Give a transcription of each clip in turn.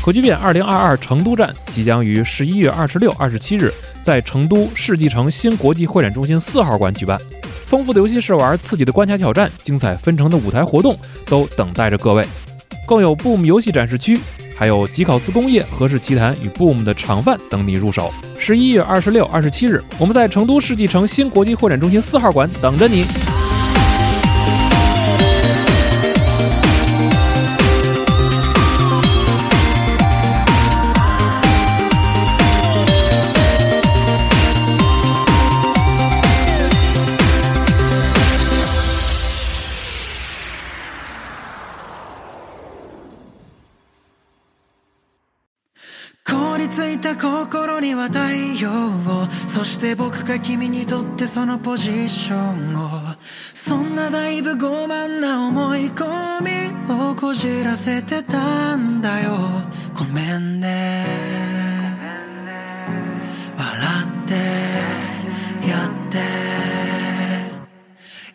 核聚变2022成都站即将于十一月二十六、二十七日在成都世纪城新国际会展中心四号馆举办。丰富的游戏试玩、刺激的关卡挑战、精彩纷呈的舞台活动都等待着各位。更有 Boom 游戏展示区，还有吉考斯工业、何氏奇谈与 Boom 的厂饭等你入手。十一月二十六、二十七日，我们在成都世纪城新国际会展中心四号馆等着你。凍りついた心には太陽をそして僕が君にとってそのポジションをそんなだいぶ傲慢な思い込みをこじらせてたんだよごめんね笑ってやっ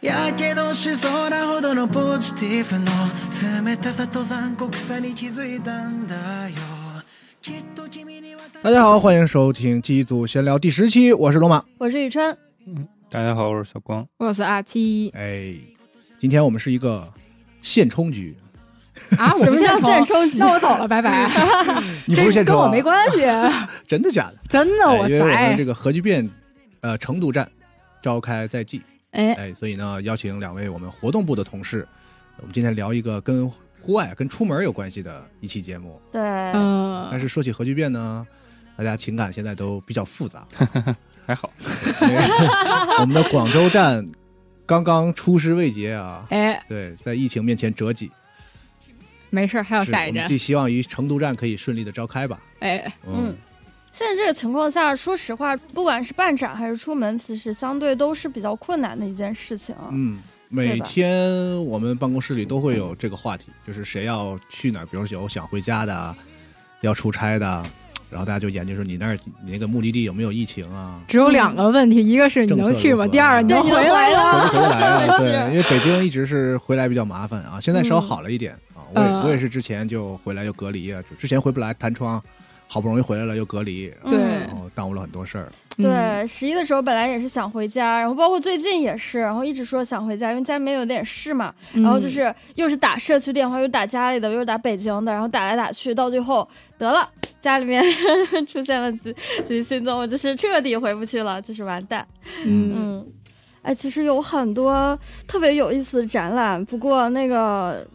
てやけどし空ほどのポジティブの冷たさと残酷さに気づいたんだよきっと君に私大家好，欢迎收听机组闲聊第十期，我是龙马。我是宇川，啊大家好，我是小光。我是阿 七哎，今天我们是一个现充局，啊，我什么叫现充？充局？那我 走了，拜拜。你不是现充、跟啊？我没关系， 真的假的？真的，哎我因为我们在这个核聚变，呃，成都站召开在即，哎，哎，所以呢，邀请两位我们活动部的同事，我们今天聊一个跟户外、啊跟出门有关系的一期节目。对，哎嗯，但是说起核聚变呢，大家情感现在都比较复杂。 还好，我们的广州站刚刚出师未捷啊，哎，对，在疫情面前折戟，没事儿，还有是下我一们站。寄希望于成都站可以顺利的召开吧。哎，嗯，现在这个情况下，说实话，不管是办展还是出门，其实相对都是比较困难的一件事情。嗯，对每吧天我们办公室里都会有这个话题，就是谁要去哪儿，比如有想回家的啊，要出差的啊，然后大家就研究说你那儿你那个目的地有没有疫情 啊，只有两个问题，一个是你能去政策如何吗？第二个你能对，你回来吗？回了，不回来 啊？ 真对，的因是，为北京一直是回来比较麻烦啊，现在稍嗯好了一点啊。我也嗯我也是之前就回来又隔离啊，之前回不来弹窗，好不容易回来了又隔离，嗯对然后耽误了很多事儿。嗯，对，十一的时候本来也是想回家，然后包括最近也是，然后一直说想回家，因为家里面有点事嘛。嗯然后就是又是打社区电话，又打家里的，又是打北京的，然后打来打去，到最后得了，家里面 出现了急急心动，我就是彻底回不去了，就是完蛋。嗯，嗯，哎，其实有很多特别有意思的展览，不过那个，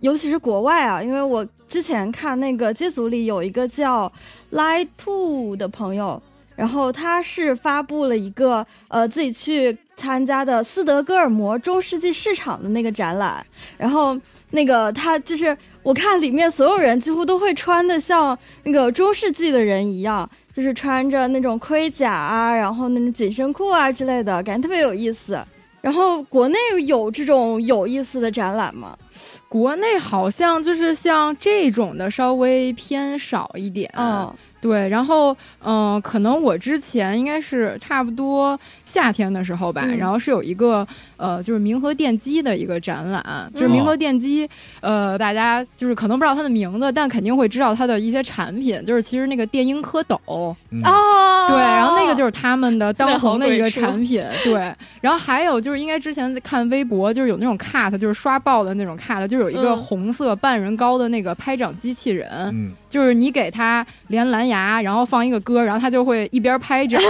尤其是国外啊，因为我之前看那个机组里有一个叫 Light Two 的朋友，然后他是发布了一个呃自己去参加的斯德哥尔摩中世纪市场的那个展览，然后。那个他就是，我看里面所有人几乎都会穿的像那个中世纪的人一样，就是穿着那种盔甲啊，然后那种紧身裤啊之类的，感觉特别有意思。然后国内有这种有意思的展览吗？国内好像就是像这种的稍微偏少一点。哦嗯，对，然后嗯、呃可能我之前应该是差不多夏天的时候吧，嗯然后是有一个呃，就是明和电机的一个展嗯览，就是明和电机，呃，大家就是可能不知道它的名字，但肯定会知道它的一些产品，就是其实那个电音蝌蚪，嗯哦，对，然后那个就是他们的当红的一个那好产品，对，然后还有就是应该之前看微博，就是有那种 cut，就是刷爆的那种 cut，就是有一个嗯红色半人高的那个拍掌机器人，嗯，就是你给他连蓝牙，然后放一个歌，然后他就会一边拍掌，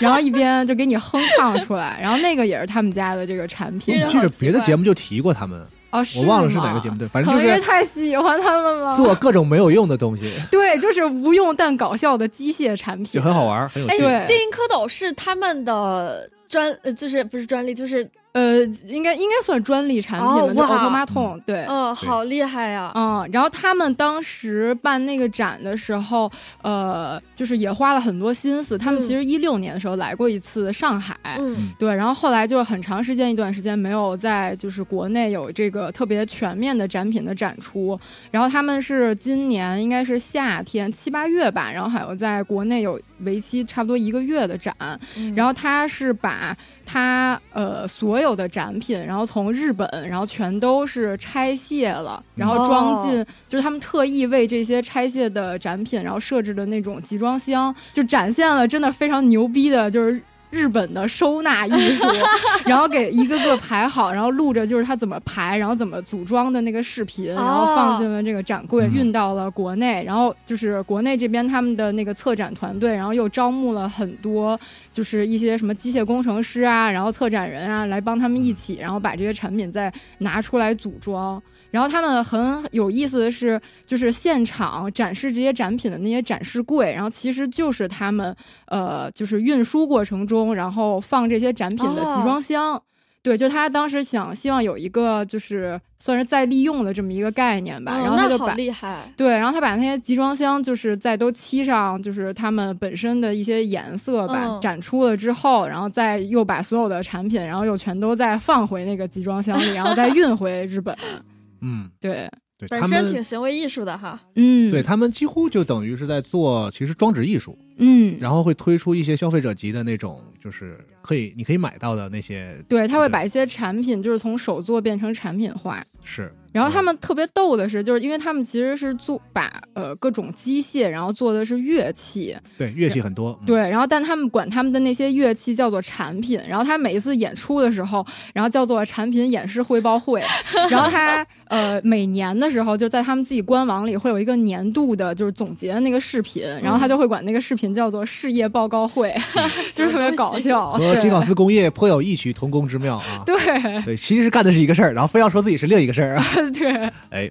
然后一边就给你哼唱出来。然后那个也是他们家的这个产 品非常记好得奇别的怪节目就提过他们，哦，是我忘了是吗哪个节目，对，反正可就能是是太喜欢他们了。做各种没有用的东西，对，就是无用但搞笑的机械产就品。很好玩，很有哎趣。对电音蝌蚪是他们的专，呃，就是不是专利，就是呃，应该应该算专利产品哦吧，就哇啊 Automaton 对。哦嗯、好厉害啊呀、嗯，然后他们当时办那个展的时候，呃，就是也花了很多心思。他嗯们其实一六年的时候来过一次上海，嗯对，然后后来就是很长时间一段时间没有在就是国内有这个特别全面的展品的展出，然后他们是今年应该是夏天七八月吧，然后还有在国内有为期差不多一个月的展，嗯然后他是把他呃所有的展品，然后从日本，然后全都是拆卸了，然后装进，就是他们特意为这些拆卸的展品，然后设置的那种集装箱，就展现了真的非常牛逼的，就是。日本的收纳艺术，然后给一个个排好，然后录着就是他怎么排，然后怎么组装的那个视频，然后放进了这个展柜，嗯运到了国内。然后就是国内这边他们的那个策展团队，然后又招募了很多就是一些什么机械工程师啊，然后策展人啊，来帮他们一起，然后把这些产品再拿出来组装。然后他们很有意思的是，就是现场展示这些展品的那些展示柜，然后其实就是他们呃，就是运输过程中，然后放这些展品的哦集装箱。对，就他当时想希望有一个就是算是再利用的这么一个概念吧，哦然后他那就好把厉害，对，然后他把那些集装箱就是再都漆上，就是他们本身的一些颜色吧，嗯展出了之后，然后再又把所有的产品，然后又全都再放回那个集装箱里，然后再运回日本。嗯，对，对，本他身挺们行为艺术的哈。嗯，对，他们几乎就等于是在做其实装置艺术，嗯，然后会推出一些消费者级的那种，就是可以你可以买到的那些对，他会对把一些产品就是从手做变成产品化。是。然后他们特别逗的是，就是因为他们其实是做把呃各种机械，然后做的是乐器，嗯对乐器很多，嗯，对，然后但他们管他们的那些乐器叫做产品，然后他每一次演出的时候，然后叫做产品演示汇报 会，然后他呃每年的时候就在他们自己官网里会有一个年度的，就是总结的那个视频，然后他就会管那个视频叫做事业报告会， 就是特别搞笑， 和对吉考斯工业颇有异曲同工之妙啊。对对，其实干的是一个事儿，然后非要说自己是另一个事儿啊。 对，哎，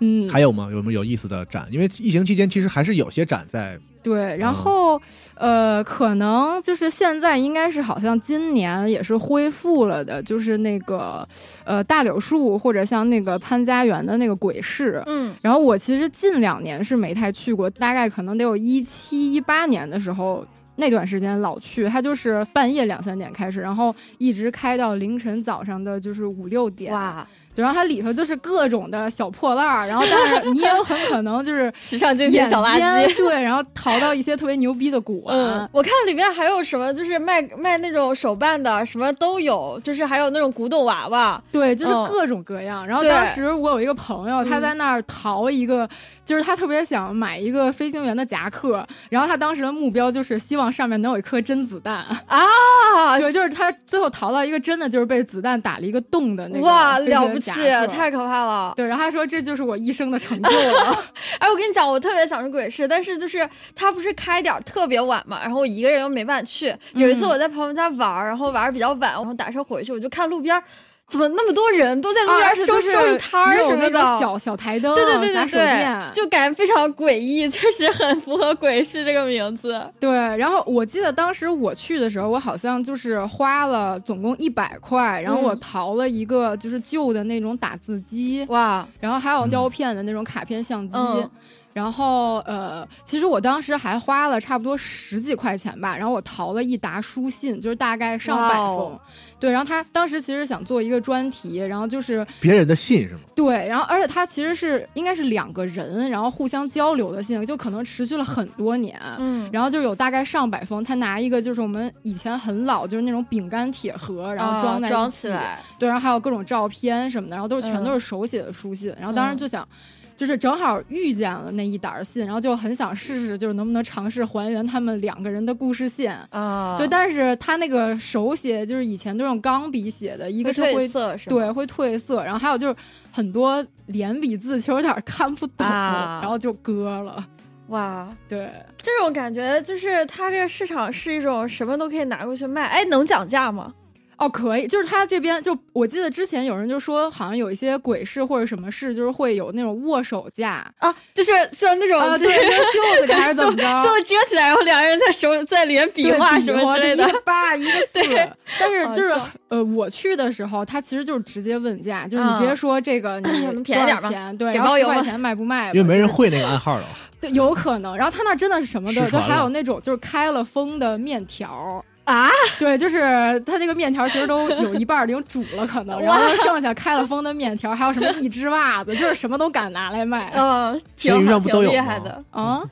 嗯， 还有吗？有没有有意思的展？因为疫情期间其实还是有些展在，对，然嗯后、呃，可能就是现在应该是好像今年也是恢复了的，就是那个呃大柳树或者像那个潘家园的那个鬼市。嗯，然后我其实近两年是没太去过，大概可能得有一七一八年的时候。那段时间老去，它就是半夜两三点开始，然后一直开到凌晨早上的就是五六点。！嗯哇，对，然后它里头就是各种的小破烂儿，然后但是你也有很可能就是时尚经眼典小垃圾尖。对，然后淘到一些特别牛逼的古玩。嗯，我看里面还有什么，就是卖卖那种手办的，什么都有，就是还有那种古董娃娃，对，就是嗯各种各样。然后对嗯当时我有一个朋友，他在那儿淘一个，就是他特别想买一个飞行员的夹克，然后他当时的目标就是希望上面能有一颗真子弹。啊，对，就是他最后淘到一个真的，就是被子弹打了一个洞的那个哇，飞行了员不起啊夹，克太可怕了！对。然后他说这就是我一生的成就了。哎，我跟你讲，我特别想去鬼市，但是就是它不是开点儿特别晚嘛，然后我一个人又没办法去。有嗯一次我在朋友家玩儿，然后玩儿比较晚，然后打车回去，我就看路边儿怎么 那么多人都在路边啊儿是收、就是收拾摊儿只有什么那的个，小小台灯，对对对打对手对电，，就感觉非常诡异， 就是很符合鬼市这个名 字。对，然后我记得当时我去的时候，我好像就是花了总共一百块，然后我嗯淘了一个就是旧的那种打字机，哇，然后还有胶片的那种卡片相机。嗯然后，呃，其实我当时还花了差不多十几块钱吧，然后我淘了一沓书信，就是大概上百哇封。哦对，然后他当时其实想做一个专题，然后就是别人的信是吗？对，然后而且他其实是应该是两个人，然后互相交流的信，就可能持续了很多年。嗯，然后就有大概上百封，他拿一个就是我们以前很老就是那种饼干铁盒，然后装在、啊装起，来，对，然后还有各种照片什么的，然后都是全嗯都是手写的书信，然后当时嗯就想。就是正好遇见了那一沓儿信，然后就很想试试，就是能不能尝试还原他们两个人的故事线。啊，对，但是他那个手写就是以前都是用钢笔写的，一一个是褪会色是吗？对，会褪色，然后还有就是很多连笔字其实有点儿看不懂，啊然后就割了。哇，对，这种感觉就是它这个市场是一种什么都可以拿过去卖，哎，能讲价吗？哦，可以，就是他这边就我记得之前有人就说，好像有一些鬼市或者什么市，就是会有那种握手架，啊，就是像那种啊，就对，是就是袖子里还是怎 么最着后。遮起来，然后两个人在手在里面比对划什么划之就类的一。个 八一个四对，但是好就是笑呃，我去的时候，他其实就是直接问价，就是你直接嗯说 这个你能便宜点多吗少钱，对，给然后包十邮块吗钱卖不卖吧？因为没人就是会那个暗号了。对，有可能。然后他那真的是什么失的，就传还了有那种就是开了封的面条儿，啊，对，就是它这个面条其实都有一半儿已经煮了，可能，然后剩下开了封的面条，还有什么一只袜子，就是什么都敢拿来卖啊、嗯，挺闲鱼好，上不挺都有厉吗害的。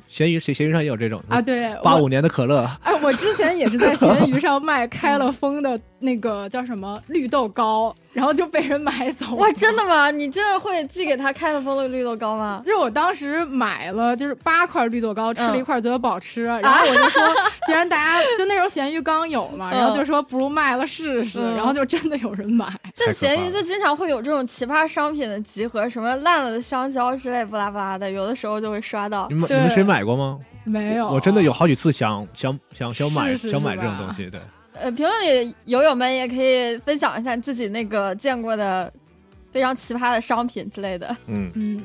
闲鱼谁闲鱼上也有这种啊！对，八我五年的可 乐，哎，我之前也是在闲鱼上卖开了封的那个叫什么绿豆糕，然后就被人买走了。哇，真的吗？你真的会寄给他开了封的绿豆糕吗？就是我当时买了就是八块绿豆糕，吃了嗯啊一块觉得不好吃，然后我就说， 既然大家就那时候咸鱼刚有嘛，嗯然后就说不如卖了试试，嗯然后就真的有人买。在太可闲怕鱼了就经常会有这种奇葩商品的集合，什么烂了的香蕉之类，不拉不拉的，有的时候就会刷到你。们对你们谁买过吗？没有，啊我真的有。好几次想想想想买是是想买这种是吧东西，对，呃，评论里友友们也可以分享一下自己那个见过的非常奇葩的商品之类的。嗯，嗯，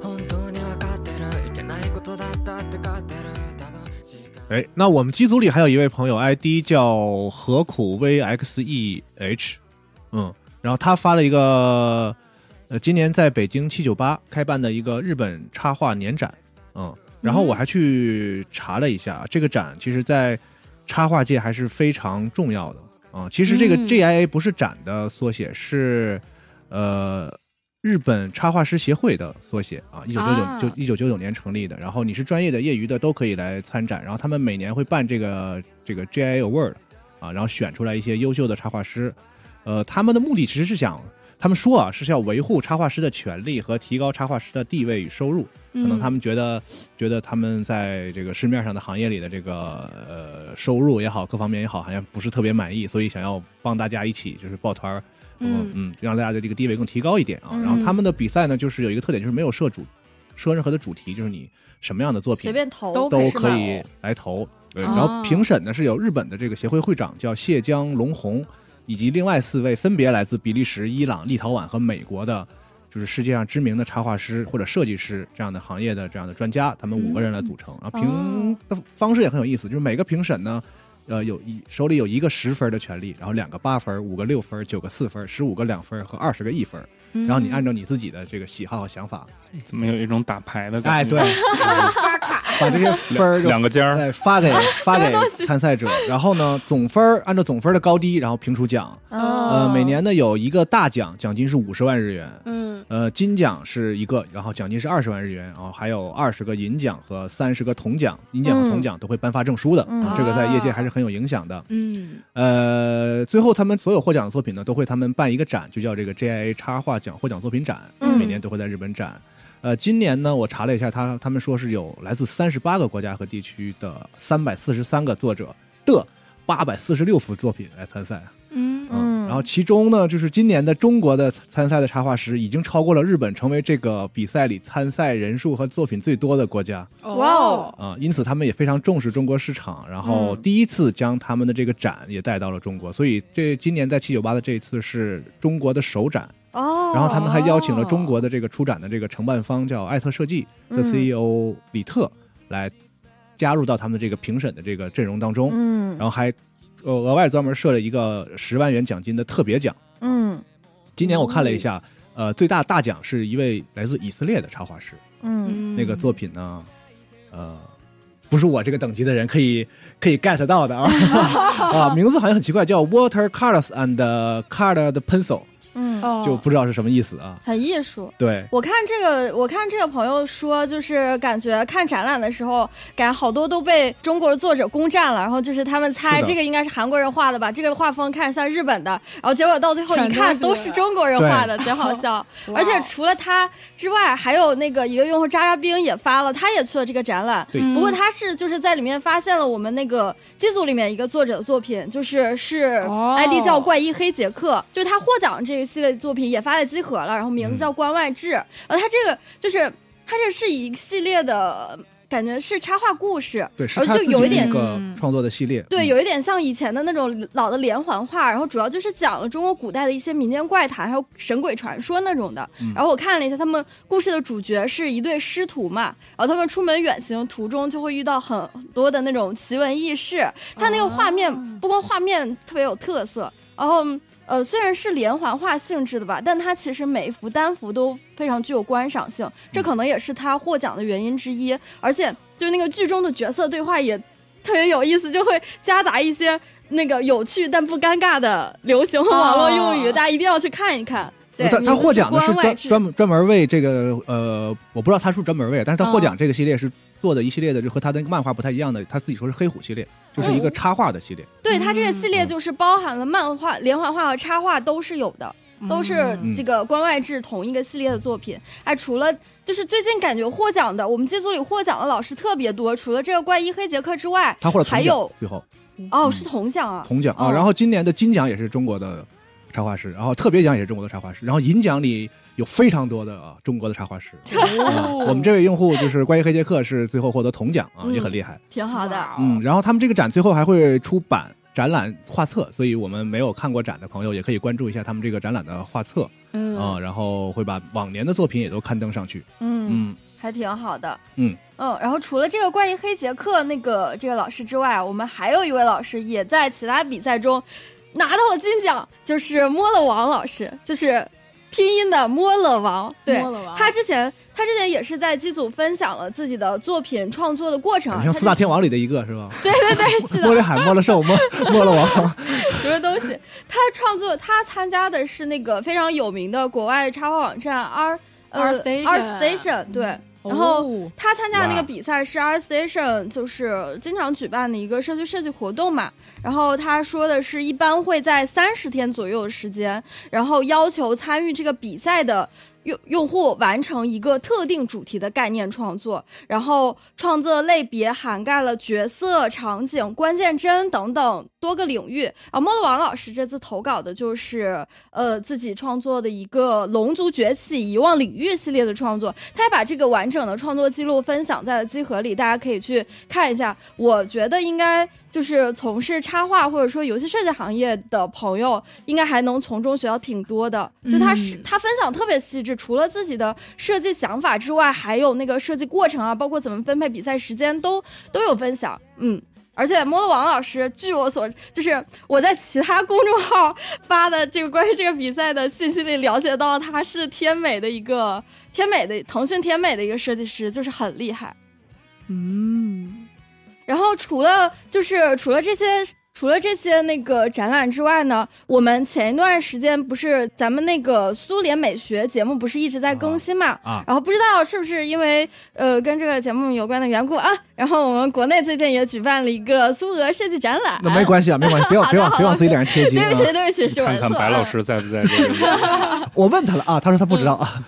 本当にわかってるいけないことだったって勝ってる多分時間哎，那我们机组里还有一位朋友，ID 叫何苦 VXEH，嗯，然后他发了一个，呃，今年在北京七九八开办的一个日本插画年展，嗯，然后我还去查了一下，这个展其实在插画界还是非常重要的啊、其实这个嗯 JIA 不是展的缩写，是呃日本插画师协会的缩写啊，一九九啊九就一九九九年成立的。然后你是专业的、业余的都可以来参展，然后他们每年会办这个这个 JIA Award 啊，然后选出来一些优秀的插画师。呃，他们的目的其实是想，他们说啊，是要维护插画师的权利和提高插画师的地位与收入。嗯可能他们觉得、觉得他们在这个市面上的行业里的这个呃收入也好，各方面也好，好像不是特别满意，所以想要帮大家一起就是抱团儿，嗯嗯，让大家的这个地位更提高一点啊。嗯然后他们的比赛呢，就是有一个特点，就是没有设主设任何的主题，就是你什么样的作随品便投都都是可吧以来投。对，哦然后评审呢是有日本的这个协会会长叫谢江龙宏，以及另外四位分别来自比利时、伊朗、立陶宛和美国的，就是世界上知名的插画师或者设计师这样的行业的这样的专家，他们五个人来组成。然后评哦的方式也很有意思，就是每个评审呢。呃，有一手里有一个十分的权利，然后两个八分，五个六分，九个四分，十五个两分和二十个一分，嗯然后你按照照你自己的这个喜好和想法，怎么有一种打牌的哎，感觉？对，哎发卡，把这些分儿就 两个尖儿，哎，发 给发给参赛者，然后呢，总分儿按照总分儿的高低，然后评出奖。哦呃，每年呢有一个大奖，奖金是五十万日元，嗯呃，金奖是一个，然后奖金是二十万日元，然后还有二十个银奖和三十个铜奖，银奖和铜奖都会颁发证书的，嗯啊这个在业界还是很有影响的。嗯呃，最后他们所有获奖的作品呢，都会他们办一个展，就叫这个 JIA 插画奖获奖作品展，嗯每年都会在日本展。呃，今年呢，我查了一下，他他们说是有来自三十八个国家和地区的三百四十三个作者的八百四十六幅作品来参赛。啊嗯嗯然后其中呢，就是今年的中国的参赛的插画师已经超过了日本，成为这个比赛里参赛人数和作品最多的国家。哇哦，啊、因此他们也非常重视中国市场，然后嗯第一次将他们的这个展也带到了中国，所以这今年在七九八的这一次是中国的首展，哦，然后他们还邀请了中国的这个出展的这个承办方叫艾特设计的嗯 CEO 李特来加入到他们的这个评审的这个阵容当中，嗯然后还呃额外专门设了一个十万元奖金的特别奖。嗯今年我看了一哦下，呃，最大大奖是一位来自以色列的插画师，嗯那个作品呢，呃，不是我这个等级的人可以可以 get 到 的啊啊，名字好像很奇怪，叫 Water Colors and Colored Pencil，嗯，哦就不知道是什么意思啊。很艺术。对，我看这个，我看这个朋友说，就是感觉看展览的时候，感觉好多都被中国作者攻占了，然后就是他们猜是的这个应该是韩国人画的吧，这个画风看像日本的，然后结果到最后全一都看是都是中国人画 的，贼好笑。哇哦而且除了他之外，还有那个一个用户渣渣冰也发了，他也去了这个展览。对嗯不过他是就是在里面发现了我们那个机组里面一个作者的作品，就是是哦 ID 叫怪医黑杰克，就是他获奖这个系列作品也发在集合了，然后名字叫关外志，然后他这个就是他这是一系列的感觉是插画故事，对，是哦他就自己有一的点一个嗯创作的系列。对，嗯有一点像以前的那种老的连环画，然后主要就是讲了中国古代的一些民间怪谈，还有神鬼传说那种的。嗯然后我看了一下，他们故事的主角是一对师徒嘛，然后他们出门远行途中就会遇到很多的那种奇闻异事。他那个画面不光画面特别有特色，然后呃，虽然是连环画性质的吧，但它其实每一幅单幅都非常具有观赏性，嗯这可能也是它获奖的原因之一。而且就是那个剧中的角色对话也特别有意思，就会夹杂一些那个有趣但不尴尬的流行网络用语，哦大家一定要去看一看。对，他哦他名字获奖的是关外专志专门专门为这个呃，我不知道他是不是专门为，但哦是他获奖这个系列是做的一系列的，就和他的漫画不太一样的，他自己说是黑虎系列，哦就是一个插画的系列。对它这个系嗯列就是包含了漫画、连环画和插画都是有的，都是嗯这个关外志同一个系列的作品。哎，除了就是最近感觉获奖的，我们剧组里获奖的老师特别多，除了这个怪医黑杰克之外，他获了铜还奖有，最后哦是铜奖啊，铜奖啊，哦然后今年的金奖也是中国的插画师，然后特别奖也是中国的插画师，然后银奖里有非常多的、啊、中国的插画 师。啊哦哦我们这位用户就是关于黑杰克是最后获得铜奖啊，嗯也很厉害。挺好的。嗯，然后他们这个展最后还会出版展览画册，所以我们没有看过展的朋友也可以关注一下他们这个展览的画册嗯啊、然后会把往年的作品也都刊登上去。嗯，嗯，还挺好的。嗯然后除了这个怪医黑杰克那个这个老师之外，我们还有一位老师也在其他比赛中拿到了金奖，就是摸了王老师，就是拼音的摸了王。对，摸了王他之前他之前也是在机组分享了自己的作品创作的过程啊你，像他四大天王里的一个是吧？ 对对对，是的摸，了海，摸了兽，摸摸了 王。什么东西？他创作，他参加的是那个非常有名的国外插画网站 R 呃 R Station R Station 对，然后。哦他参加的那个比赛是 R Station，就是经常举办的一个社区设计活动嘛。然后他说的是一般会在三十天左右的时间，然后要求参与这个比赛的用用户完成一个特定主题的概念创作，然后创作类别涵盖了角色、场景、关键帧等等多个领域。啊，莫洛王老师这次投稿的就是呃自己创作的一个《龙族崛起：遗忘领域》系列的创作，他还把这个完整的创作记录分享在了集合里，大家可以去看一下。我觉得应该就是从事插画或者说游戏设计行业的朋友，应该还能从中学到挺多的。就他是、嗯他分享特别细致，除了自己的设计想法之外，还有那个设计过程啊，包括怎么分配比赛时间都都有分享。嗯。而且摩洛王老师，据我所就是我在其他公众号发的这个关于这个比赛的信息里了解到，他是天美的一个天美的腾讯天美的一个设计师，就是很厉害。嗯，然后除了就是除了这些。除了这些那个展览之外呢，我们前一段时间不是咱们那个苏联美学节目不是一直在更新嘛？啊啊然后不知道是不是因为呃跟这个节目有关的缘故啊，然后我们国内最近也举办了一个苏俄设计展览。那没关系啊，没关系，别往别往别往自己脸上贴金对不起，啊！对不起，是我看的错。看白老啊师在不在这 里？我问他了啊，他说他不知道啊。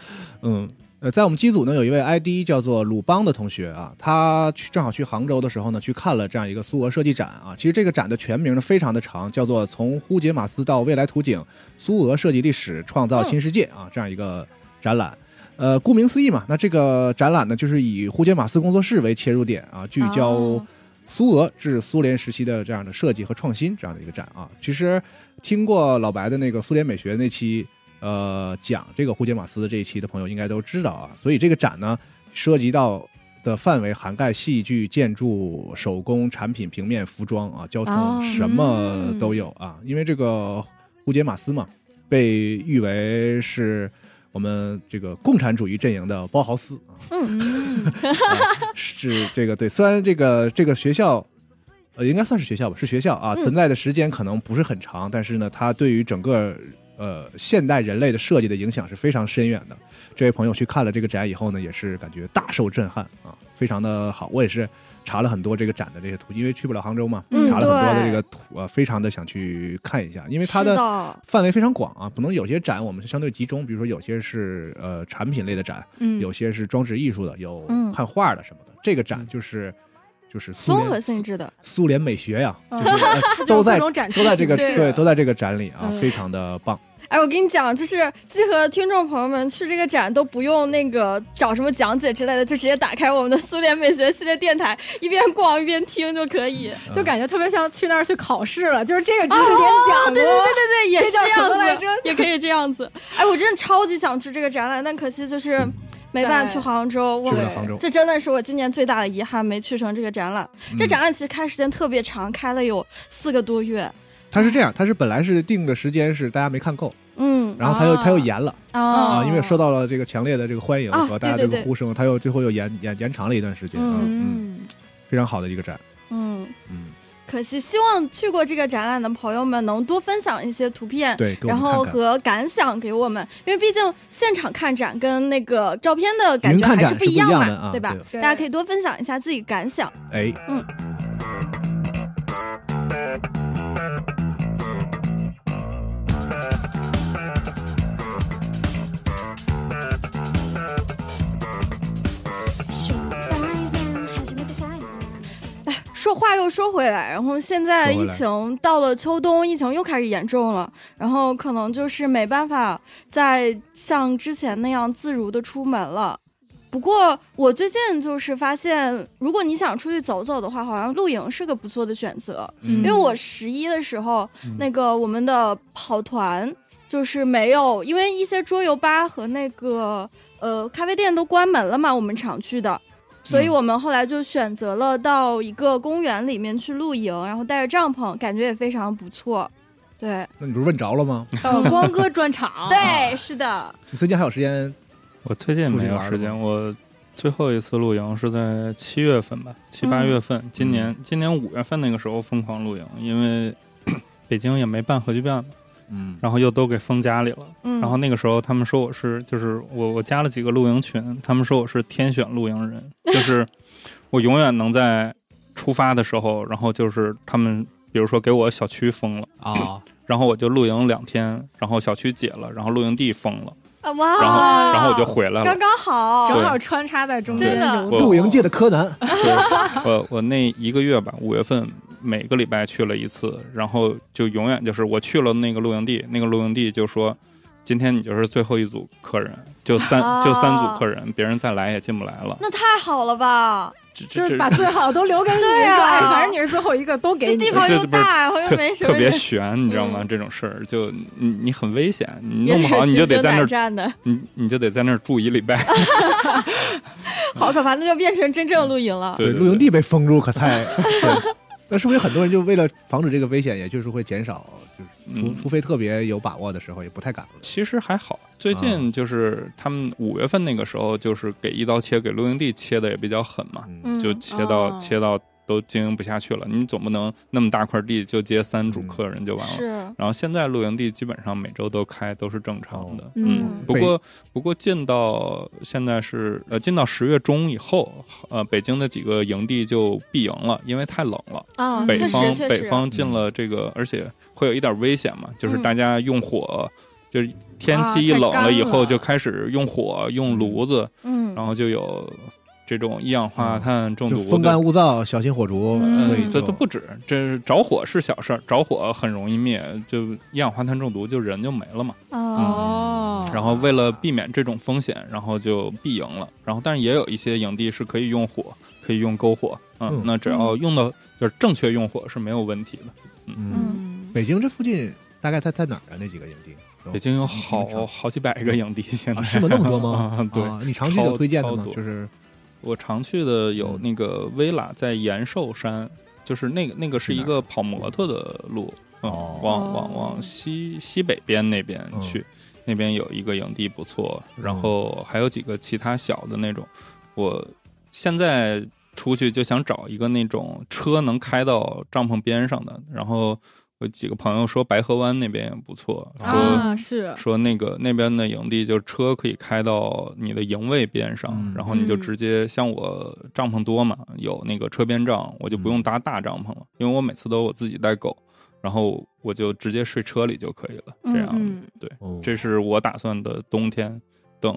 嗯，呃，在我们机组呢有一位 ID 叫做鲁邦的同学啊，他去正好去杭州的时候呢，去看了这样一个苏俄设计展啊。其实这个展的全名呢非常的长，叫做《从呼杰马斯到未来图景：苏俄设计历史创造新世界》啊，这样一个展览。呃，顾名思义嘛，那这个展览呢，就是以呼杰马斯工作室为切入点啊，嗯聚焦哦苏俄至苏联时期的这样的设计和创新这样的一个展啊。其实听过老白的那个苏联美学那期，呃，讲这个胡杰马斯这一期的朋友应该都知道啊。所以这个展呢，涉及到的范围涵盖戏剧、建筑、手工、产品、平面、服装啊、交哦通，什么都有啊。因为这个胡杰马斯嘛，被誉为是。我们这个共产主义阵营的包豪斯啊，嗯是这个对，虽然这个这个学校，呃，应该算是学校吧，是学校啊，嗯存在的时间可能不是很长，但是呢，它对于整个呃现代人类的设计的影响是非常深远的。这位朋友去看了这个展以后呢，也是感觉大受震撼啊，非常的好。我也是查了很多这个展的这些图，因为去不了杭州嘛，嗯查了很多的对这个图啊，非常的想去看一下，因为它是的的范围非常广啊，可能有些展我们是相对集中，比如说有些是呃产品类的展，嗯有些是装置艺术的，有嗯看画的什么的。这个展就是就是苏综合联性质的，苏联美学呀，嗯 就是呃都在各种展示都在这个形式对都在这个展里啊，嗯非常的棒。哎，我跟你讲，就是集合听众朋友们去这个展都不用那个找什么讲解之类的，就直接打开我们的苏联美学系列电台，一边逛一边听就可以。嗯就感觉特别像去那儿去考试了，就是这个知识点讲的，哦对对对对对，也是这叫什么样来子着，也可以这样子。哎，我真的超级想去这个展览，但可惜就是没办法去杭州。我去不了杭州，这真的是我今年最大的遗嗯憾，没去成这个展览。这展览其实开时间特别长，开了有四个多月。他是这样，他是本来是定的时间是大家没看够，嗯然后他又他又哦延了哦啊，因为受到了这个强烈的这个欢迎哦和大家对这对个对呼声，他又最后又延延延长了一段时间啊，嗯，嗯，非常好的一个展，嗯，嗯，可惜，希望去过这个展览的朋友们能多分享一些图片，对，给我然们看后看。和感想给我们，因为毕竟现场看展跟那个照片的感云觉看还展是是不一样样嘛，的啊，对吧？对大家可以多分享一下自己感想。哎，说话又说回来，然后现在说回疫来情到了秋冬，疫情又开始严重了，然后可能就是没办法再像之前那样自如的出门了。不过我最近就是发现，如果你想出去走走的话，好像露营是个不错的选择。嗯因为我十一的时候，嗯那个我们的跑团就是没有，因为一些桌游吧和那个呃咖啡店都关门了嘛，我们常去的，所嗯以我们后来就选择了到一个公园里面去露营，然后带着帐篷，感觉也非常不错。啊对那你不是问着了吗？呃，光哥专 场，对，是的，你最近还有时间我最近没有出时去玩间，我最后一次露营是在七月份吧，七八嗯月份。今年今年五月份那个时候疯狂露营，因为 咳北京也没办核聚变嘛，嗯，然后又都给封家里了。嗯，然后那个时候他们说我是，就是我我加了几个露营群，他们说我是天选露 营人，就是我永远能在出发的时候，然后就是他们比如说给我小区封了，啊，然后我就露营两天，然后小区解了，然后露营地封了，啊哇，然后然后我就回来了刚。刚好，正好穿插在中真间的游走，我露营界的柯南，对，我我那一个月吧，五月份每个礼拜去了一次，然后就永远就是我去了那个露营地，那个露营地就说，今天你就是最后一组客人，就三、啊就三组客人，别人再来也进不来了。那太好了吧？这就这是这把最好都留给你，对啊说哎，反正你是最后一个，都这给你地。方这又不是大，然后又特没什特么别人，悬，你知道吗？嗯这种事儿就你你很危险，你弄不好你就得在 那有点心惊胆儿战的。你你就得在那儿住一礼拜。好可怕，那就变成真正露营了。对对露营地被封住可太。对那是不是有很多人就为了防止这个危险，也就是会减少，就是除嗯除非特别有把握的时候，也不太敢了。其实还好，最啊近就是他们五月份那个时候，就是给一刀切，给露营地切的也比较狠嘛。嗯就切到、哦切到都经营不下去了。你总不能那么大块地就接三嗯组客人就完了。是，然后现在露营地基本上每周都开，都是正常哦的。嗯不过不过进到现在是呃进到十月中以后，呃北京的几个营地就闭营了，因为太冷了。啊，北确方实确北实，方进了这个，而且会有一点危险嘛，就是嗯大家用火。就是天啊气一太冷了干以后，了就开始用火、用炉子，嗯然后就有这种一氧化碳中嗯就毒的风干物燥，小心火烛，嗯所以这就都不止，这是着火是小事儿，着火很容易灭，就一氧化碳中毒就人就没了嘛。哦，哦，然后为了避免这种风险，然后就闭营了。然后但是也有一些营地是可以用火，可以用篝火，嗯，嗯那只要用到就是正确用火是没有问题的。嗯，嗯，北京这附近大概它在哪儿啊？那几个营地？北京有你们嗯常好好几百个营地，现在、啊，是吗？那么多吗啊？ 对，啊，你常去有推荐的超吗？超多就是我常去的有嗯那个威拉在延寿山，就是那个那个是一个跑摩托的路，嗯，哦嗯往往往西西北边那边去，那边有一个营地不错，然后还有几个其他小的那种。我现在出去就想找一个那种车能开到帐篷边上的，然后我几个朋友说白河湾那边也不错，说、啊是，说那个那边的营地，就是车可以开到你的营位边上，嗯然后你就直接像我帐篷多嘛，有那个车边帐，我就嗯不用搭大帐篷了，因为我每次都我自己带狗，然后我就直接睡车里就可以了。这样，嗯，对，哦这是我打算的冬天，等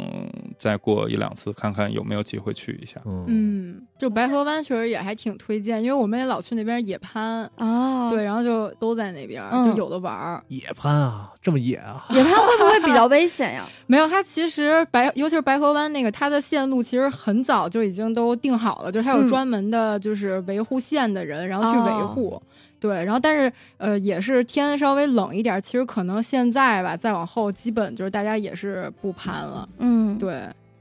再过一两次看看有没有机会去一下。嗯嗯，就白河湾确实也还挺推荐，因为我们也老去那边野攀，啊，对，，然后就都在那边，嗯就有的玩儿。野攀啊，这么野啊？野攀会不会比较危险呀？没有，它其实白，尤其是白河湾那个，它的线路其实很早就已经都定好了，就是它嗯有专门的，就是维护线的人，然后去维护。哦对，然后但是呃，也是天稍微冷一点，其实可能现在吧，再往后基本就是大家也是不攀了。嗯，对，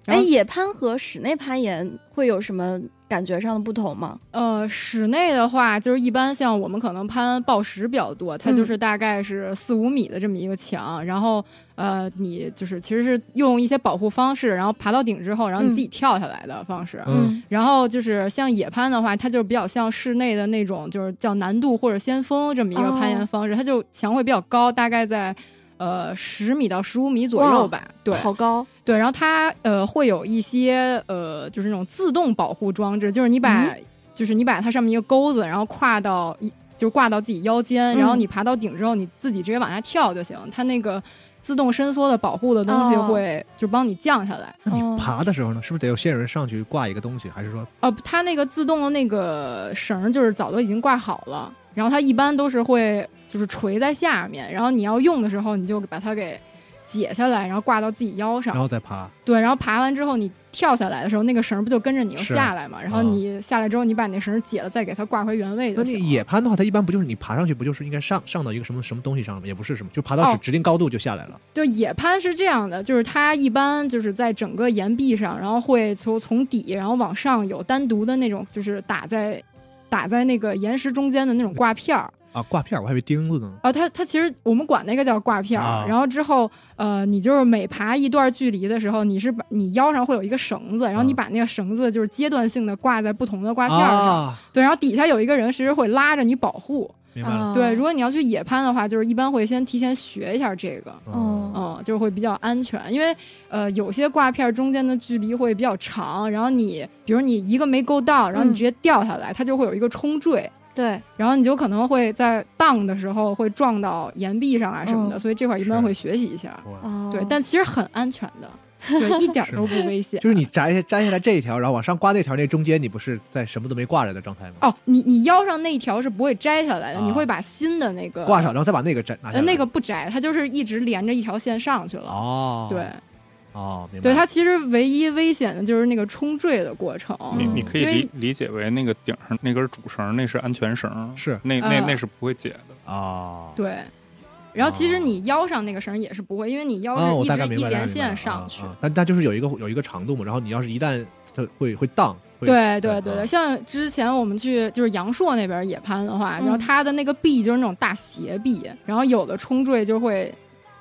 然哎，后野攀和室内攀岩会有什么感觉上的不同吗？呃，室内的话，就是一般像我们可能攀抱石比较多，它嗯就是大概是四五米的这么一个墙，然后呃，你就是其实是用一些保护方式，然后爬到顶之后，然后你嗯自己跳下来的方式。嗯，然后就是像野攀的话，它就是比较像室内的那种，就是叫难度或者先锋这么一个攀岩方式，它就墙会比较高，大概在呃十米到十五米左右哇吧。对，好高，对，然后它呃会有一些呃就是那种自动保护装置，就是你嗯把、就是你把它上面一个钩子，然后挎到一就是挂到自己腰间，然后嗯你爬到顶之后，你自己直接往下跳就行。它那个自动伸缩的保护的东西哦会、就帮你降下来。那哦你爬的时候呢，是不是得有先有人上去挂一个东西，还是啊说呃，它那个自动的那个绳儿就是早都已经挂好了，然后它一般都是会就是垂在下面，然后你要用的时候你就把它给解下来，然后挂到自己腰上然。后再爬？对，然后爬完之后你跳下来的时候，那个绳儿不就跟着你又是下来嘛？然后啊你下来之后，你把那绳儿解了，再给它挂回原位就那行了。你野攀的话，它一般不就是你爬上去，不就是应该上上到一个什么什么东西上吗？也不是什么，就爬到哦指指定高度就下来了。就野攀是这样的，就是它一般就是在整个岩壁上，然后会从从底然后往上有单独的那种，就是打在打在那个岩石中间的那种挂片儿。啊，挂片儿，我还以为钉子呢。啊，它它其实我们管那个叫挂片儿、啊然后之后，呃，你就是每爬一段距离的时候，你是把你腰上会有一个绳子，然后你啊把那个绳子就是阶段性的挂在不同的挂片儿上，啊，对，然后底下有一个人其实会拉着你保护。明白啊了。对，如果你要去野攀的话，就是一般会先提前学一下这个，哦嗯，就是会比较安全，因为呃有些挂片中间的距离会比较长，然后你比如你一个没够到，然后你嗯直接掉下来，它就会有一个冲坠。对，然后你就可能会在荡的时候会撞到岩壁上啊什么的，嗯所以这块儿一般是会学习一下。哇哦，对，但其实很安全的，对，一点儿哦是都不危险。就是你摘下摘下来这一条，然后往上挂那条，那中间你不是在什么都没挂着的状态吗？哦，你你腰上那一条是不会摘下来的，啊你会把新的那个挂上，然后再把那个摘拿下呃，来。那个不摘，它就是一直连着一条线上去了。哦，对，哦，明白。对，它其实唯一危险的就是那个冲坠的过程。你嗯你可以因为理理解为那个顶上那根主绳，那是安全绳，是那那嗯那是不会解的。哦，对，然后其实哦你腰上那个绳也是不会，因为你啊，腰我是一大概直明一白大概连明白线了上啊去。啊但但就是有一个有一个长度嘛，然后你要是一旦它会会荡，会对对对啊对，像之前我们去就是阳朔那边野攀的话，然后嗯它的那个壁就是那种大斜壁，然后有的冲坠就会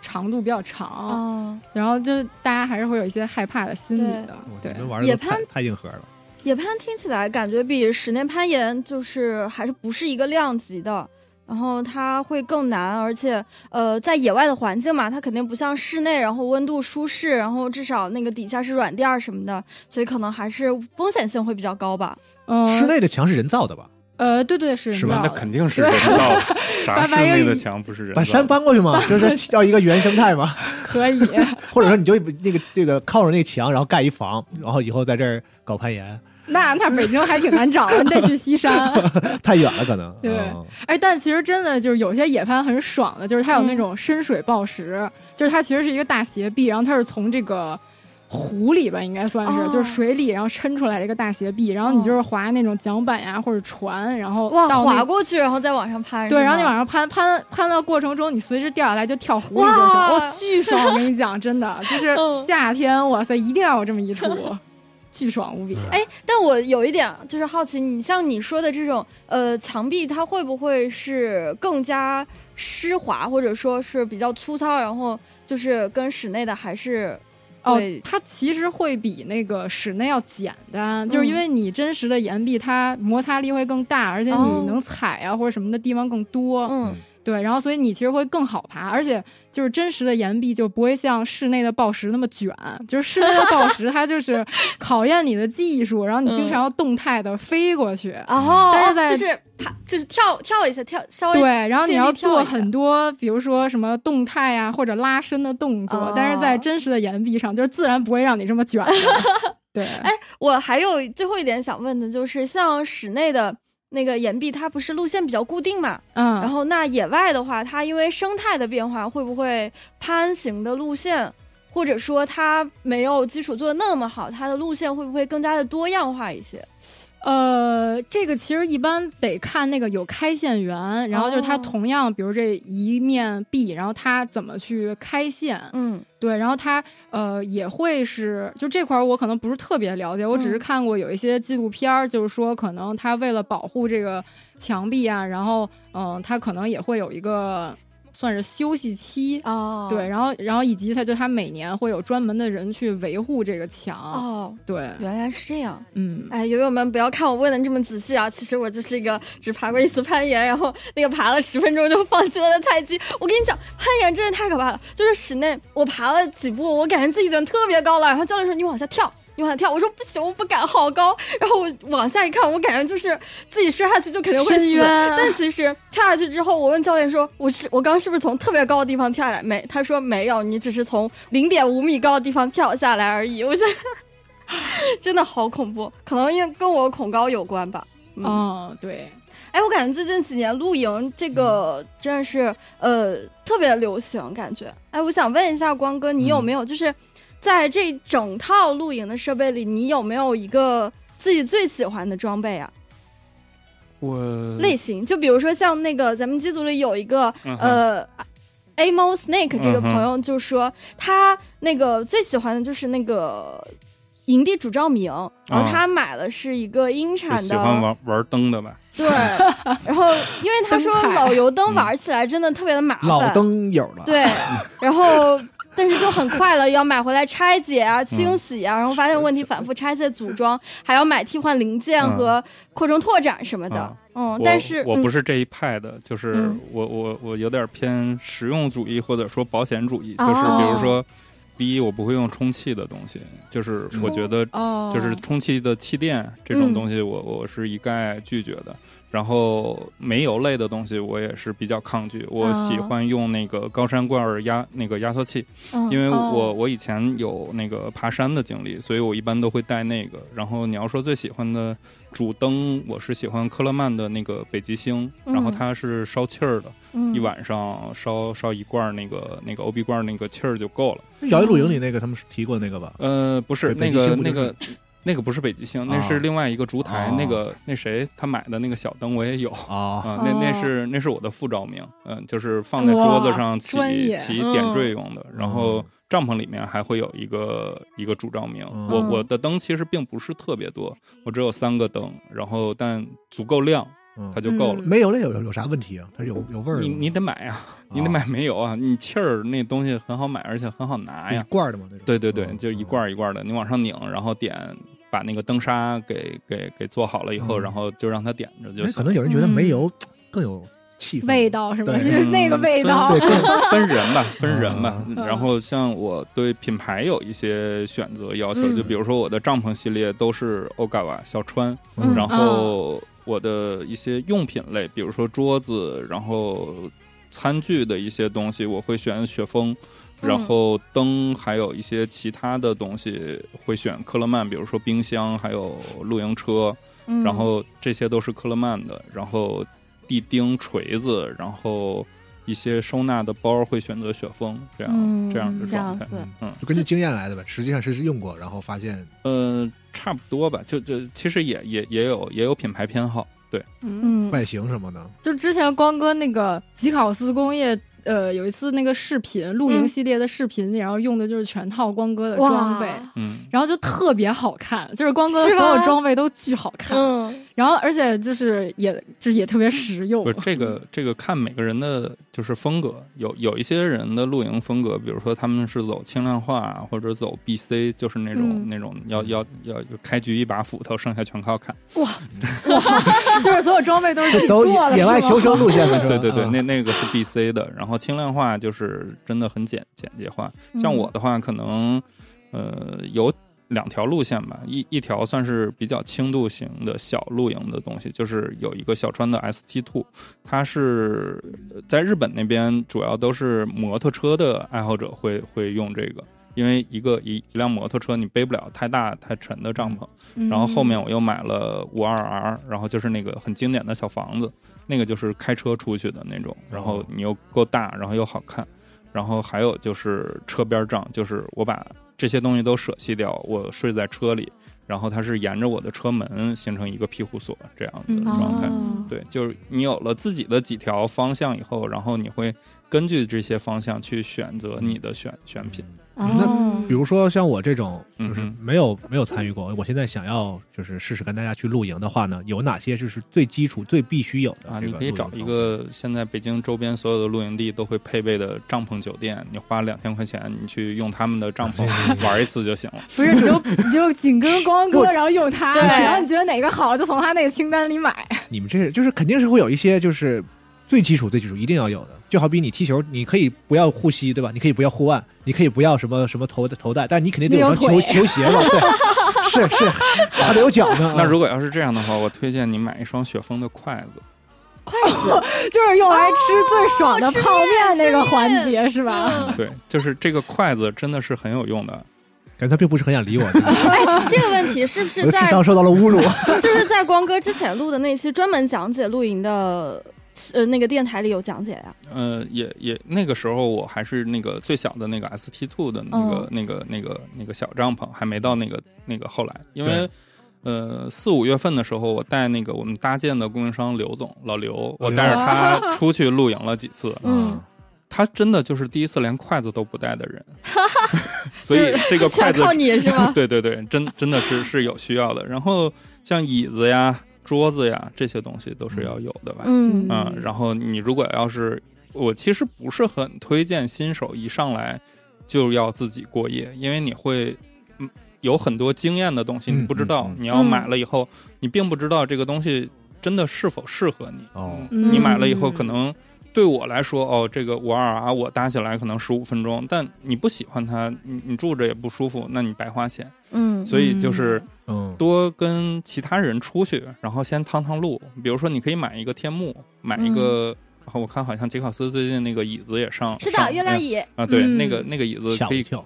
长度比较长，哦，然后就是大家还是会有一些害怕的心理的哇。对你，们玩的野都太攀太硬核了。野攀听起来感觉比室内攀岩就是还是不是一个量级的，然后它会更难，而且呃，在野外的环境嘛，它肯定不像室内，然后温度舒适，然后至少那个底下是软垫儿什么的，所以可能还是风险性会比较高吧。嗯，室内的墙是人造的吧？呃，对对是是吧人那造的肯定是人造 的，啥把室把内一的墙不是人把造的？山搬过去嘛，就是要一个原生态嘛，可以。 或者说你就那个那个靠着那墙，然后盖一房，然后以后在这儿搞攀岩，那那北京还挺难找啊的，你得去西山。太远了可能。 对嗯哎，但其实真的就是有些野攀很爽的，就是它有那嗯种深水抱石，就是它其实是一个大斜壁，然后它是从这个湖里吧，应该算是、哦就是水里，然后抻出来的一个大斜壁，然后你就是划那种桨板呀、或者船，然后哇，到那滑过去然后再往上攀，对，是然后吗你往上攀，攀攀的过程中，你随时掉下来就跳湖里就行，哇哇，巨爽！我跟你讲，真的就是 嗯夏天，哇塞，一定要有这么 一处，巨爽无比。哎，但我有一点就是好奇，你像你说的这种呃墙壁，它会不会是更加湿滑，或者说是比较粗糙，然后就是跟室内的还是哦对，它其实会比那个室内要简单，就是嗯因为你真实的岩壁，它摩擦力会更大，而且哦你能踩啊、或者什么的地方更多，嗯对，然后所以你其实会更好爬，而且就是真实的岩壁就不会像室内的抱石那么卷，就是室内的抱石 它就是考验你的技术，然后你经嗯常要动态的飞过去，哦，但是哦在就是爬就是跳跳一下，跳稍微对，然后你尽力要跳做一下很多，比如说什么动态呀、或者拉伸的动作，但是在哦真实的岩壁上，就是自然不会让你这 么卷的。对，哎，我还有最后一点想问的就是，像室内的那个岩壁，它不是路线比较固定嘛？嗯，然后那野外的话，它因为生态的变化，会不会攀行的路线，或者说它没有基础做的那么好，它的路线会不会更加的多样化一些？呃，这个其实一般得看那个有开线员，然后就是它哦同样，比如这一面壁，然后它怎么去开线，嗯对，然后它呃也会是，就这块儿我可能不是特别了解，我只是嗯看过有一些纪录片儿，就是说可能它为了保护这个墙壁啊，然后嗯、呃它可能也会有一个算是休息期。哦，对，然后，然后以及它就它每年会有专门的人去维护这个墙，哦，对，原来是这样。嗯，哎，友友们不要看我问的这么仔细啊，其实我就是一个只爬过一次攀岩，然后那个爬了十分钟就放弃了的菜鸡。我跟你讲，攀岩真的太可怕了，就是室内我爬了几步，我感觉自己已经特别高了，然后教练说你往下跳。你往下跳，我说不行，我不敢，好高。然后我往下一看，我感觉就是自己摔下去就肯定会深死。渊 但其实跳下去之后，我问教练说：“我是我刚是不是从特别高的地方跳下来？”没，他说没有，你只是从零点五米高的地方跳下来而已。我觉得 真的好恐怖，可能因为跟我恐高有关吧。嗯哦，对，哎，我感觉最近几年露营这个真的是呃特别流行，感觉。哎，我想问一下光哥，你有没有就是在这整套露营的设备里，你有没有一个自己最喜欢的装备啊？嗯我类型，就比如说像那个咱们机组里有一个嗯哼呃。Amo Snake 这个嗯哼朋友就说，他那个最喜欢的就是那个营地主照明，然后啊他买了是一个英就产喜的，欢玩玩灯的吧？ 对，然后因为他说灯牌老油灯玩起来真的特别的麻烦，老灯友了，对，然后但是就很快了，要买回来拆解啊、清洗啊，然后发现问题反复拆卸组装，还要买替换零件嗯和扩充拓展什么的啊，嗯，我但是我嗯不是这一派的，就是嗯我我我有点偏实用主义或者说保险主义，哦就是比如说，第一我不会用充气的东西，就是我觉得哦，就是充气的气垫这嗯种东西我，我是一概拒绝的。然后煤油类的东西，我也是比较抗拒。我哦喜欢用那个高山罐儿压那个压缩器，嗯因为我、哦我以前有那个爬山的经历，所以我一般都会带那个。然后你要说最喜欢的主灯，我是喜欢科勒曼的那个北极星，嗯然后它是烧气儿的，嗯一晚上烧烧一罐儿那个那个 OB 罐儿那个气儿就够了。小野露营里那个他们提过那个吧？呃，不是北那极个星不那就是个。那个不是北极星，那啊是另外一个烛台。哦那个那谁他买的那个小灯我也有啊、啊，那那哦是那是我的副照明，嗯、就是放在桌子哇上起专业起嗯点缀用的。然后嗯帐篷里面还会有一个一个主照明。嗯我我的灯其实并不是特别多，我只有三个灯，然后但足够亮，嗯它就够了。嗯没有那有有有啥问题啊？它是有有味儿的吗，你你得买啊，你得啊买煤油啊，你气儿那东西很好买，而且很好拿呀一。罐儿的吗？那种对对对，嗯就一罐儿一罐儿的，你往上拧，然后点，把那个灯砂给给给做好了以后，嗯然后就让它点着就哎可行。能有人觉得煤油更有气氛味，道是吗？对就是那个味道，对，更 嗯 分 人吧，分人吧啊。然后像我对品牌有一些选择要求，嗯就比如说我的帐篷系列都是欧嘎瓦小川，嗯然后我的一些用品类，比如说桌子，然后餐具的一些东西，我会选雪峰。嗯然后灯，还有一些其他的东西会选科勒曼，比如说冰箱，还有露营车，嗯然后这些都是科勒曼的，然后地钉、锤子，然后一些收纳的包会选择雪峰这样、嗯这样的这样状态，子，嗯，就根据经验来的呗。实际上是用过，然后发现呃，差不多吧，就就其实也也也有也有品牌偏好，对，嗯，嗯外形什么的，就之前光哥那个吉考斯工业。呃，有一次那个视频露营嗯系列的视频里，然后用的就是全套光哥的哇装备，嗯，然后就特别好看，就是光哥的是所吧有装备都巨好看，嗯然后而且就是也就是也特别实用不，是这个这个看每个人的就是风格，有有一些人的露营风格，比如说他们是走轻量化啊或者走 BC，就是那种、嗯那种要要要开局一把斧头，剩下全靠砍。就是所有装备都是自己走做的，野外是吗求生路线的，是吧对对对，啊那那个嗯是 B C 的，然后轻量化就是真的很简简洁化。像我的话，可能呃有两条路线吧，一一条算是比较轻度型的小露营的东西，就是有一个小川的 S T Two，它是呃在日本那边主要都是摩托车的爱好者会会用这个。因为一个一一辆摩托车你背不了太大太沉的帐篷，嗯然后后面我又买了五二 R，然后就是那个很经典的小房子，那个就是开车出去的那种，然后你又够大，然后又好看，然后还有就是车边帐，就是我把这些东西都舍弃掉，我睡在车里，然后它是沿着我的车门形成一个庇护所这样的嗯状态。哦，对，就是你有了自己的几条方向以后，然后你会根据这些方向去选择你的选选品。哦比如说像我这种，嗯就是哼没有没有参与过，我现在想要就是试试跟大家去露营的话呢，有哪些就是最基础、最必须有的啊，这你个可以露营找一装个现在北京周边所有的露营地都会配备的帐篷酒店，你花两千块钱，你去用他们的帐篷啊玩一次就行了。不是，你就你就紧跟光哥，然后用它，对然后你觉得哪个好，就从他那个清单里买。备？你们这就是肯定是会有一些就是最基础、最基础一定要有的，就好比你踢球，你可以不要护膝，对吧？你可以不要护腕，你可以不要什么什么头头带，但你肯定得有双没球有球鞋吧？ 对，是是，还得有脚呢。 啊那如果要是这样的话，我推荐你买一双雪峰的筷子。筷子，就是用来吃最爽的哦吃泡面那个面环节是吧？嗯 对，就是这个筷子真的是很有用的。感觉他并不是很想 理我，我哎，这个问题是不是的在智商受到了侮辱。是不是在光哥之前录的那期专门讲解露营的呃那个电台里有讲解呀、呃，也也那个时候我还是那个最小的那个 ST two 的那个、嗯那个那个那个小帐篷，还没到那个那个后来，因对为呃四五月份的时候，我带那个我们搭建的供应商刘总老刘，我带着他出去露营了几次，嗯，他真的就是第一次连筷子都不带的 人，所以这个筷全子靠你是吗？ 对对对，真真的是是有需要的。然后像椅子呀、桌子呀这些东西都是要有的吧？嗯嗯，然后你如果要是我其实不是很推荐新手一上来就要自己过夜，因为你会嗯有很多经验的东西嗯你不知道，嗯嗯你要买了以后，你并不知道这个东西真的是否适合你。哦嗯你买了以后嗯可能。对我来说，哦，这个五二啊，我搭起来可能十五分钟，但你不喜欢它，你你住着也不舒服，那你白花钱。嗯所以就是嗯，多跟其他人出去，然后先趟趟路。比如说，你可以买一个天幕，买一个，啊我看好像杰考斯最近那个椅子也上，嗯是的，上月亮椅，啊，对，嗯那个那个椅子吓我可一以跳。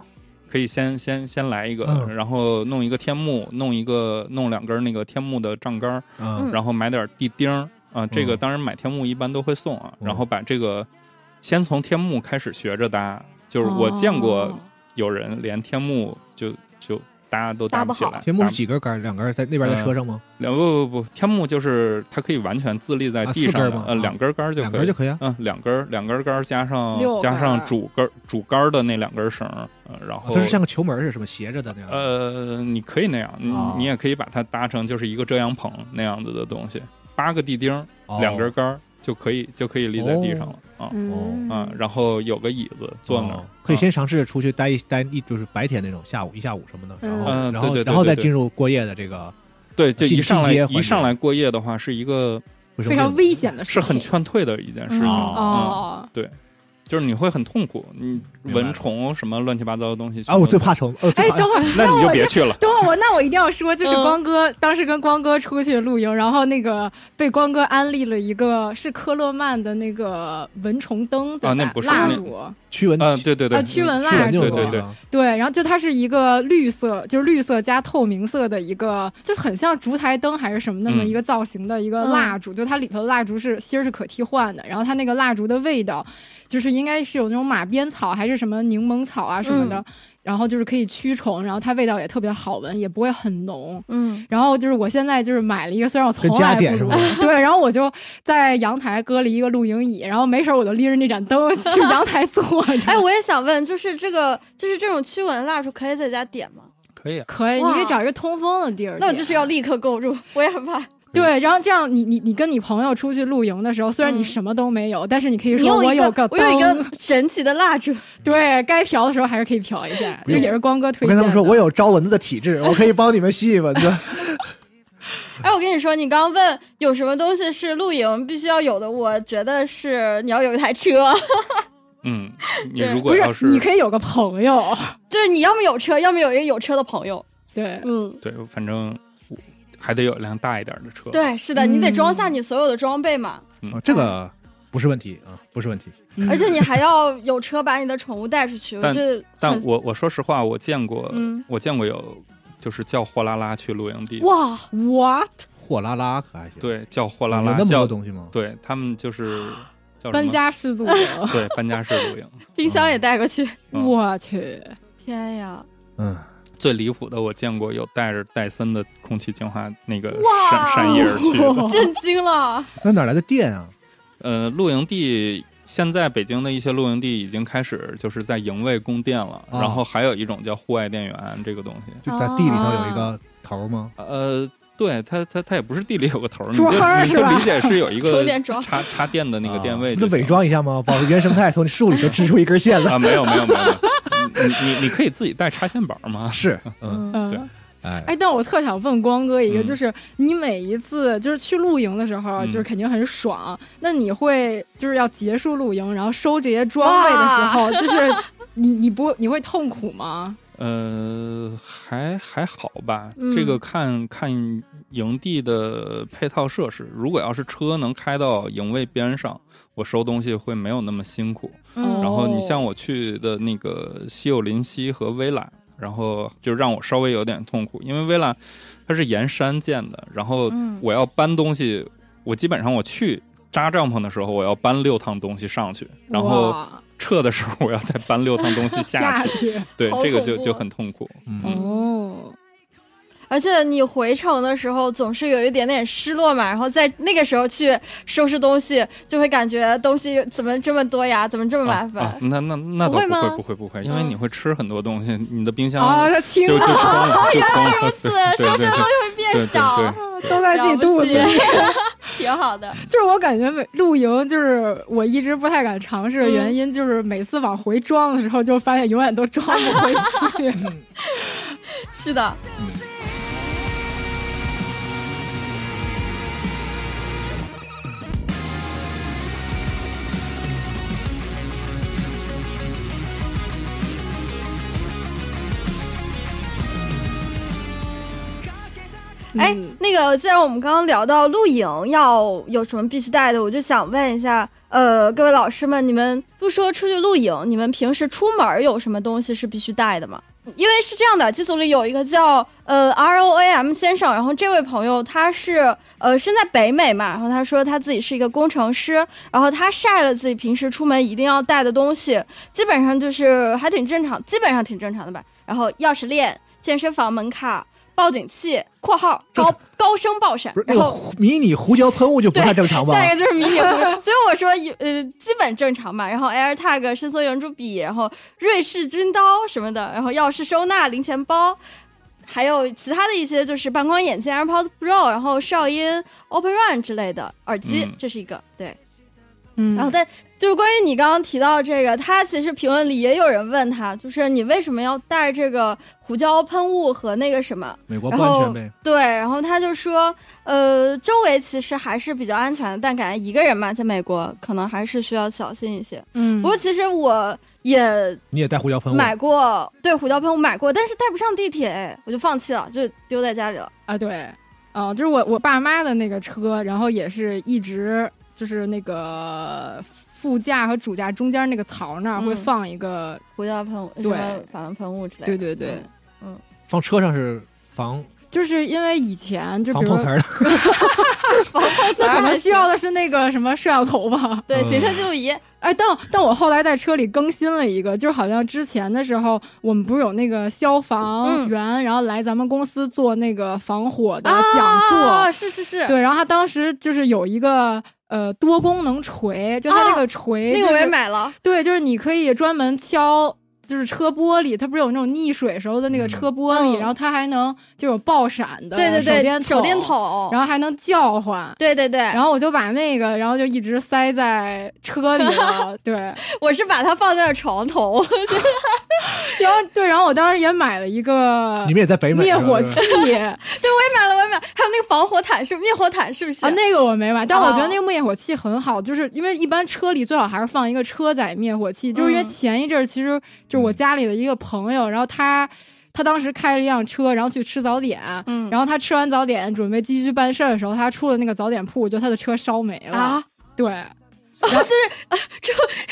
可以先先先来一个，嗯然后弄一个天幕，弄一个弄两根那个天幕的杖杆儿，嗯嗯然后买点地钉儿啊，这个嗯当然买天幕一般都会送啊，嗯然后把这个先从天幕开始学着搭，就是我见哦过有人连天幕就就搭都搭搭不起好来，天幕搭是几根杆儿？两根儿在那边嗯在车上吗？两不不不，天幕就是它可以完全自立在啊地四上根的，吗呃，啊两根杆儿就两可根儿以，就可以啊。嗯，两根儿两根儿杆儿加上六加根上儿主根儿主杆儿的那两根绳儿，呃，然后哦它是像个球门儿似的，什么斜着的那样。呃，你可以那样，你哦你也可以把它搭成就是一个遮阳棚那样子的东西，八个地钉儿，哦两根杆儿就可以就可以立在地上了啊嗯啊，然后有个椅子坐那儿哦，可以啊先尝试出去待一待一，就是白天那种下午一下午什么的，然后、嗯然对后对对然后再对对进入过夜的啊这个对，就一进上来进阶环一上节来过夜的话，是一个卫生非常间危险的事是情，很啊劝退的一件事情。呃嗯哦哦，就是你会很痛苦，你明白蚊虫什么乱七八糟的东西啊！我最，怕虫，呃，最哎，怕等会儿， 那你那就我别去了。 等会儿我那我一定要说，就是嗯光哥、当时跟光哥出去露营，然后那个被光哥安利了一个是科勒曼的那个蚊虫灯，对吧？啊那不是蜡那烛，驱蚊嗯，对对对，啊驱蚊蜡驱蚊烛，那种对东西啊对，然后就它是一个绿色，就是绿色加透明色的一个，就很像烛台灯还是什么那么嗯一个造型的一个嗯蜡烛，就它里头的蜡烛是芯儿是可替换的，然后它那个蜡烛的味道，就是应该是有那种马鞭草还是什么柠檬草啊什么的，嗯然后就是可以驱虫，然后它味道也特别好闻，也不会很浓。嗯然后就是我现在就是买了一个，虽然我从跟来家不电是用吧？ 对，然后我就在阳台搁了一个露营椅，然后没事儿我就拎着那盏灯去阳台坐着。哎，我也想问，就是这个，就是这种驱蚊蜡烛可以在家点吗？可以啊。可以，你哇可以找一个通风的地儿点。那我就是要立刻购入，我也很怕。对，然后这样你你你跟你朋友出去露营的时候，虽然你嗯什么都没有，但是你可以你说一个有，个我有一灯个 神奇的蜡烛，对该嫖的时候还是可以嫖一下，不这用也是光哥我推跟荐的。他们说，我有招蚊子的体质，我可以帮你们吸引 蚊子。哎，我跟你说，你刚刚问有什么东西是露营必须要有的，我觉得是你要有一台车， 嗯，你对如不果要是，你可以有个朋友。就是你要么有车，要么有一个有车的朋友。 对，嗯，对，反正我还得有一辆大一点的车。，对，是的，你得装下嗯你所有的装备嘛，啊这个不是问题啊，不是问题。而且哎你还要有车把你的宠物带出去。我但这但很我我说实话，我见过，嗯，我见过有就是叫货拉拉去露营地，哇，嗯 what 货拉拉可还行？，对，叫货拉哦有拉那么多叫，东西吗？对他们 就是叫什么搬，家式露啊营，对搬家式露营。冰箱也带过去，嗯我去，天呀！嗯，最离谱的，我见过有带着戴森的空气净化那个哇扇扇叶儿去 的。 震惊了，那哪来的电啊？呃，露营地现在北京的一些露营地已经开始就是在营卫供电了，啊然后还有一种叫户外电源这个东西。就在地里头有一哦个头吗？呃，对它它它也不是地里有个头 儿，你桌就儿你是就吧理解是有一 充个电桩插插电的那个电位啊就那行了，伪装一下 吗？把原生态从树里头支出一根线来。啊，没有没有没有，没有你你你你可以自己带插线板吗？ 是，嗯，嗯，对哎，哎，但我特想问光哥一个，嗯就是你每一次就是去露营的时候，嗯就是肯定很爽。那你会就是要结束露营，然后收这些装备的时候，就是你你不你会痛苦吗？呃，还还好吧，嗯这个看看营地的配套设施。如果要是车能开到营卫边上，我收东西会没有那么辛苦。嗯然后你哦像我去的那个西有林溪和微澜，然后就让我稍微有点痛苦，因为微澜它是沿山建的，然后嗯我要搬东西，我基本上我去扎帐篷的时候，我要搬六趟东西上去，然后哇撤的时候我要再搬六趟东西 下下去，去对好，这个恐就怖就啊很痛苦。嗯，哦，而且你回程的时候总是有一点点失落嘛，然后在那个时候去收拾东西，就会感觉东西怎么这么多呀，怎么这么 麻啊烦？啊那那那不倒会不会吗不会不会，因为嗯你会吃很多东西，你的冰箱啊，他就听就空了了，就空了。是对收拾的东对西会对变对小，啊都在自己 肚子了里。不起挺好的。就是我感觉每露营，就是我一直不太敢尝试的嗯原因，就是每次往回装的时候，就发现永远都装不回 去。嗯是的，哎嗯，那个，既然我们刚刚聊到露营要有什么必须带的，我就想问一下，呃，各位老师们，你们不说出去露营，你们平时出门有什么东西是必须带的吗？因为是这样的，机组里有一个叫呃 R O A M 先生，然后这位朋友他是呃身在北美嘛，然后他说他自己是一个工程师，然后他晒了自己平时出门一定要带的东西，基本上就是还挺正常，基本上挺正常的吧。然后钥匙链、健身房门卡、报警器（括号高高声爆闪不），是那然个后胡迷你胡椒喷雾就不太正常吧？下一个就是迷你壶，所以我说呃基本正常嘛。然后 AirTag 伸缩圆珠笔，然后瑞士军刀什么的，然后钥匙收纳、零钱包，还有其他的一些就是反光眼镜 AirPods Pro，然后哨音 Open Run 之类的耳机，嗯这是一个对。嗯，然后但就是关于你刚刚提到这个，他其实评论里也有人问他，就是你为什么要带这个胡椒喷雾和那个什么？美国然不安后全呗。对，然后他就说，呃，周围其实还是比较安全的，但感觉一个人嘛，在美国可能还是需要小心一些。嗯，不过其实我也你也带胡椒喷雾？买过，对胡椒喷雾买过，但是带不上地铁，哎我就放弃了，就丢在家里了。啊，对，啊、就是我我爸妈的那个车，然后也是一直就是那个副驾和主驾中间那个槽那儿会嗯放一个，胡椒喷雾，什对么法兰喷雾之类的。对对对，嗯放车上是防就是因为以前就比防如碰说瓷儿的，那可能需要的是那个什么摄像头吧。对嗯行车记录仪，哎，但但我后来在车里更新了一个，就是好像之前的时候，我们不是有那个消防嗯员，然后来咱们公司做那个防火的啊讲座，是是是，对，然后他当时就是有一个呃多功能锤，就他那个锤、哦那就个是我也买了。对，就是你可以专门敲，就是车玻璃，它不是有那种溺水时候的那个车玻璃，嗯然后它还能就有爆闪的对对对，手电手电筒，筒，然后还能叫唤。对对对，然后我就把那个，然后就一直塞在车里 了，对，我是把它放在了床头， 然后对，然后我当时也买了一个你们也在北美呃灭是吧火 器啊，买了我也买了，还有那个防火毯是灭火毯是不是？那个我没买，但我觉得哦那个灭火器很好，就是因为一般车里最好还是放一个车载灭火器，就是因为嗯前一阵儿其实就是我家里的一个朋友，然后他他当时开了一辆车，然后去吃早点，嗯，然后他吃完早点，准备继续办事儿的时候，他出了那个早点铺，就他的车烧没了。啊，哦对，然后就是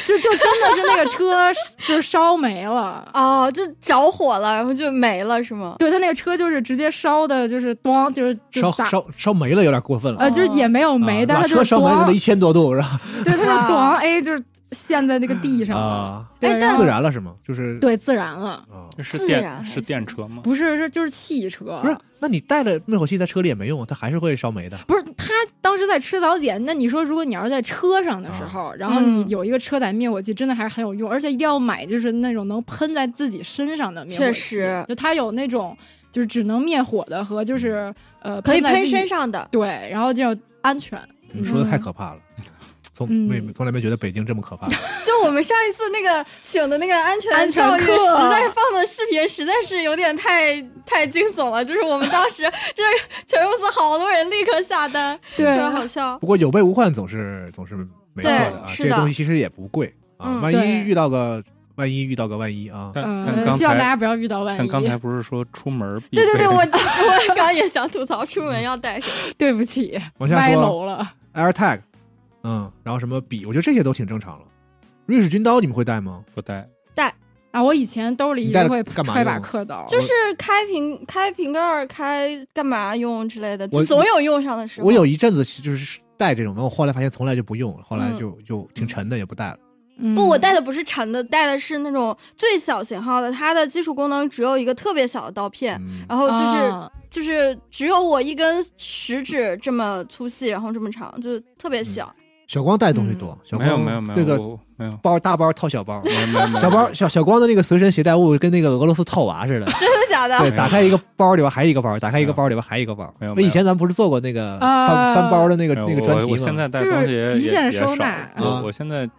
就就真的是那个车就是烧 没了。哦，就着火了，然后就没了是吗？对他那个车就是直接烧的，就是咣，就是就烧砸呃烧烧没了，有点过分了。哦呃，就是也没有煤，啊但把他就车是烧没了，咣一，千多度是吧？对，他就咣，哎，就是陷在那个地上了。啊，对，哎然后自燃了是吗？就是对自燃了，啊，是自然还电行是电车吗？不是是就是汽车，不是，那你带了灭火器在车里也没用，它还是会烧煤的。不是他当时在吃早点，那你说如果你要是在车上的时候，然后你嗯有一个车载灭火器，真的还是很有用，而且一定要买就是那种能喷在自己身上的灭火器，确实就它有那种就是只能灭火的和就是呃可以在喷自己身，上的，对，然后就安全。你说的太可怕了，从嗯没从来没觉得北京这么可怕。就我们上一次那个请的那个安全安全教育，课实在放的视频实在是有点太太惊悚了。就是我们当时就是 全公司好多人立刻下单， 特别好笑。不过有备无患总是总是没错的啊，对这是些的东西其实也不贵啊，嗯万对一遇到个万一遇到个万一啊，但但嗯，刚希望大才家不要遇到万一。但刚才不是说出门必对对备对，我 我刚也想吐槽，出门要带什么？对不起，往下歪说楼了。 AirTag，嗯，然后什么笔，我觉得这些都挺正常了。瑞士军刀你们会带吗？不带，啊，我以前兜里你一带直了会干嘛揣用把刻刀，就是开瓶开瓶盖儿开干嘛用之类的，我就总有用上的时候。我有一阵子就是带这种，然后后来发现从来就不用了，后来嗯就就挺沉的，也不带了。嗯不，我带的不是沉的，带的是那种最小型号的，它的基础功能只有一个特别小的刀片，嗯，然后就是、啊就是只有我一根食指这么粗细，然后这么长，就是特别小。小光带东西嗯多，小没光有没有没有，那个我没有包大包套小包，没有没有没有小包小小光的那个随身携带物跟那个俄罗斯套娃似的。 真的假的？ 对，没有打开一个包里边还一个包，打开一个包里边还一个包。没有那以前咱们不是做过那个啊翻翻包的那个没有那个专我题我现吗？在带就是东西也极也限也收少纳我啊我现在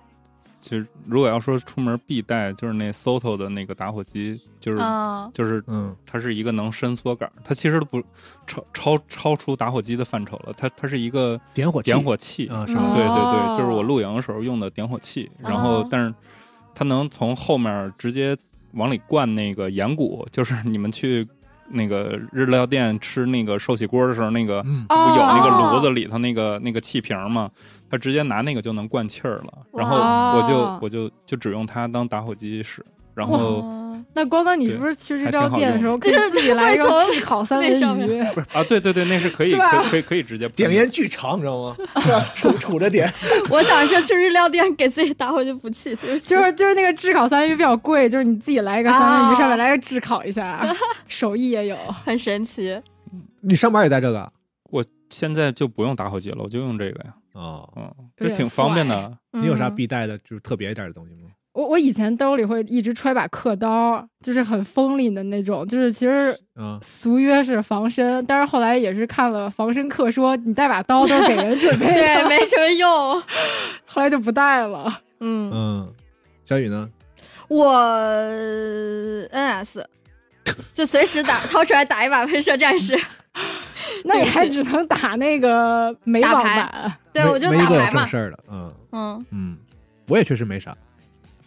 其实如果要说出门必带，就是那 Soto 的那个打火机，就是嗯，就是嗯，它是一个能伸缩杆儿，它其实都不超超超出打火机的范畴了，它它是一个点火器点火器，嗯啊，是对吧？对哦对，就是我露营的时候用的点火器，然哦后但是它能从后面直接往里灌那个盐谷，就是你们去那个日料店吃那个寿喜锅的时候那个。嗯，哦不有那哦个炉子里头那个那个气瓶吗？他直接拿那个就能灌气儿了。然后哇我就我就就只用它当打火机使，然后哦，那光光，你对是不是去日还料挺好店的用时候，可以就是自己来一会个从炙 烤三那上文面鱼？啊，对对对，那是可以是可吧以可以可以直接喷点烟巨长，你知道吗？ 是吧杵杵着点， 我想是去日料店给自己打火机补气，对不起。 就是就是那个炙烤三文鱼比较贵，就是你自己来一个三文鱼，上面来个炙烤一下， 手艺也有。很神奇，你上班也带这个？我现在就不用打火机了，我就用这个呀，哦，嗯，有哎这点挺方便的。你有啥嗯必带的，就是特别一点的东西吗？我我以前兜里会一直揣把刻刀，就是很锋利的那种，就是其实嗯啊，俗曰是防身，但是后来也是看了防身课说，你带把刀都是给人 准备对，的，没什么用。后来就不带了。嗯，嗯，小雨呢？我 NS 就随时打掏出来打一把喷射战士，那对也不还起只能打那个美打网牌版，对没我就没一打个有牌正嘛，事儿的，嗯嗯，嗯，我也确实没啥，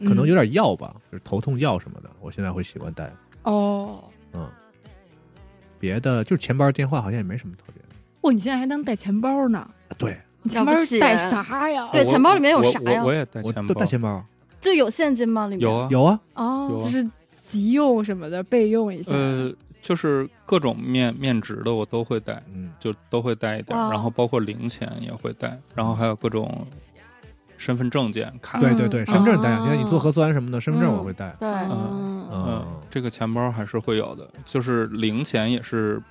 可能有点药吧，就是头痛药什么的，我现在会习惯带。嗯哦。别的就是钱包、电话好像也没什么特别的。哇，你现在还能带钱包呢？对，你钱包了不起啊带啥呀？对啊我钱包里面有我啥我呀我也带我钱都包啊带，钱包，就有现金吗？里面有啊。有啊，哦有，啊就是急用什么的备用一下。呃，就是各种面面值的我都会带，嗯，就都会带一点儿，哇然后包括零钱也会带，然后还有各种身份证件卡。对对对，身份证带，哦你看你做核酸什么的，身份证我会带。对，嗯，嗯嗯，，这个钱包还是会有的，就是零钱也是，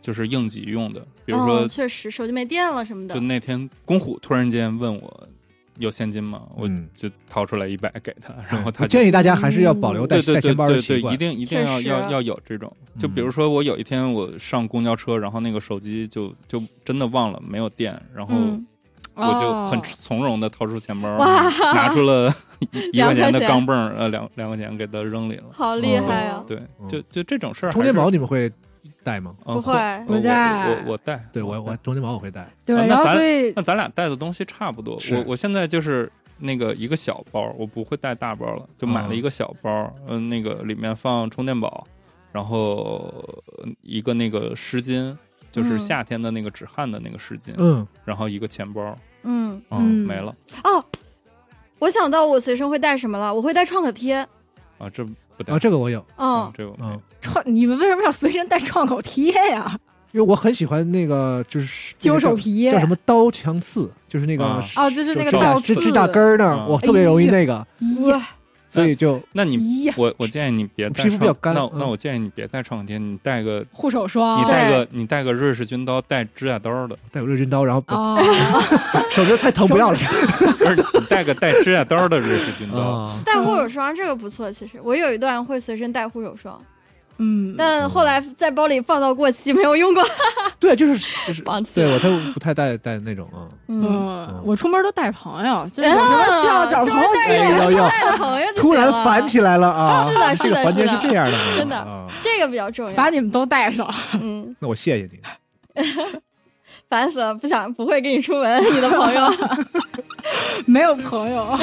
就是应急用的。比如说哦，，确实手机没电了什么的就，那天公虎突然间问我有现金吗？我嗯就掏出来一百给他，然后我他就建议大家还是要保留带对对带对钱包的对习对，惯嗯一。定一定要确实要要有这种。就比如说我有一天我上公交车，然后那个手机就就真的忘了没有电，然后嗯，我就哦很从容的掏出钱包，哇，拿出 了一一两块钱块的钱钢镚儿，呃，两两块钱给他扔里了。好厉害啊！对嗯，就就这种事儿还是，充电宝你们会带吗？嗯不会我不带我我我带，对我我充电宝我会带。对，啊那然后咱所以那咱俩带的东西差不多。是我我现在就是那个一个小包，我不会带大包了，就啊买了一个小包，嗯、那个里面放充电宝，然后呃一个那个湿巾，就是嗯夏天的那个止汗的那个湿巾，嗯，然后一个钱包，啊嗯，嗯没了哦，我想到我随身会带什么了，我会带创可贴，啊，这不带啊，这个我有。嗯嗯，这个我没有嗯，创，你们为什么要随身带创口贴呀？因为我很喜欢那个就是那揪个叫手皮叫什么刀枪刺，就是那个啊是哦，就是那个就倒倒指刺，指甲根儿那儿，嗯我特别容易那个，咦所以就那你咦，我我建议你别带皮肤比较创，干那嗯那我建议你别带创可贴，你带个护手霜，你哦对带个你带个瑞士军刀，带指甲刀的， 带有瑞军刀，然后哦， 手指头太疼不要了。不是你带个带指甲刀的瑞士军刀。啊，带护嗯手霜这个不错，其实我有一段会随身带护手霜，嗯，但后来在包里放到过期，没有用过，对，就是就是，放弃了。对我太不太带带那种啊，嗯，嗯嗯，我出门都带朋友，就是有什么需要找朋友哎哎借呀呦呦，嗯带着朋友就行了突然烦起来了啊！是的 是 这的个环节是的是这样的啊， 真的啊。这个比较重要。把你们都带上。嗯，那我谢谢你，烦死了，不想不会跟你出门，你的朋友。 没有朋友。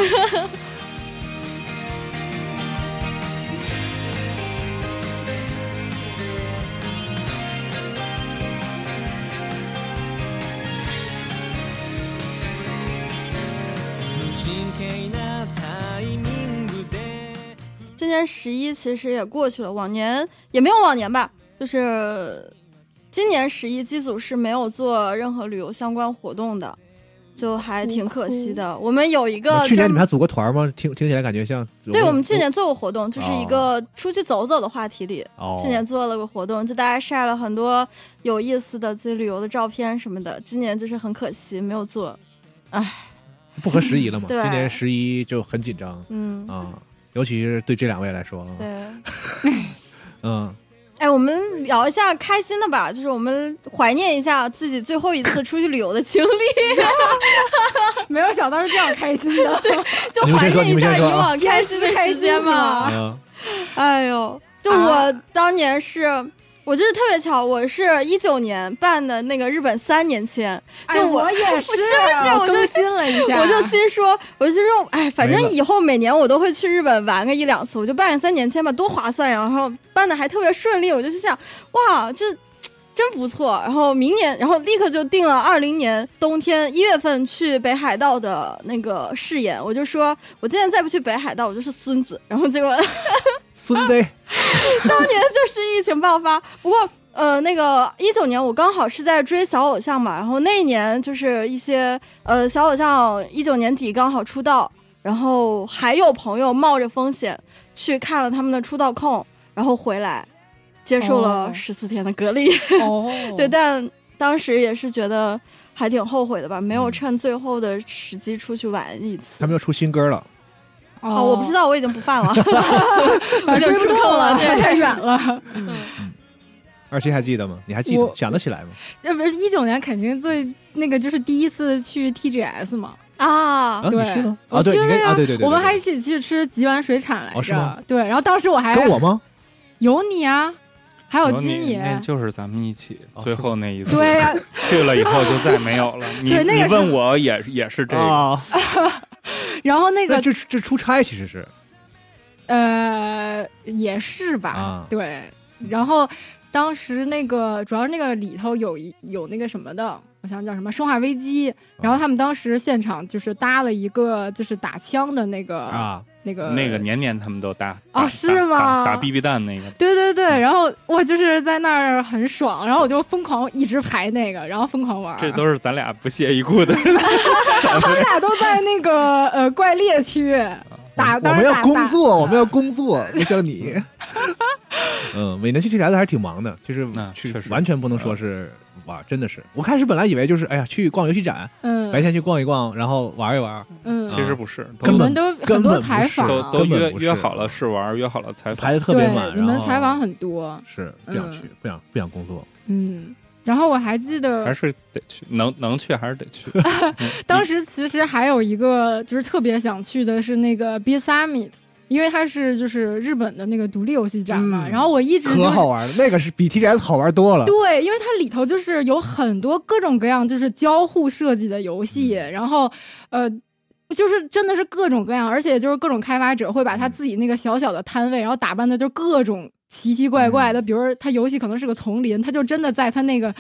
今年十一其实也过去了，往年也没有往年吧，就是今年十一机组是没有做任何旅游相关活动的，就还挺可惜的。我们有一个去年专你们还组过团吗？听听起来感觉像啊对我们去年做过活动，就是一个出去走走的话题里，哦去年做了个活动，就大家晒了很多有意思的自己旅游的照片什么的。今年就是很可惜没有做，不合时宜 了嘛。对今年十一就很紧张嗯，啊，尤其是对这两位来说啊，对。嗯，哎，我们聊一下开心的吧，就是我们怀念一下自己最后一次出去旅游的经 历，没有想到是这样开心的，对， 就你们怀先说念一你下们先以说啊往开心的时间嘛。啊哎呦，就我当年是。我就是特别巧，我是一九年办的那个日本三年签，就就我哎我也是，啊我是不是我就更新了一下，我就心说，我就心说，哎，反正没了以后每年我都会去日本玩个一两次，我就办个三年签吧，多划算啊呀！然后办的还特别顺利，我就是想，哇，这真不错。然后明年，然后立刻就定了二零年冬天一月份去北海道的那个誓言。我就说，我今年再不去北海道，我就是孙子。然后结果孙子， 当年就是疫情爆发，不过。呃，那个一九年我刚好是在追小偶像嘛，然后那一年就是一些呃小偶像一九年底刚好出道，然后还有朋友冒着风险去看了他们的出道控，然后回来接受了哦十四天的隔离。，哦 对，但当时也是觉得还挺后悔的吧，没有趁最后的时机出去玩一次他。们要出新歌了，哦，我不知，道，我已经不犯了。 反正追不动了，对太 远了。二七还记得吗？你还记得我想得起来吗？这不是一九年肯定最那个，就是第一次去 TGS 嘛。啊啊，，你对去了我啊？对，去你了跟呀啊，对对对对，我们还一对起去吃吉丸水产来哦是吗着。对，然后当时我还跟我 吗？有你啊，还有然后你金那爷。就是咱们一起哦最后那一次，对 呀、去了以后就再没有了。你 对那个你是问我也也是这个，啊，然后那个那这这出差其实是呃，也是吧，啊对。然后当时那个主要是那个里头有一有那个什么的，我想叫什么《生化危机》，然啊后他们当时现场就是搭了一个就是打枪的那个、啊，那个那个年年他们都打哦打是吗打打 BB 弹那个，对对嗯对，然后我就是在那儿很爽，然后我就疯狂一直排那个，然后疯狂玩。这都是咱俩不屑一顾的。啊他们俩都在那个呃怪猎区嗯打，嗯我当们时要打工作， 我们要要工作，不像你。 嗯，每年去 TGS 还是挺忙的，就是那去确实完全不能说是哇，真的是。我开始本来以为就是哎呀，去逛游戏展，白嗯天去逛一逛，然后玩一玩，嗯， 其实不是，都我哎根本们都很根多本不采是访，都都根本约不是啊约好了试玩，约好了采排的访。特别满。对，你们然后采访很嗯多，是不想去，不想不想工作。嗯。然后我还记还得，是得去，能能去还是得去。 当时其实还有一个就是特别想去的是那个 B Summit，因为它是就是日本的那个独立游戏展嘛。嗯然后我一直可就好玩了，那个是比 TGS 好玩多了。对，因为它里头就是有很多各种各样就是交互设计的游戏，嗯然后呃。就是真的是各种各样，而且就是各种开发者嗯会把他自己那个小小的摊位，然后打扮嗯的就各种奇奇怪怪的，比如他游戏可能是个丛林，他就真的在他那个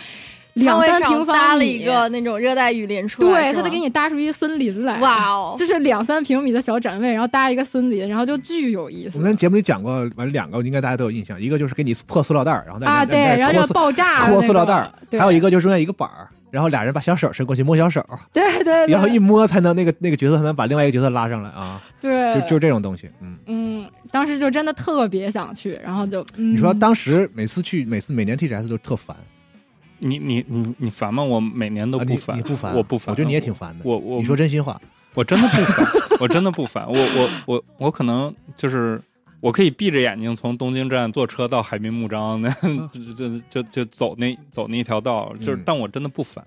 两三搭平方了米，一个那种热带雨林出来，对，是他得吗给你搭出一森林来，哇哦，就是两三平米的小展位，然后搭一个森林，然后就巨有意我思们节目里讲过，完了两个应该大家都有印象，一个就是给你破塑料袋儿，然后在啊！对，然后要爆炸搓那塑料种袋儿，对还有一个就是扔下一个板儿，然后俩人把小手伸过去摸小手，对对 对，然后一摸才能那个那个角色才能把另外一个角色拉上来啊，对就就这种东西，嗯。嗯，当时就真的特别想去，然后就、嗯、你说当时每次去，每次每年 TGS 都特烦，你你你你烦吗？我每年都啊不你烦，你不烦啊，我不烦，我觉得你也挺烦的。我我你说真心话，我真的不烦，我真的不烦，我我我我可能就是我可以闭着眼睛从东京站坐车到海滨木章，那 就就就走那走那一条道，就是嗯但我真的不烦，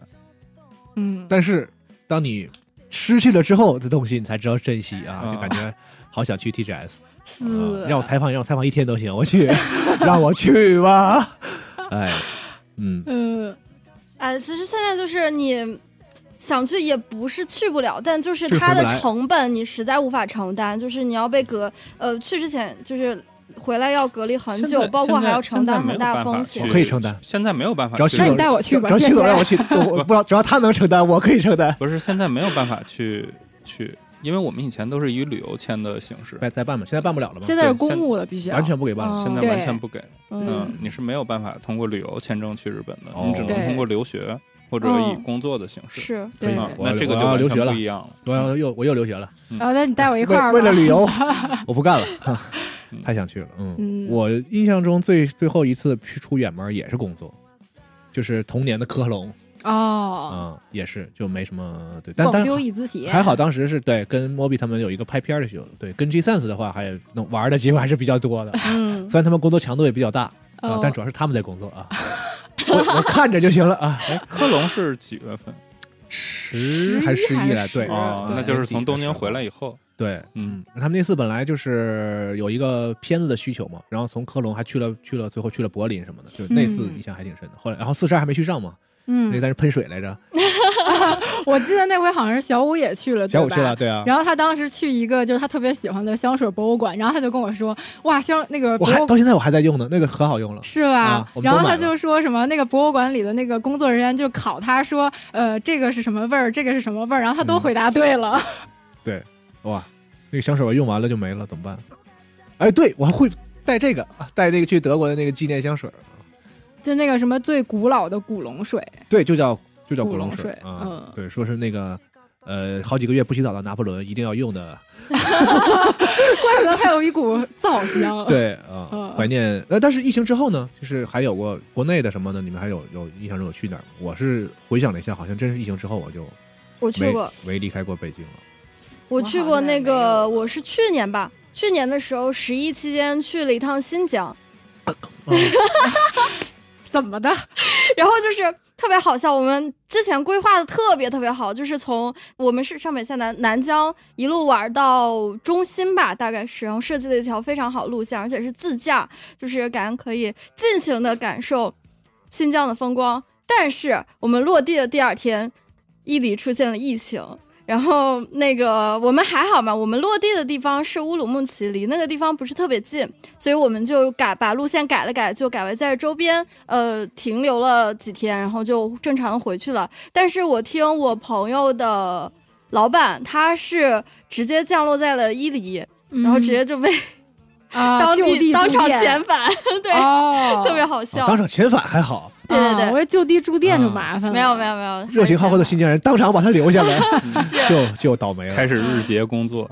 嗯，但是当你失去了之后的东西，你才知道珍惜啊，啊就感觉好想去 TGS，是、啊让我采访，让我采访一天都行，我去， 让我去吧，哎，嗯，嗯，哎，其实现在就是你想去也不是去不了，但就是就是它回的不来成本你实在无法承担，就是你要被隔呃去之前就是回来要隔离很现久在，包括现在还要承担现在很大没有办法风去险我。可以承担现在没有办法只要去徐，总那你带我去吧只要徐谢总谢让我去，我我不知道，只要他能承担，我可以承担。不是现在没有办法去去，因为我们以前都是以旅游签的形式，再再办吧，现在办不了了吗？现在是公务的，必须要完全不给办了。哦现在对完全不给，嗯嗯，你是没有办法通过旅游签证去日本的，哦你只能对通过留学或者以嗯工作的形式。是，对。嗯啊我要那这个我就要完留学全了不一样了。我要又我又留学了，然啊后那你带我一块儿吧为为了旅游， 我不 干了，哈嗯太想去了。嗯，嗯我印象中最最后一次去出远门也是工作，就是童年的科隆啊、哦，也是就没什么对，但广但丢椅子鞋还好当时是对跟莫比他们有一个拍片儿的需求，对跟 G Sense 的话还能玩的机会还是比较多 的，嗯虽，然他们工作强度也比较大啊、哦但主要是他们在工作啊， 我我看着就行了啊。哎科隆是几月份？十11还十一还来，是对，是哦对，那就是从东京回来以后，对，嗯，他们那次本来就是有一个片子的需求嘛，然后从科隆还去了去了，最后去了柏林什么的，就那次嗯印象还挺深的。后来，然后四十二还没去上嘛，那个嗯，在那喷水来着，我记得那回好像是小五也去了，小五对吧去了，。对啊，然后他当时去一个就是他特别喜欢的香水博物馆，然后他就跟我说：“哇，香那个我博还物到现在我还在用呢，那个可好用了。是吧？啊我们然都后他买了就说什么那个博物馆里的那个工作人员就考他说，呃，这个是什么味儿，这个是什么味儿，然后他都嗯回答对了。哇，那个香水我用完了就没了，怎么办？哎，对我还会带这个，啊带这个去德国的那个纪念香水， 就那个什么最古老的古龙水， 对，就叫就叫古龙龙水啊，嗯对，说是那个。呃，好几个月不洗澡的拿破仑一定要用的，怪不得它有一股皂香。对啊，嗯怀念。那但是疫情之后呢，就是还有过国内的什么的，你们还有有印象中有去哪儿吗？我是回想了一下，好像真是疫情之后我就我去没过，没离开过北京了。我去过那我好像也没个，有我是去年吧，去年的时候十一期间去了一趟新疆，怎么的？ 然后就是特别好笑，我们之前规划的特别特别好，就是从我们是上北下南南疆一路玩到中心吧，大概是，然后设计了一条非常好路线，而且是自驾，就是感觉可以尽情的感受新疆的风光。但是我们落地的第二天，伊犁出现了疫情。然后那个我们还好嘛，我们落地的地方是乌鲁木齐，离那个地方不是特别近，所以我们就改把路线改了改，就改为在周边呃停留了几天，然后就正常的回去了。但是我听我朋友的老板，他是直接降落在了伊犁，然后直接就被嗯啊当就地地、当住场店遣返，对，哦， 特别好 笑。啊当场遣返还好，对对对啊我就地住店就麻烦了。没有没，有没有，热情好客的新疆人当场把他留下来，就就倒霉开了。始日结工作，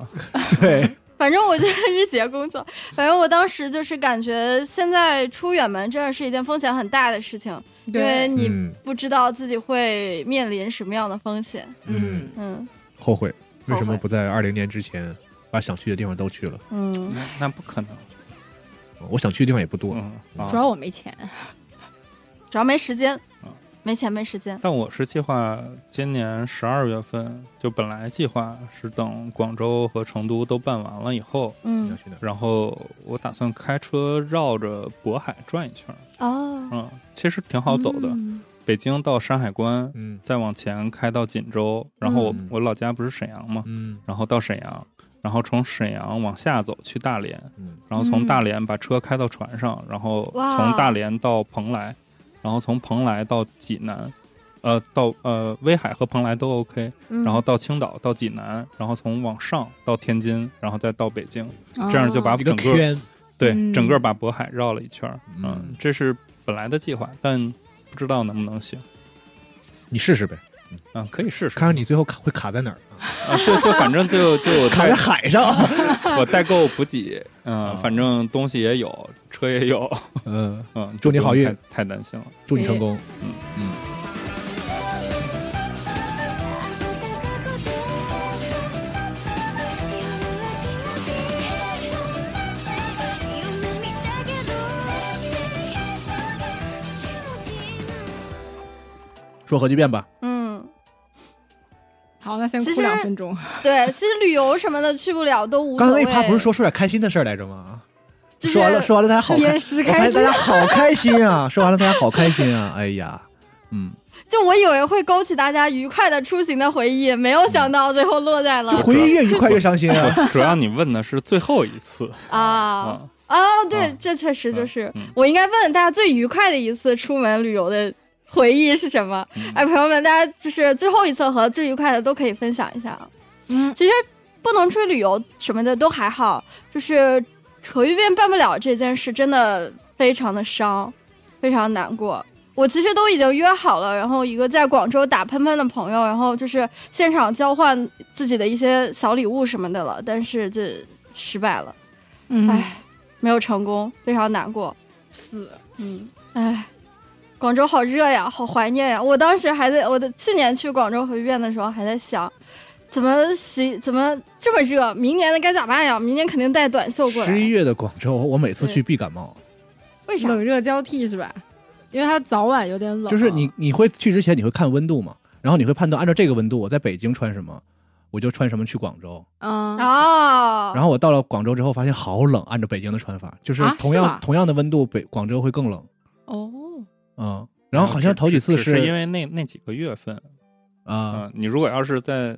对， 反正我就日结工作，反正我当时就是感觉现在出远门真的是一件风险很大的事情，因为对，你嗯不知道自己会面临什么样的风险。嗯，嗯后悔为什后么悔不在二零年之前把想去的地方都去了？嗯，那那不可能，我想去的地方也不多，嗯啊主。要我没钱。主要没时间嗯，没钱没时间。但我是计划今年十二月份，就本来计划是等广州和成都都办完了以后，你要嗯去哪儿？然后我打算开车绕着渤海转一圈儿，哦，嗯，其实挺好走的，嗯北京到山海关，嗯再往前开到锦州，然后我、嗯我老家不是沈阳嘛，嗯然后到沈阳，然后从沈阳往下走去大连，嗯，然后从大连把车开到船上，然后哇从大连到蓬莱，然后从蓬莱到济南，呃，到呃威海和蓬莱都 OK，嗯然后到青岛，到济南，然后从往上到天津，然后再到北京，这样就把哦一个整个圈，对、嗯整个把渤海绕了一圈儿。嗯，嗯这是本来的计划，但不知道能不能行。你试试呗，嗯，可以 试试。看看你最后卡会卡在哪儿，啊、就就反正就就我卡在代海上。 我代购补给，嗯、啊反正东西也有，车也有，嗯，嗯，祝你好运就不用太太担心了。祝你成功。哎说核聚变吧，嗯，好，那先其哭实两 分钟。对，其实旅游什么的去不了都无所刚才谓。那趴不是说说点开心的事儿来着吗？就是说完了，说完了，大家好开，鞭尸我发开现心大，家好开心啊！ 说完了，大家好开心啊！哎呀，嗯，就我以为会勾起大家愉快的出行的回忆，没有想到最后落在了回忆越愉快越伤心啊！主要你问的是最后一次嗯啊啊，啊！对啊，这确实就是嗯嗯我应该问大家最愉快的一次出门旅游的回忆是什么嗯？哎，朋友们，大家就是最后一次和最愉快的都可以分享一下啊。嗯，其实不能出去旅游什么的都还好，就是核聚变办不了这件事，真的非常的伤，非常难过。我其实都已经约好了，然后一个在广州打喷喷的朋友，然后就是现场交换自己的一些小礼物什么的了，但是这失败了，嗯唉，没有成功，非常难过。死，嗯，哎，广州好热呀，好怀念呀！我当时还在我的去年去广州回遍的时候，还在想，怎么十怎么这么热？明年的该咋办呀？明年肯定带短 袖过十一来。月的广州，我每次去必感冒，为啥？冷热交替是吧？因为它早晚有点冷，就是你你会去之前你会看温度嘛，然后你会判断按照这个温度我在北京穿什么，我就穿什么去广州。嗯哦，然后我到了广州之后发现好冷，按照北京的穿法，就是啊同是样、吗同样的温度，北广州会更冷。哦，嗯，然后好像只头几次只只是因为为那那几个月份，啊、嗯，你如果要是在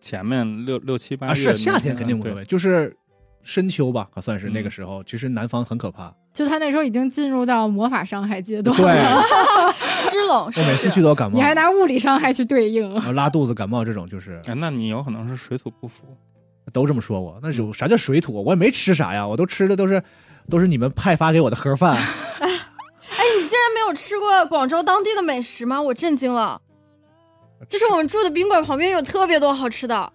前面六六七八啊月那是些，夏天肯定无所对谓，就是深秋吧，可算是嗯那个时候，其实南方很可 怕。就他那时候已经进入到魔法伤害阶段，对， 湿冷是我每次去都要感冒，你还拿物理伤害去对应，然后拉肚子、感冒这种，就是哎，那你有可能是水土不服，都这么说我。那有啥叫水土？我也没吃啥呀，我都吃的都是都是你们派发给我的盒 饭。你竟然没有吃过广州当地的美食吗？我震惊了。就是我们住的宾馆旁边有特别多好吃的，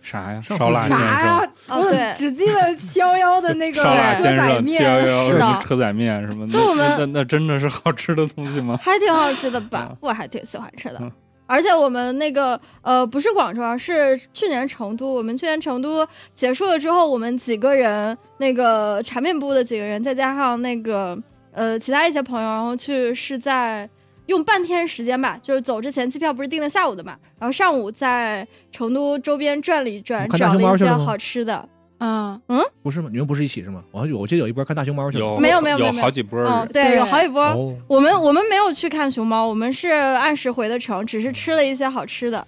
啥呀？上烧次腊啊是先啥生呀，？哦我怎对么只记得七幺幺的那个烧腊车先仔生、七幺面，是幺的车载面什么的，就我们那那那真的是好吃的东西吗？还挺好吃的吧嗯？我还挺喜欢吃的嗯。而且我们那个呃，不是广州啊，是去年成都。我们去年成都结束了之后，我们几个人，那个产品部的几个人，再加上那个呃其他一些朋友，然后去是在用半天时间吧，就是走之前机票不是订的下午的嘛，然后上午在成都周边转了一转，看大找熊了猫一去些了吗好吃的。嗯，不是吗？你们不是一起是吗？我还有我记得有一波看大熊猫去了，有没有没有没有有好几波人嗯，对，对有好几波。哦，我们我们没有去看熊猫，我们是按时回的城，只是吃了一些好吃的。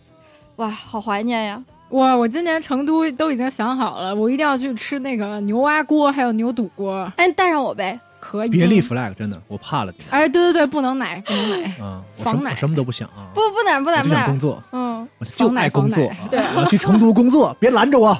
哇，好怀念呀！我我今年成都都已经想好了，我一定要去吃那个牛蛙锅，还有牛肚锅，哎，带上我呗。可以。别立 flag，真的，我怕了。哎，对对对，不能奶，不能奶。啊，我哎防什么奶我什么都不想啊，不不难不我难就不想工难。作，嗯，我就爱工作防奶啊防，对我要去成都工作，别拦着我。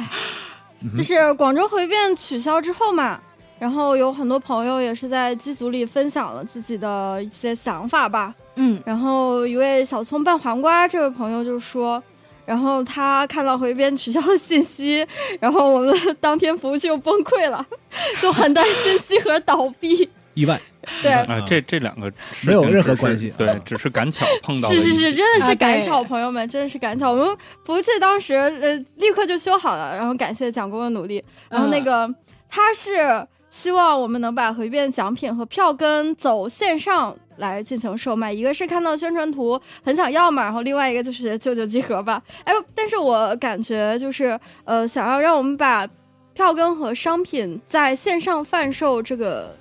嗯就是广州回变取消之后嘛，然后有很多朋友也是在机组里分享了自己的一些想法吧。嗯，然后一位小葱拌黄瓜这位朋友就说。然后他看到回变取消的信息，然后我们的当天服务器又崩溃了，就很担心集合倒闭。意外，对，啊，这这两个事情没有任何只是关系对啊，只是赶巧碰到了一是起，是是，真的是啊赶对巧，朋友们，真的是赶巧。我们服务器当时呃立刻就修好了，然后感谢蒋工的努力。然嗯后那个、他是希望我们能把回变奖品和票根走线上来进行售卖，一个是看到宣传图很想要嘛，然后另外一个就是救救集合吧。哎，但是我感觉就是呃，想要让我们把票根和商品在线上贩售这个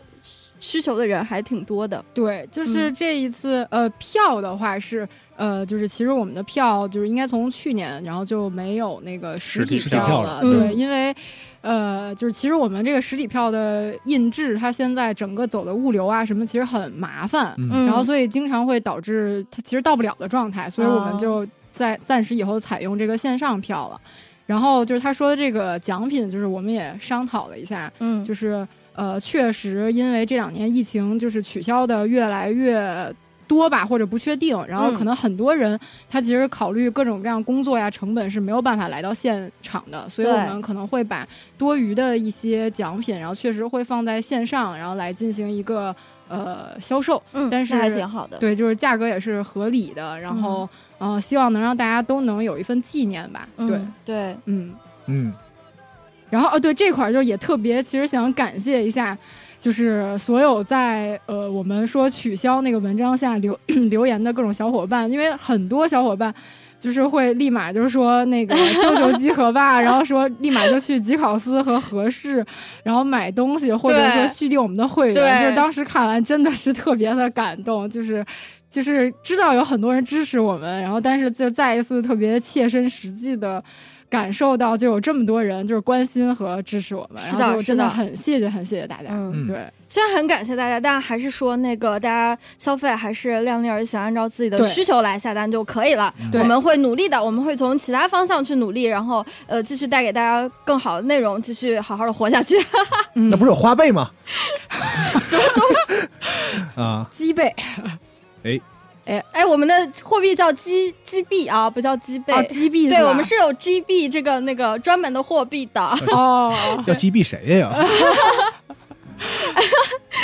需求的人还挺多的。对，就是这一次，呃，票的话是呃，就是其实我们的票就是应该从去年，然后就没有那个实体实体票了，了对，嗯因为。呃，就是其实我们这个实体票的印制，它现在整个走的物流啊什么，其实很麻烦，嗯嗯，然后所以经常会导致它其实到不了的状态，所以我们就在暂时以后采用这个线上票了。然后就是他说的这个奖品，就是我们也商讨了一下，嗯就是呃，确实因为这两年疫情，就是取消的越来越。多吧，或者不确定，然后嗯可能很多人、他其实考虑各种各样工作呀、成本是没有办法来到现场的，所以我对们可能会把多余的一些奖品，然后确实会放在线上，然后来进行一个呃销售。嗯，但是那还挺好的，对，就是价格也是合理的，然后、呃，希望能让大家都能有一份纪念吧。嗯对，对，嗯，嗯，然后呃，对这块儿就是也特别，其实想感谢一下，就是所有在呃我们说取消那个文章下留 留言的各种小伙伴，因为很多小伙伴。就是会立马就是说那个 救救集合吧，然后说立马就去吉考斯和合适，然后买东西或者对说续订我们的会员，对就是当时看完真的是特别的感动，就是就是知道有很多人支持我们，然后但是就再一次特别切身实际的感受到，就有这么多人就是关心和支持我们，是的然后就是真的的很谢谢很谢谢大家。嗯。嗯对，虽然很感谢大家，但还是说那个大家消费还是量力而行，按照自己的对需求来下单就可以了。对我们会努力的，我们会从其他方向去努力，然后呃继续带给大家更好的内容，继续好好的活下去。 嗯，那不是有花呗 吗？什么东西？ 啊，鸡背哎，我们的货币叫 G G B 啊，不叫鸡贝。啊，鸡币对吧我们是有 G B 这个那个专门的货币的，哦， 要击毙谁呀？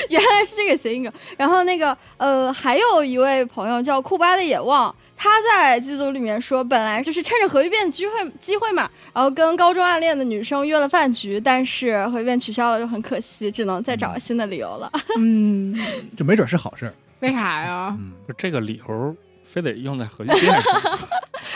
原来是这个谐音梗。然后那个呃，还有一位朋友叫库巴的野望，他在剧组里面说，本来就是趁着核聚变机会机会嘛，然后跟高中暗恋的女生约了饭局，但是核聚变取消了，就很可惜，只能再找新的理由了。嗯，这没准是好事儿。为啥呀？嗯，就这个理由非得用在核聚 变上，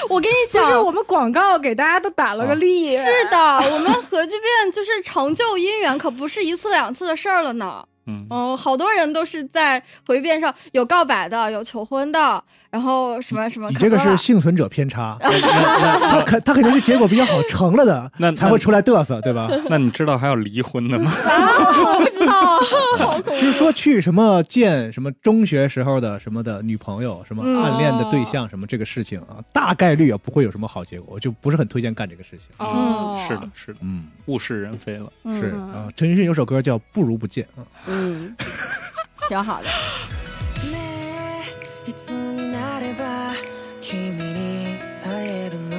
我跟你就讲，是我们广告给大家都打了个力，是哎的，我们核聚变就是成就姻缘，可不是一次两次的事儿了呢。嗯，嗯，好多人都是在回变上有告白的，有求婚的，然后什么什嗯么你可啊这个多了是幸存者偏差，那那他 肯他肯定是结果比较好成了 的，那才会出来嘚瑟，对吧？那你知道还有离婚 的吗？啊，我不知道，好恐怖。就是说去什么见什么中学时候的什么的女朋友，什么嗯暗恋的对象，什么这个事情啊，大概率也不会有什么好结果，我就不是很推荐干这个事情。哦，是的，，是的，嗯，物是人非了。是嗯啊，陈奕迅有首歌叫《不如不见》啊， 嗯，挺好的。ねえいつになれば君に会えるの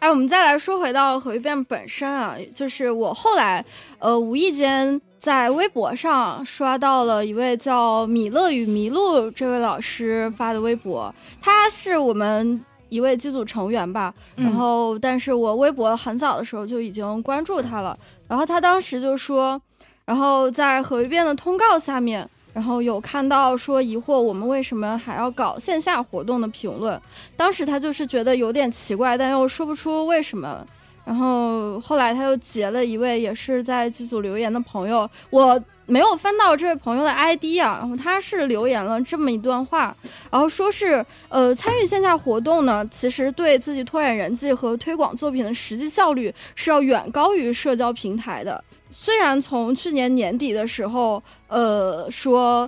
哎，我们再来说回到核聚变本身啊，就是我后来呃无意间在微博上刷到了一位叫米勒与麋鹿这位老师发的微博，他是我们。一位机组成员吧，然后但是我微博很早的时候就已经关注他了，然后他当时就说，然后在核聚变的通告下面，然后有看到说疑惑我们为什么还要搞线下活动的评论，当时他就是觉得有点奇怪，但又说不出为什么。然后后来他又截了一位也是在剧组留言的朋友，我没有翻到这位朋友的 ID 啊。然后他是留言了这么一段话，然后说是呃参与线下活动呢，其实对自己拓展人际和推广作品的实际效率是要远高于社交平台的。虽然从去年年底的时候，呃说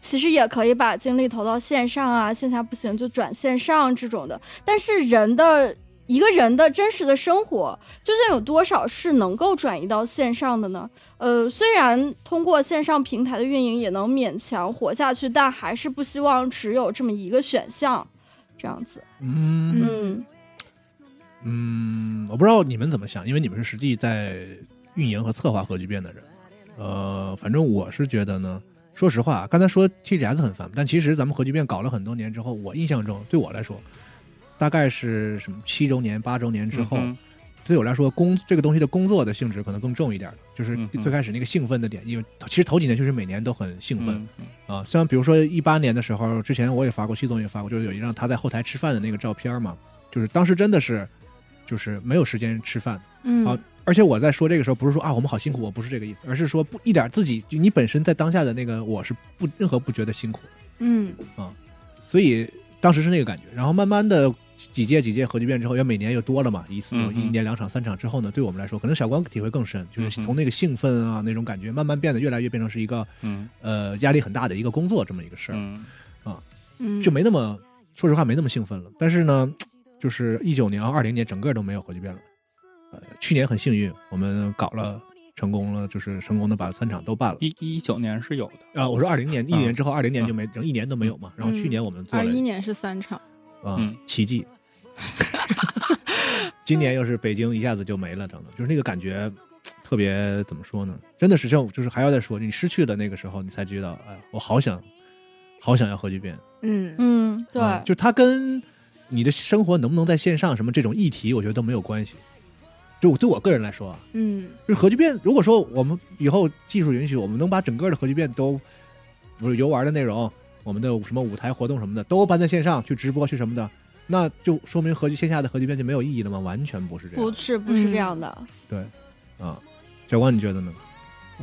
其实也可以把精力投到线上啊，线下不行就转线上这种的。但是人的一个人的真实的生活，究竟有多少是能够转移到线上的呢？呃，虽然通过线上平台的运营也能勉强活下去，但还是不希望只有这么一个选项，这样子。嗯嗯嗯，我不知道你们怎么想，因为你们是实际在运营和策划核聚变的人。呃，反正我是觉得呢，说实话，刚才说 TGS 很烦，但其实咱们核聚变搞了很多年之后，我印象中对我来说，大概是什么七周年、八周年之后，嗯对我来说工这个东西的工作的性质可能更重一点，就是嗯嗯最开始那个兴奋的点，因为其实头几年确实每年都很兴奋，嗯，嗯啊，像比如说一八年的时候，之前我也发过，西总也发过，就是有一张他在后台吃饭的那个照片嘛，就是当时真的是，就是没有时间吃饭。嗯，好而且我在说这个时候，不是说啊我们好辛苦，我不是这个意思，而是说不一点自己，就你本身在当下的那个我是不任何不觉得辛苦，嗯，所以当时是那个感觉。然后慢慢的几届几届核聚变之后，因为每年又多了嘛，一次嗯嗯一年两场三场之后呢，对我们来说，可能小光体会更深，就是嗯嗯从那个兴奋啊那种感觉，慢慢变得越来越变成是一个嗯呃压力很大的一个工作这么一个事儿，嗯嗯，就没那么说实话没那么兴奋了。但是呢，就是一九年和二零年整个都没有核聚变了。呃，去年很幸运，我们搞了成功了，就是成功的把三场都办了。一一九年是有的，啊，我说二零年一年之后，二零年就没整一年都没有嘛。然后去年我们做二了一年是三场，啊、嗯奇 迹，今年又是北京一下子就没了，等等，就是那个感觉特别怎么说呢？真的是这样，就是还要再说，你失去了那个时候，你才知道，哎呀，我好想，好想要核聚变。嗯嗯，对，啊就它跟你的生活能不能在线上什么这种议题，我觉得都没有关系。就对我个人来说啊，嗯就是核聚变，如果说我们以后技术允许，我们能把整个的核聚变都，不是游玩的内容，我们的什么舞台活动什么的，都搬在线上去直播去什么的，那就说明核聚线下的核聚变就没有意义了吗？完全不是这不样是不是这样的，啊！小光，你觉得呢？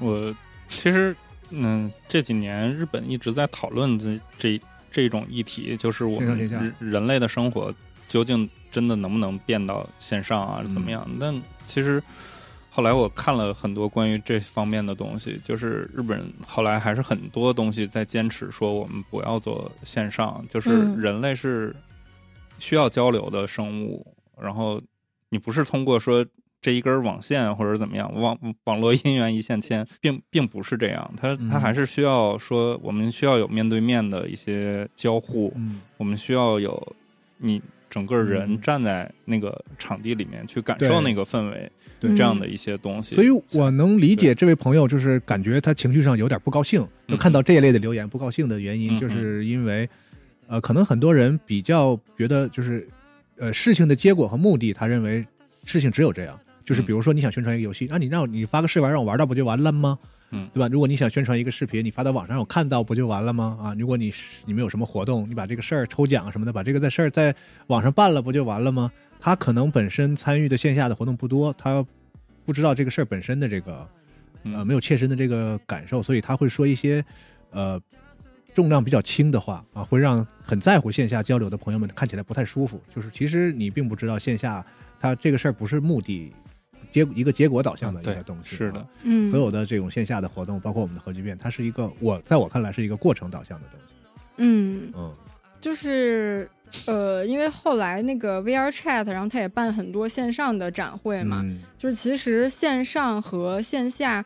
我其实嗯这几年日本一直在讨论这这这种议题，就是我们线上线人人类的生活究竟真的能不能变到线上啊，嗯怎么样？但其实后来我看了很多关于这方面的东西，就是日本后来还是很多东西在坚持说我们不要做线上，就是嗯人类是需要交流的生物，然后你不是通过说。这一根网线或者怎么样，网网络姻缘一线牵，并并不是这样，它它嗯还是需要说，我们需要有面对面的一些交互，嗯，我们需要有你整个人嗯站在那个场地里面去感对受那个氛围，对这样的一些东西。所以我能理解这位朋友，就是感觉他情绪上有点不高兴，就看到这一类的留言不高兴的原因，嗯就是因为，呃，可能很多人比较觉得就是，呃，事情的结果和目的，他认为事情只有这样。就是嗯比如说你想宣传一个游戏，那、啊你让我你发个试玩让我玩到不就完了吗？嗯对吧？如果你想宣传一个视频，你发到网上让我看到不就完了吗？啊，如果你是你们有什么活动，你把这个事儿抽奖什么的，把这个在事儿在网上办了不就完了吗？他可能本身参与的线下的活动不多，他不知道这个事儿本身的这个呃嗯没有切身的这个感受，所以他会说一些呃重量比较轻的话啊，会让很在乎线下交流的朋友们看起来不太舒服。就是其实你并不知道线下它这个事儿不是目的结一个结果导向的一嗯对个东西，啊是的。，嗯，所有的这种线下的活动，包括我们的核聚变，它是一个我在我看来是一个过程导向的东西。嗯。嗯就是呃，因为后来那个 VR Chat，然后他也办很多线上的展会嘛，嗯就是其实线上和线下。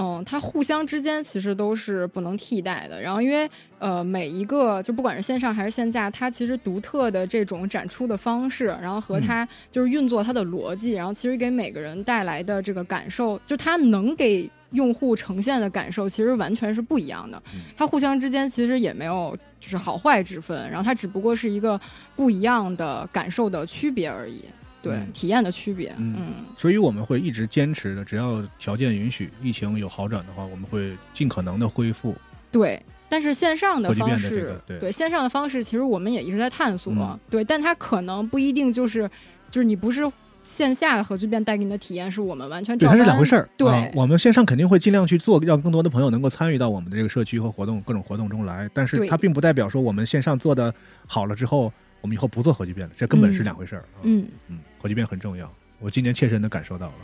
嗯，它互相之间其实都是不能替代的。然后，因为呃，每一个就不管是线上还是线下，它其实独特的这种展出的方式，然后嗯和它就是运作它的逻辑，然后其实给每个人带来的这个感受，就它能给用户呈现的感受，其实完全是不一样的。嗯它互相之间其实也没有就是好坏之分，然后它只不过是一个不一样的感受的区别而已，对，嗯体验的区别，嗯嗯所以我们会一直坚持的，只要条件允许，疫情有好转的话，我们会尽可能的恢复。嗯对，但是线上的科技方变的式，这个对线上的方式，其实我们也一直在探索，嗯对，但它可能不一定就是就是你不是线下的核聚变带给你的体验是我们完全对，照它搬是两回事儿。对啊我们线上肯定会尽量去做，让更多的朋友能够参与到我们的这个社区和活动各种活动中来。但是对它并不代表说我们线上做的好了之后，我们以后不做核聚变了，这根本是两回事儿。啊嗯，嗯，核聚变很重要，我今年切身的感受到了。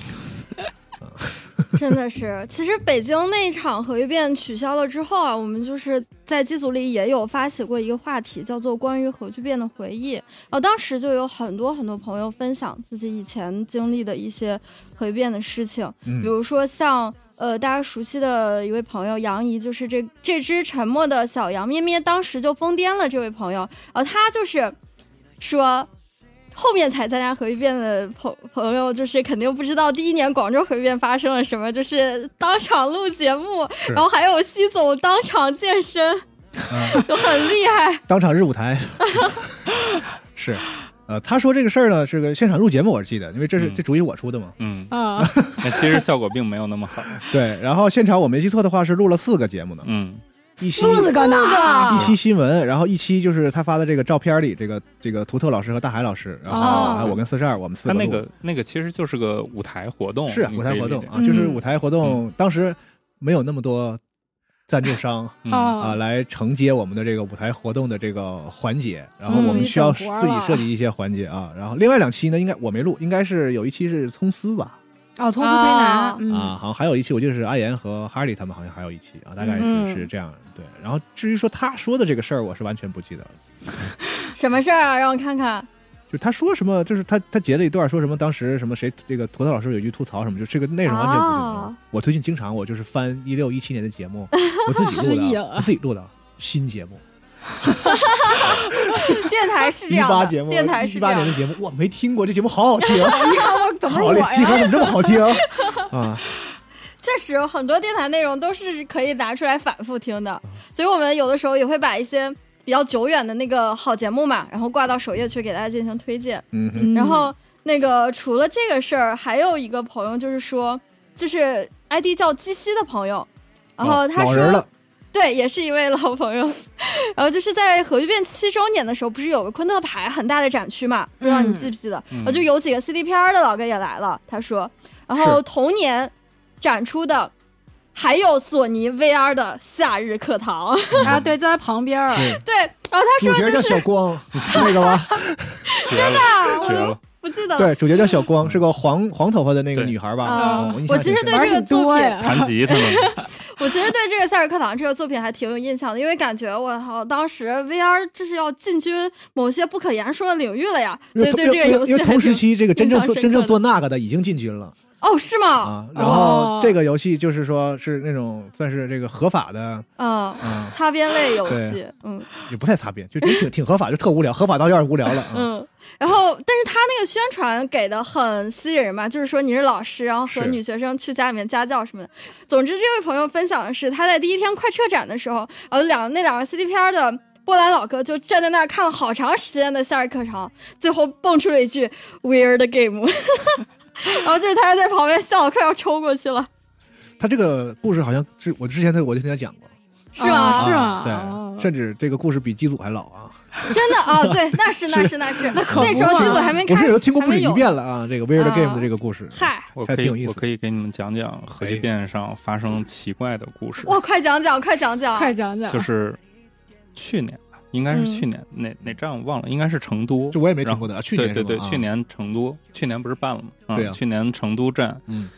真的是。其实北京那一场核聚变取消了之后啊，我们就是在机组里也有发起过一个话题，叫做关于核聚变的回忆。呃，当时就有很多很多朋友分享自己以前经历的一些核聚变的事情，比嗯如说像呃大家熟悉的一位朋友杨怡，就是这这只沉默的小羊咩咩，当时就疯癫了。这位朋友，呃，他就是说。后面才参加核聚变的朋朋友，就是肯定不知道第一年广州核聚变发生了什么，就是当场录节目，然后还有西总当场健身，嗯就很 厉害。当场日舞台是。呃，他说这个事儿呢，是个现场录节目，我是记得，因为这是、嗯这主意我出的嘛。嗯，啊，但其实效果并没有那么好。对，然后现场我没记错的话是录了四个节目呢， 嗯一期四个呢，一 期新闻，然后一期就是他发的这个照片里，这个这个图特老师和大海老师，然后哦还有我跟四十二，我们四他个那录个那个其实就是个嗯舞台活动，是啊你舞可台以活理动解啊，就是舞台活动，当时没有那么多赞助商嗯啊哦啊，来承接我们的这个舞台活动的这个环节，然嗯后我们需要自己设计一些环节啊。然后另外两期呢，应该我没录，应该是有一期是葱丝吧，哦，从此推拿啊，嗯啊，好像还有一期，我记得是阿岩和哈利他们好像还有一期啊，大概是、嗯是这样。对，然后至于说他说的这个事儿，我是完全不记得了。什么事儿啊？让我看看。就是他说什么，就是他他截了一段说什么，当时什么谁这个坨坨老师有一句吐槽什么，就这个内容完全不记得了。哦我最近经常我就是翻一六一七年的节 目，我自己录失忆的了啊，我自己录的啊新节目，电台是 这一样八的，节目，电台是一这八样年的的。节目，我没听过，这节目好好 听，怎么是好我嘞，这歌怎呀？么这么好听啊？确实，很多电台内容都是可以拿出来反复听的，所以我们有的时候也会把一些比较久远的那个好节目嘛，然后挂到首页去给大家进行推荐。嗯哼，嗯然后那个除了这个事儿，还有一个朋友就是说，就是 ID 叫鸡西的朋友，嗯然后他哦老说，人了，对，也是一位老朋友。 然后就是在核聚变七周年的时候，不是有个昆特牌很大的展区嘛？不知道你记不记得？然嗯后哦就有几个 CD 片儿的老哥也来了，他说。然后同年展出的还有索尼 VR 的《夏日课堂》， 嗯啊，对，在他旁边儿，对，对。然后他主说角就叫小是光，那个 吗？绝了，啊，绝我了，不记得了。对，主角叫小光，是个黄黄头发的那个女孩吧？啊哦印我象其实挺对深玩这个很多作品呀弹吉 他呢，我其实对这个《夏日课堂》这个作品还挺有印象的，因为感觉我靠，当时 VR 这是要进军某些不可言说的领域了呀，因为所以对因这为个游因戏为还同时挺期这个真正做印象深刻的真正做那个的已经进军了哦，是吗？啊，然后哦这个游戏就是说是那种算是这个合法的，嗯，啊，擦边类游戏，嗯也不太擦边，就也挺挺合法，就特无聊，合法到有点无聊了啊。嗯。然后，但是他那个宣传给的很吸引人嘛，就是说你是老师，然后和是女学生去家里面家教什么的。总之，这位朋友分享的是他在第一天快撤展的时候，然后两那两个 CD 片的波兰老哥就站在那儿看了好长时间的夏日课堂，最后蹦出了一句 “Weird game”，然后就是他在旁边笑，快要抽过去了，他这个故事好像之我之前在我就听他讲过，是吗？啊是啊吗对，哦甚至这个故事比机组还老啊！真的啊，对，那是那是那是，那可不时候嘛机组还没我开始，是都听过不止还没一有。遍了啊，这个《Weird 啊 Game》的这个故事，嗨，我还可挺有意以思我可以给你们讲讲核聚变上发生奇怪的故事，哇，快讲讲，快讲讲，快讲讲，就是去年吧，应该是去年嗯哪哪站我忘了，应该是成都这，我也没听过的，啊去年对对是对，吧去，年成都，去年不是办了吗？嗯对啊去年成都站，嗯，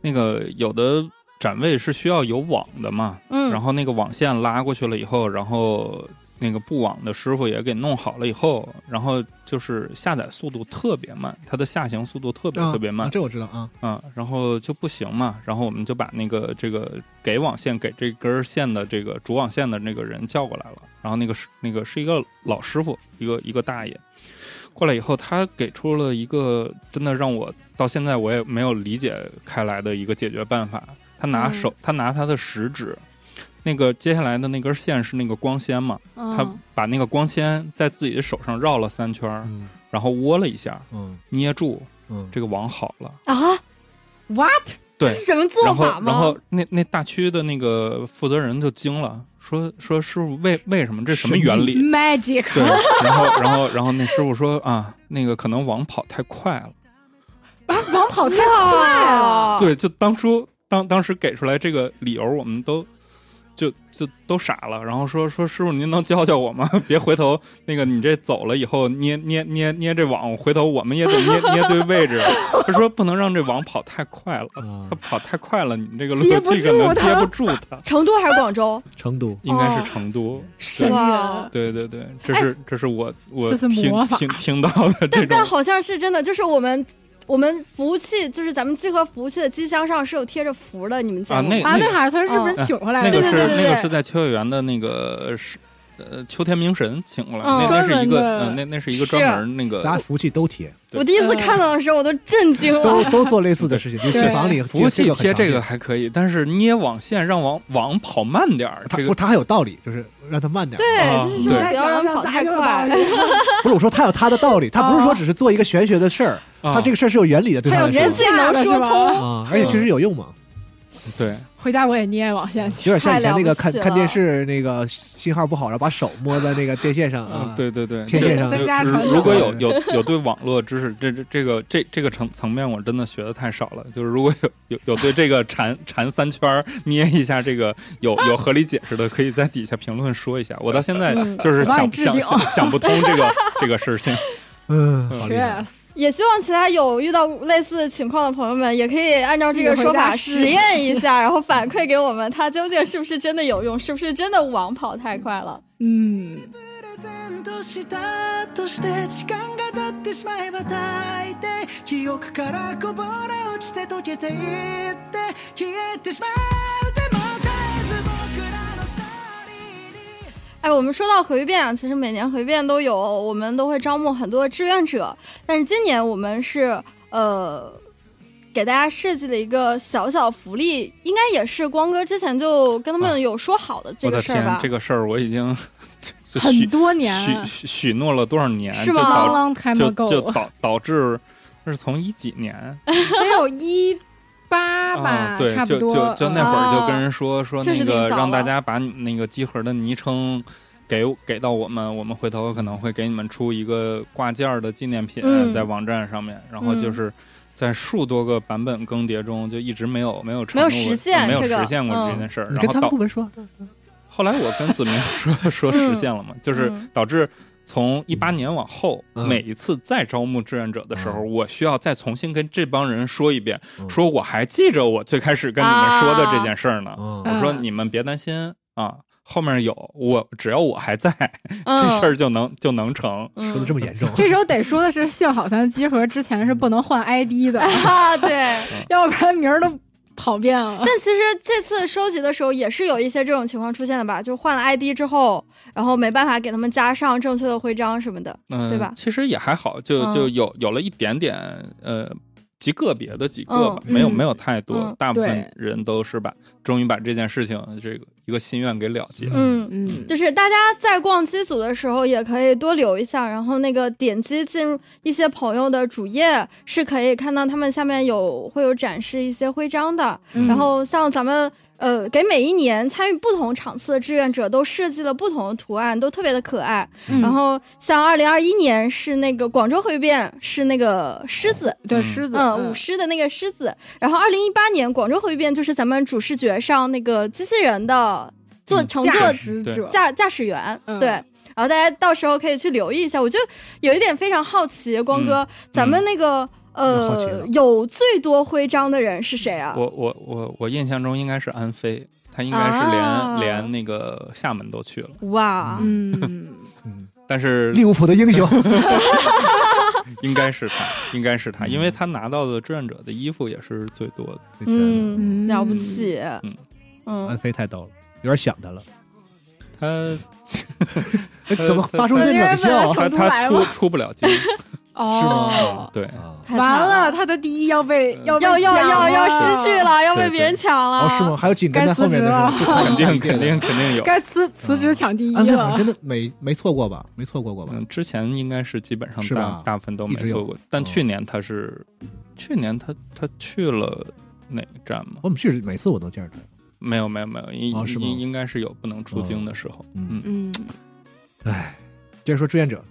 那个有的展位是需要有网的嘛，嗯，然后那个网线拉过去了以后，然后那个布网的师傅也给弄好了以后，然后就是下载速度特别慢，它的下行速度特别啊特别慢啊，这我知道啊，啊、然后就不行嘛，然后我们就把那个这个给网线给这根线的这个主网线的那个人叫过来了，然后那个是那个是一个老师傅，一个一个大爷，过来以后他给出了一个真的让我到现在我也没有理解开来的一个解决办法，他拿嗯手、他拿他的食指，那个接下来的那根线是那个光纤嘛，他嗯把那个光纤在自己的手上绕了三圈儿，嗯然后窝了一下，嗯捏住嗯，这个网好了。啊， what 这对是什么做然后法吗？然后那那大区的那个负责人就惊了，说说师傅为为什么这什么原理？ magic 对，然后然后然后那师傅说啊，那个可能网跑太快了。啊，网跑太快了，哇，对，就当初当当时给出来这个理由，我们都。就就都傻了，然后说说师傅您能教教我吗？ 别回头那个你这走了以后捏捏捏捏这网，回头我们也得捏捏对位置。 他说不能让这网跑太快了，啊他跑太快了，你们这个接逻不辑可能住接它不住他。成都还是广州？成都，应该哦哎是成都，神哇人，对对对，这是、这是我我这是听魔法听听到的这但种但好像是真的，就是我们我们服务器，就是咱们集合服务器的机箱上是有贴着符的，你们见啊，过吗？那啊，那那还是他是日本嗯请回来那的，个对是对对对那个对是在秋叶原的那个是呃秋天明神请过来，嗯那那是专一门个的呃那那是一个是专门那大家个服务器都贴，对我第一次看到的时候，我都震惊都了。都做类似的事情，就去房里服务器贴这这个个很常见。还可以，但是捏网线让网网跑慢点儿，他这不是个他还有道理，就是让他慢点。啊对，就是说对不要让跑太快。不是我说他有他的道理，他不是哦说只是做一个玄学的事儿，啊他这个事儿是有原理的，对还他来有人说性能说是吧通，啊，而且确实有用嘛。对， 回家我也捏网线去。有点像以前那个看嗯太了不起了看电视那个信号不好，然后把手摸在那个电线上啊嗯，， 对对 对，天线上就增加如传如果有统有有对网络知识，这这这个这这个层层面，我真的学的太少了。就是如果有有有对这个缠缠三圈儿捏一下这个有有合理解释的，可以在底下评论说一下。我到现在嗯就是我帮想你制想定想想不通这 个这个事情。嗯，好厉害确，实也希望其他有遇到类似情况的朋友们，也可以按照这个说法自己实回家验一下，然后反馈给我们，它究竟是不是真的有用，是不是真的网跑太快了。嗯，プレゼントしたとして時間が経ってしまえば大抵記憶からこぼれ落ちて溶けていって消えてしまうでも絶えず僕らのストーリーに哎，我们说到回变啊，其实每年回变都有，我们都会招募很多志愿者，但是今年我们是呃。给大家设计了一个小小福利，应该也是光哥之前就跟他啊们有说好的这我个的事儿天吧，？这个事儿我已 经就就很许多年许许许诺了多少年，是就吗导 long time 就就 ago，导导致那是从一几年得有一八啊，吧，对，差不就多。就就那会儿就跟人说、说哦确那实个挺早让大了家把你那个集合的昵称给给到我们，我们回头可能会给你们出一个挂件儿的纪念品、嗯在网站上面，然后就嗯是。在数多个版本更迭中，就一直没有没有承没有诺过实现没有这个实现过嗯这件事儿。你然跟哎后他们到部门说，后来我跟子明说 说实现了嘛，就是嗯导致从一八年往后，嗯每一次再招募志愿者的时候，嗯我需要再重新跟这帮人说一遍，嗯说我还记着我最开始跟你们说的这件事儿呢。嗯，我说嗯你们别担心啊，后面有我，只要我还在，这嗯，事儿就能就能成。嗯 说的这么严重， 这时候得说的是，幸好咱集合之前是不能换 ID 的，啊，对。要不然名儿都跑遍了。但其实这次收集的时候也是有一些这种情况出现的吧，就换了 ID 之后，然后没办法给他们加上正确的徽章什么的。嗯，对吧其实也还好，就嗯就有有了一点点呃。极个别的几个吧，嗯没有嗯没有太多，嗯大部分对人都是把终于把这件事情这个一个心愿给了结了。 嗯，嗯，就是大家在逛机组的时候也可以多留一下，然后那个点击进入一些朋友的主页是可以看到他们下面有会有展示一些徽章的。嗯然后像咱们呃，给每一年参与不同场次的志愿者都设计了不同的图案，都特别的可爱。嗯然后像二零二一年是那个广州会变是那个狮子，对狮子，嗯，舞狮的那个狮子。然后二零一八年广州会变就是咱们主视觉上那个机器人的做乘坐嗯驾驶者，驾驾驶员，嗯对。然后大家到时候可以去留意一下，我就有一点非常好奇，光哥，咱们那个、嗯好奇呃了有最多徽章的人是谁啊？我我我我印象中应该是安飞，他应该是连、啊连那个厦门都去了，哇，嗯，但是利物浦的英雄，应该是他，应该是他，因为他拿到的志愿者的衣服也是最多的。啊嗯，嗯了不起，嗯嗯安飞太逗了，有点想他了，他哎怎么他发出一阵冷笑他他他他出出出不了镜，哦，对，啊？太惨完了，，他的第一要被呃要被要要抢要了要失去，了，要被对别人抢了，哦，是吗？还有紧跟在后面的该是辞职吗肯定肯 定肯定有。该辞辞职抢第一啊安飞好像了。啊真的没没错过吧？没错过过吧？嗯，之前应该是基本上是大吧大部分都没一直有嗯错过，但去年他是，去年他他去了哪个站吗？我们去每次我都见着他，没有没有没有，应哦是吗应应该是有不能出京的时候。嗯，嗯，接着说志愿者，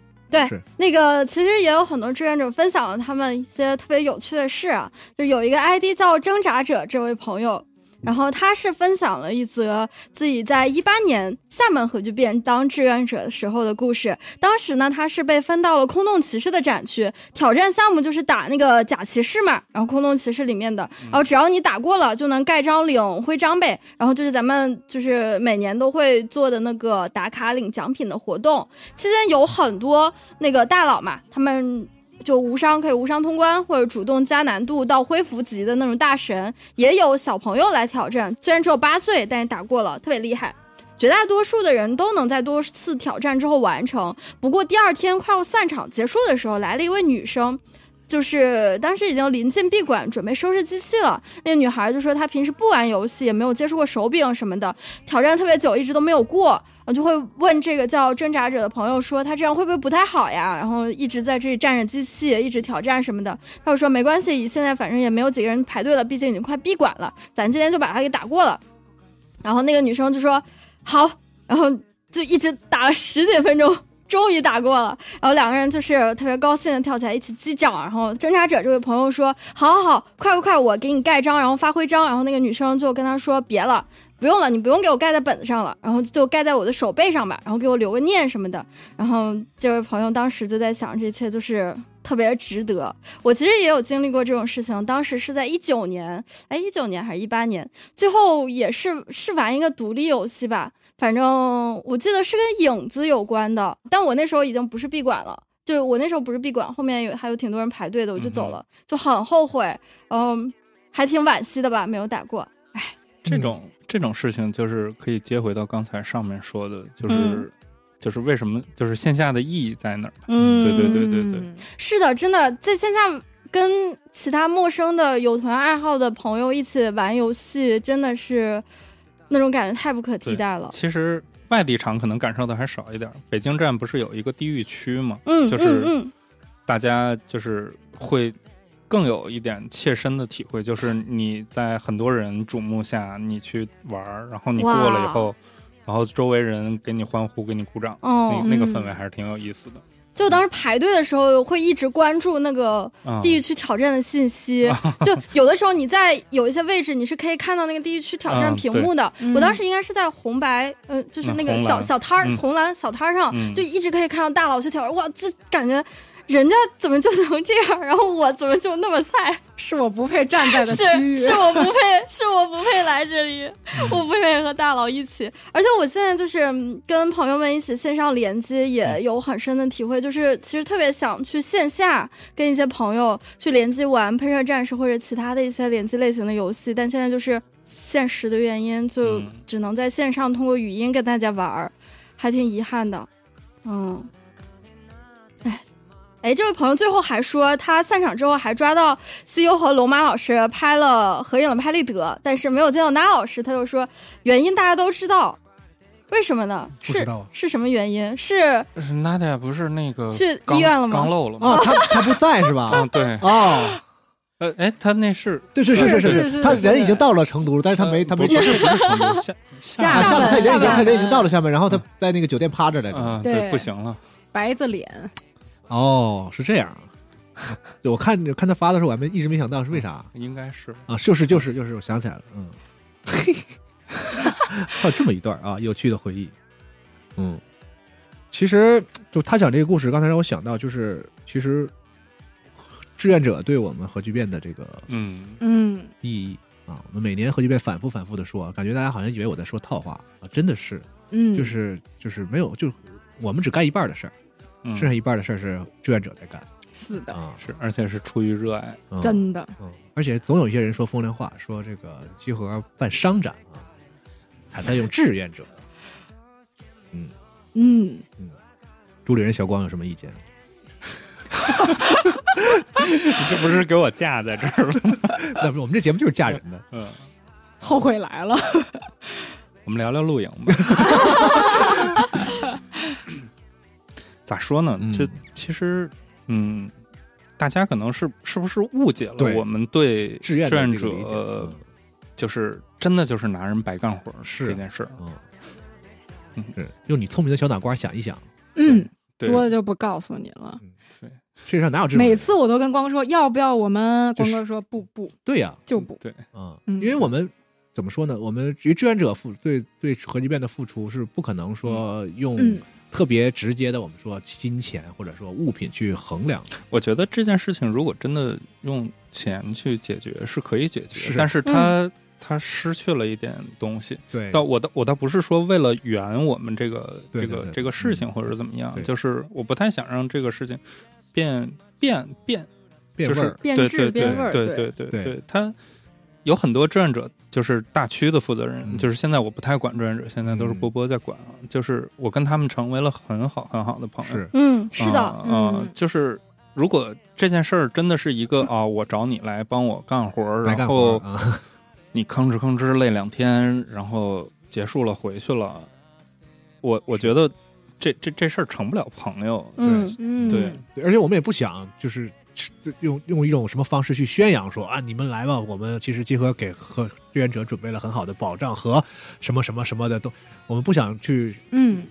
那个其实也有很多志愿者分享了他们一些特别有趣的事啊，就有一个 ID 叫挣扎者这位朋友，然后他是分享了一则自己在一八年厦门核聚变当志愿者的时候的故事。当时呢，他是被分到了空洞骑士的展区，挑战项目就是打那个假骑士嘛，然后空洞骑士里面的，然后只要你打过了，就能盖章领徽章呗。然后就是咱们就是每年都会做的那个打卡领奖品的活动，期间有很多那个大佬嘛，他们就无伤可以无伤通关，或者主动加难度到恢复级的那种大神，也有小朋友来挑战。虽然只有八岁，但是打过了，特别厉害。绝大多数的人都能在多次挑战之后完成。不过第二天快要散场结束的时候，来了一位女生，就是当时已经临近闭馆，准备收拾机器了。那个女孩就说她平时不玩游戏，也没有接触过手柄什么的，挑战特别久，一直都没有过。我就会问这个叫挣扎者的朋友说，他这样会不会不太好呀？然后一直在这里站着机器，一直挑战什么的。他就说没关系，现在反正也没有几个人排队了，毕竟已经快闭馆了，咱今天就把他给打过了。然后那个女生就说好，然后就一直打了十几分钟。终于打过了，然后两个人就是特别高兴的跳起来一起击掌，然后侦查者这位朋友说：“好好好，快快快，我给你盖章，然后发徽章。”然后那个女生就跟他说：“别了，不用了，你不用给我盖在本子上了，然后就盖在我的手背上吧，然后给我留个念什么的。”然后这位朋友当时就在想，这一切就是特别值得。我其实也有经历过这种事情，当时是在一九年，哎，一九年还是一八年，最后也是是玩一个独立游戏吧。反正我记得是跟影子有关的，但我那时候已经不是闭馆了，就是我那时候不是闭馆，后面有还有挺多人排队的，我就走了，嗯就很后悔，嗯，还挺惋惜的吧，没有打过。这种这种事情就是可以接回到刚才上面说的，就是、嗯就是为什么就是线下的意义在哪儿？嗯，对对对对对，是的，真的在线下跟其他陌生的有同样爱好的朋友一起玩游戏，真的是那种感觉太不可替代了。其实外地场可能感受的还少一点儿，北京站不是有一个地域区嘛，嗯，就是嗯嗯大家就是会更有一点切身的体会，就是你在很多人瞩目下，你去玩儿，然后你过了以后，然后周围人给你欢呼，给你鼓掌，哦，那那个嗯氛围还是挺有意思的。就当时排队的时候会一直关注那个啊、地域区挑战的信 息，就有的时候你在有一些位置你是可以看到那个地域区挑战嗯屏幕的。对我当时应该是在红白，嗯、就是那个嗯红小蓝小摊儿、嗯红蓝小摊儿上，嗯就一直可以看到大佬去挑战，哇，这感觉人家怎么就能这样，然后我怎么就那么菜？是我不配站在的区是域是。我不 配，是我不配来这里，我不配和大佬一起。而且我现在就是嗯跟朋友们一起线上连接，嗯也有很深的体会，就是其实特别想去线下跟一些朋友去联机玩《喷射战士》或者其他的一些联机类型的游戏，但现在就是现实的原因，就嗯只能在线上通过语音跟大家玩儿，还挺遗憾的。嗯，哎。哎，这位朋友最后还说，他散场之后还抓到 CEO 和龙马老师拍了合影了拍立得，但是没有见到那老师，他就说原因大家都知道，为什么呢？不知是道啊是什么原因？是是 Nadia 不是那个去嗯刚医院了吗刚漏了吗？哦，他他不在是啊，吧？对，哦，呃，哎，他那是呃对，是是是是是是他是人已经到了成都了，哎但是他没他没不是不是成都 下啊 下下下本面他人已经他人已下嗯经本到了下面，然后他在那个酒店趴着来着。啊，对对，不行了，白子脸，哦，是这样啊。 对，我看看他发的时候，我还没一直没想到是为啥应该是啊？就是就是就是，我想起来了， 嗯，还有这么一段啊，有趣的回忆，嗯，其实就他讲这个故事，刚才让我想到，就是其实志愿者对我们核聚变的这个嗯，嗯，意义啊，我们每年核聚变反复反复的说，啊感觉大家好像以为我在说套话啊，真的是，嗯，就是就是没有，就我们只干一半的事儿，嗯剩下一半的事儿是志愿者在干是的，啊，是，而且是出于热爱， 嗯真的，嗯，而且总有一些人说风凉话，说这个集合办商展啊，还在用志愿者。嗯，朱里人小光有什么意 见？你这不是给我架在这儿吗？那不是我们这节目就是嫁人 的，嗯，后悔来了，我们聊聊露营吧。 咋说呢？嗯这其实，嗯，大家可能是是不是误解了对我们对志愿志的愿这个理解嗯者呃就是真的就是拿人白干活儿是这件事儿？嗯，嗯是用你聪明的小脑瓜想一想，嗯，对，多的就不告诉你了。世界上哪有这种人每次我都跟光说要不要我们，光哥说不不对呀、就不，对，嗯，嗯因为我们怎么说呢？我们对于志愿者付对对核聚变的付出是不可能说用嗯特别直接的，我们说金钱或者说物品去衡量。我觉得这件事情如果真的用钱去解决是可以解决，是嗯但是它、它失去了一点东西。对倒我倒我倒不是说为了圆我们这个对对这个对这个事情或者怎么样对，就是我不太想让这个事情变变变，变味就是儿，变对质对对变味儿，对对对对对，他有很多志愿者，就是大区的负责人，嗯就是现在我不太管志愿者，现在都是嗯波波在管啊，就是我跟他们成为了很好很好的朋友，是嗯，是的，啊啊嗯就是如果这件事儿真的是一个啊，我找你来帮我干活儿，来然干活后儿啊，你吭哧吭哧累两天，然后结束了回去了，我我觉得这这这事儿成不了朋友。嗯，嗯，对，对而且我们也不想就是就用用一种什么方式去宣扬说啊，你们来吧，我们其实集合给和志愿者准备了很好的保障和什么什么什么的都，我们不想去嗯，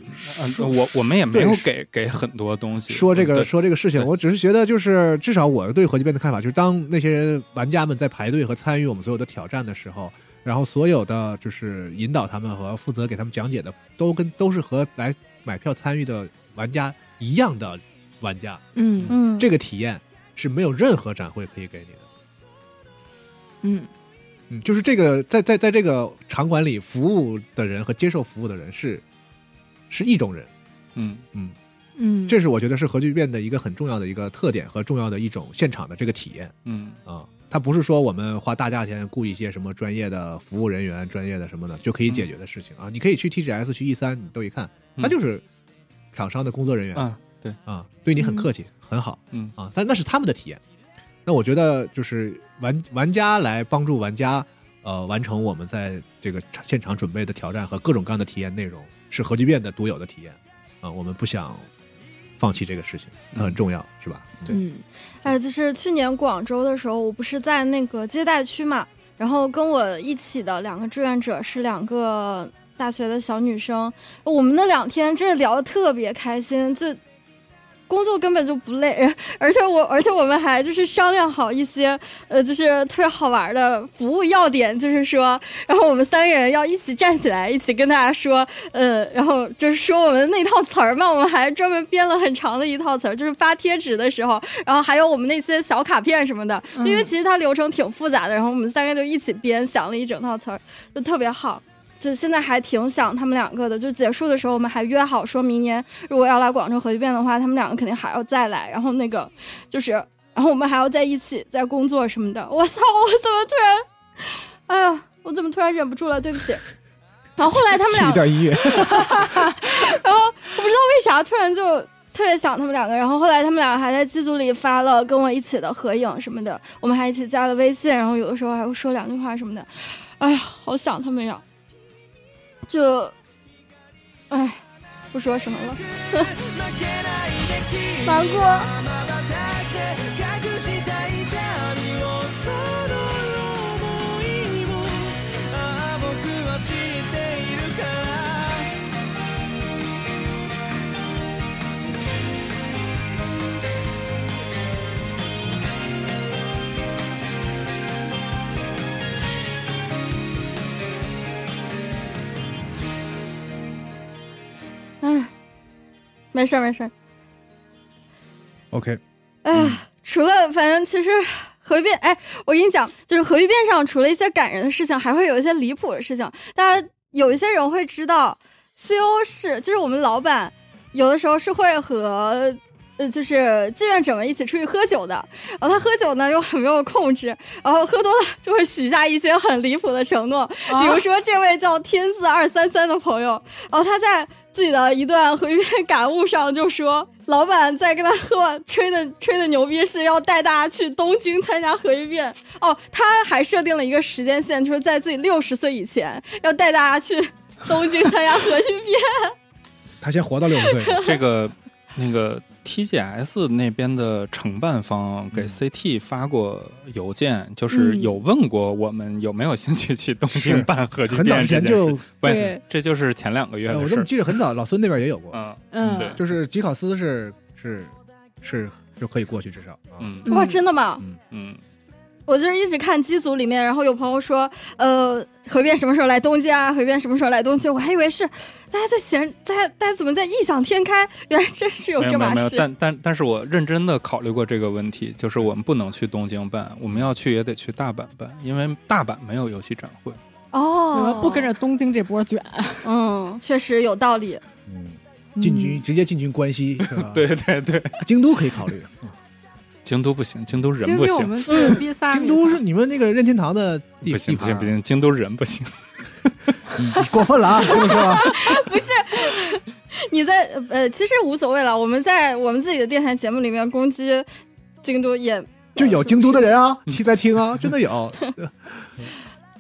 嗯，我我们也没有对给给很多东西说这个对说这个事情，对我只是觉得就是至少我对核聚变的看法就是，当那些人玩家们在排队和参与我们所有的挑战的时候，然后所有的就是引导他们和负责给他们讲解的，都跟都是和来买票参与的玩家一样的玩家，嗯嗯嗯，这个体验是没有任何展会可以给你的。嗯嗯，就是这个在在在这个场馆里服务的人和接受服务的人是是一种人。嗯，嗯，这是我觉得是核聚变的一个很重要的一个特点和重要的一种现场的这个体验嗯，啊。它不是说我们花大价钱雇一些什么专业的服务人员、专业的什么的就可以解决的事情啊。你可以去 TGS、去 E 三，你都一看，它嗯就是厂商的工作人员、啊，对，啊，对你很客气，很好，嗯啊，但那是他们的体验。那我觉得就是玩玩家来帮助玩家，呃，完成我们在这个场现场准备的挑战和各种各样的体验内容，是核聚变的独有的体验啊。我们不想放弃这个事情，那很重要，是吧？嗯，嗯哎，就是去年广州的时候，我不是在那个接待区嘛，然后跟我一起的两个志愿者是两个大学的小女生，我们那两天真的聊得特别开心，就工作根本就不累，而且我而且我们还就是商量好一些呃，就是特别好玩的服务要点，就是说，然后我们三个人要一起站起来，一起跟大家说，呃，然后就是说我们那套词儿嘛，我们还专门编了很长的一套词儿，就是发贴纸的时候，然后还有我们那些小卡片什么的，嗯因为其实它流程挺复杂的，然后我们三个就一起编，想了一整套词儿，就特别好。就现在还挺想他们两个的，就结束的时候我们还约好说明年如果要来广州核聚变的话，他们两个肯定还要再来。然后那个就是，然后我们还要在一起在工作什么的。我操！我怎么突然，哎呀，我怎么突然忍不住了？对不起。然后后来他们俩去点音乐， 然后我不知道为啥突然就特别想他们两个，然后后来他们俩还在机组里发了跟我一起的合影什么的，我们还一起加了微信，然后有的时候还会说两句话什么的。哎呀，好想他们呀！就，哎，不说什么了，难过。哎，没事儿没事儿。 OK，哎呀，除了反正其实河边，哎，我跟你讲，就是河边上除了一些感人的事情，还会有一些离谱的事情。大家有一些人会知道，CO 是就是我们老板有的时候是会和。呃，就是志愿者们一起出去喝酒的，然后他喝酒呢又很没有控制，然后喝多了就会许下一些很离谱的承诺，哦比如说这位叫天字二三三的朋友，然后他在自己的一段回忆感悟上就说，老板在跟他喝完吹的吹的牛逼是要带大家去东京参加核聚变哦，他还设定了一个时间线，就是在自己六十岁以前要带大家去东京参加核聚变。他先活到六十岁，这个那个 TGS 那边的承办方给嗯 CT 发过邮件，嗯就是有问过我们有没有兴趣去东是京办核 聚很早变之前这件事。就，不对是，这就是前两个月呃的我怎事么儿。记得很早，老孙那边也有过，嗯嗯对就是吉考斯是是是就可以过去至少啊。嗯哇，真的吗？嗯我就是一直看机组里面，然后有朋友说，呃，何变什么时候来东京啊？何变什么时候来东京？我还以为是大家在闲，大家大家怎么在异想天开？原来真 是有没这有没有码没有，事。但但但是我认真的考虑过这个问题，就是我们不能去东京办，我们要去也得去大阪办，因为大阪没有游戏展会。哦，不跟，着东京这波卷，嗯，确实有道理。嗯，进军直接进军关西是 吧？， 对对对，啊京都可以考虑。京都不行，京都人京不都我行，们是 B 三，京都是你们那个任天堂的地不行地盘不行啊不，行，京都人不行。你你过分了 啊！这么说啊，你在呃，其实无所谓了。我们在我们自己的电台节目里面攻击京都也呃就有京都的人啊，听在听啊，真的有。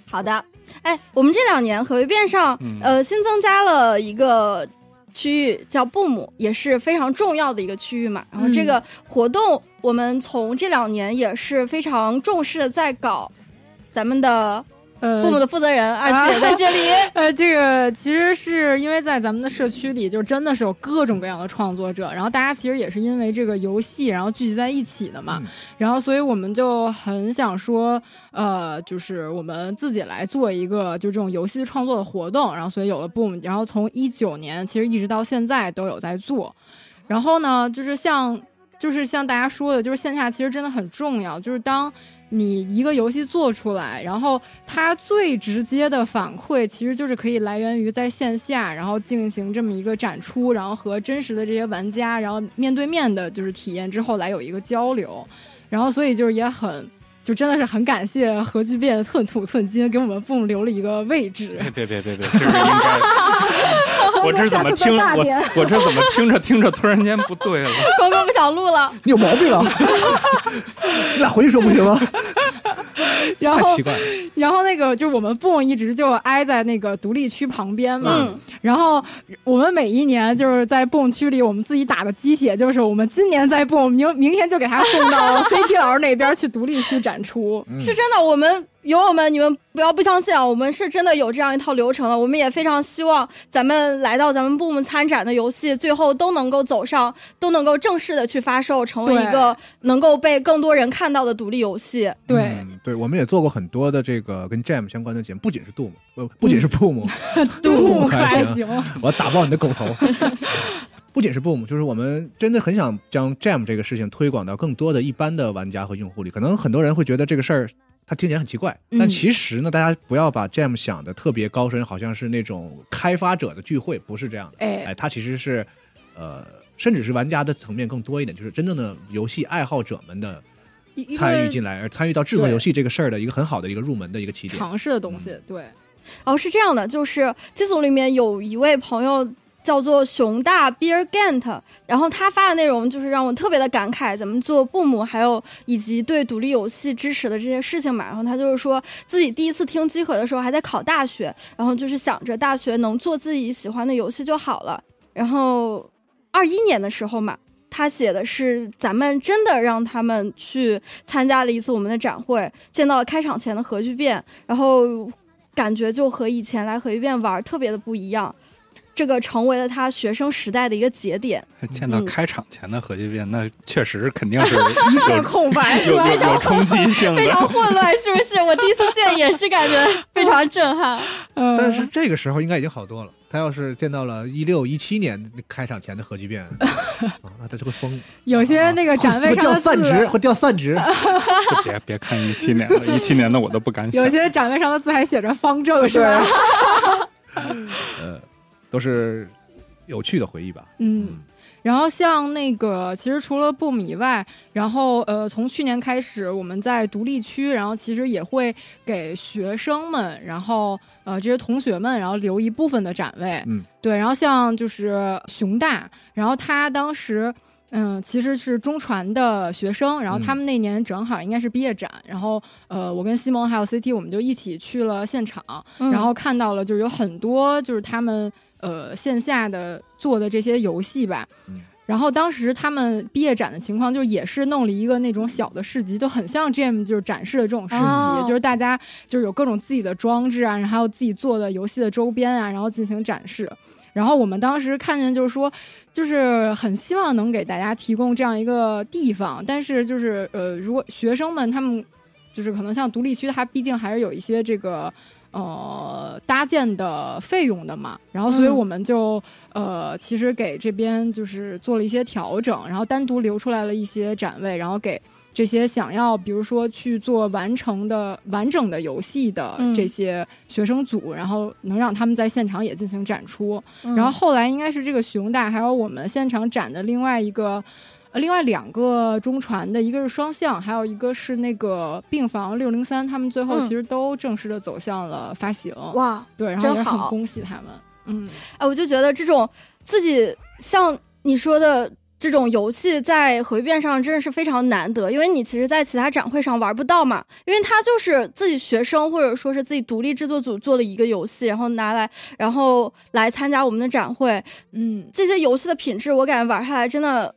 好的，哎，我们这两年河边上、嗯呃新增加了一个区域叫布姆，也是非常重要的一个区域嘛。嗯然后这个活动，我们从这两年也是非常重视地在搞。咱们的呃布姆的负责嗯人二啊七也在这里， 呃，这个其实是因为在咱们的社区里，就真的是有各种各样的创作者，然后大家其实也是因为这个游戏，然后聚集在一起的嘛，嗯然后所以我们就很想说，呃，就是我们自己来做一个就这种游戏创作的活动，然后所以有了 Boom，然后从一九年其实一直到现在都有在做，然后呢，就是像就是像大家说的，就是线下其实真的很重要，就是当你一个游戏做出来，然后它最直接的反馈其实就是可以来源于在线下，然后进行这么一个展出，然后和真实的这些玩家，然后面对面的就是体验之后来有一个交流，然后所以就是也很。就真的是很感谢核聚变寸土寸金给我们 Boom 留了一个位置，别 别别别别，这是应该。我这怎么听下次再大我点我这怎么听着 听着突然间不对了？光哥不想录了。你有毛病啊！ 你俩回去说不行吗？然后 太奇怪了。然后那个就是我们 Boom 一直就挨在那个独立区旁边嘛，嗯，然后我们每一年就是在泵区里，我们自己打的鸡血，就是我们今年在泵，明明天就给它送到 CT 老师那边去独立区展出。嗯是真的，我们友友们，你们不要不相信啊，我们是真的有这样一套流程的。我们也非常希望咱们来到咱们部门参展的游戏，最后都能够走上，都能够正式的去发售，成为对一个能够被更多人看到的独立游戏。对， 嗯对，我们也做过很多的这个跟 Jam 相关的节目，不仅是 Doom，不不仅是 Boom，、杜还还嗯行行，我要打爆你的狗头。 不仅是 Boom，就是我们真的很想将 Jam 这个事情推广到更多的一般的玩家和用户里。可能很多人会觉得这个事儿它听起来很奇怪，但嗯其实呢，大家不要把 Jam 想的特别高深，好像是那种开发者的聚会，不是这样的。哎，哎，它其实是呃，甚至是玩家的层面更多一点，就是真正的游戏爱好者们的一一参与个进来，而参与到制作对游戏这个事儿的一个很好的一个入门的一个起点。尝试的东嗯西， 对，哦，是这样的，就是机组里面有一位朋友叫做熊大 Beer Gant，然后他发的内容就是让我特别的感慨，咱们做布姆还有以及对独立游戏支持的这些事情嘛。然后他就是说自己第一次听机核的时候还在考大学，然后就是想着大学能做自己喜欢的游戏就好了。然后二一年的时候嘛。他写的是咱们真的让他们去参加了一次我们的展会，见到了开场前的核聚变，然后感觉就和以前来核聚变玩儿特别的不一样。这个成为了他学生时代的一个节点。 见到开场前的核聚变，那确实肯定是有是空白是有吧有？有冲击性 非的。常混乱，是不是？我第一次见也是感觉非常震撼。嗯但是这个时候应该已经好多了。他要是见到了一六一七年开场前的核聚 变，啊，那他就会疯，有啊些那个展位会 上掉的散值，字，会掉散 值。就别别看一七年的，一七年的我都不敢想有。些展位上的字还写着方正，是吧？呃，都是有趣的回忆吧。嗯，然后像那个，其实除了 Boom 以外，然后呃，从去年开始，我们在独立区，然后其实也会给学生们，然后呃这些同学们，然后留一部分的展位。嗯，对。然后像就是嗯熊大，然后他当时。嗯，其实是中传的学生，然后他们那年正好应该是毕业展，然后呃，我跟西蒙还有 CT 我们就一起去了现场，然后看到了就是有很多就是他们呃线下的做的这些游戏吧。嗯然后当时他们毕业展的情况，就是也是弄了一个那种小的市集，就很像 Jam 就是展示的这种市集，哦就是大家就是有各种自己的装置啊，然后还有自己做的游戏的周边啊，然后进行展示。然后我们当时看见就是说，就是很希望能给大家提供这样一个地方，但是就是呃，如果学生们他们就是可能像独立区，它毕竟还是有一些这个呃搭建的费用的嘛，然后所以嗯我们就、呃其实给这边就是做了一些调整，然后单独留出来了一些展位，然后给。这些想要，比如说去做完成的完整的游戏的嗯这些学生组，然后能让他们在现场也进行展出。嗯然后后来应该是这个熊大，还有我们现场展的另外一个，呃，另外两个中传的，一个是双向，还有一个是那个病房六零三，他们最后嗯其实都正式的走向了发行，哇，对，然后真也很好恭喜他们，嗯，哎，我就觉得这种自己像你说的这种游戏在核聚变上真的是非常难得，因为你其实，在其他展会上玩不到嘛，因为它就是自己学生或者说是自己独立制作组做了一个游戏，然后拿来，然后来参加我们的展会。嗯，这些游戏的品质，我感觉玩下来真的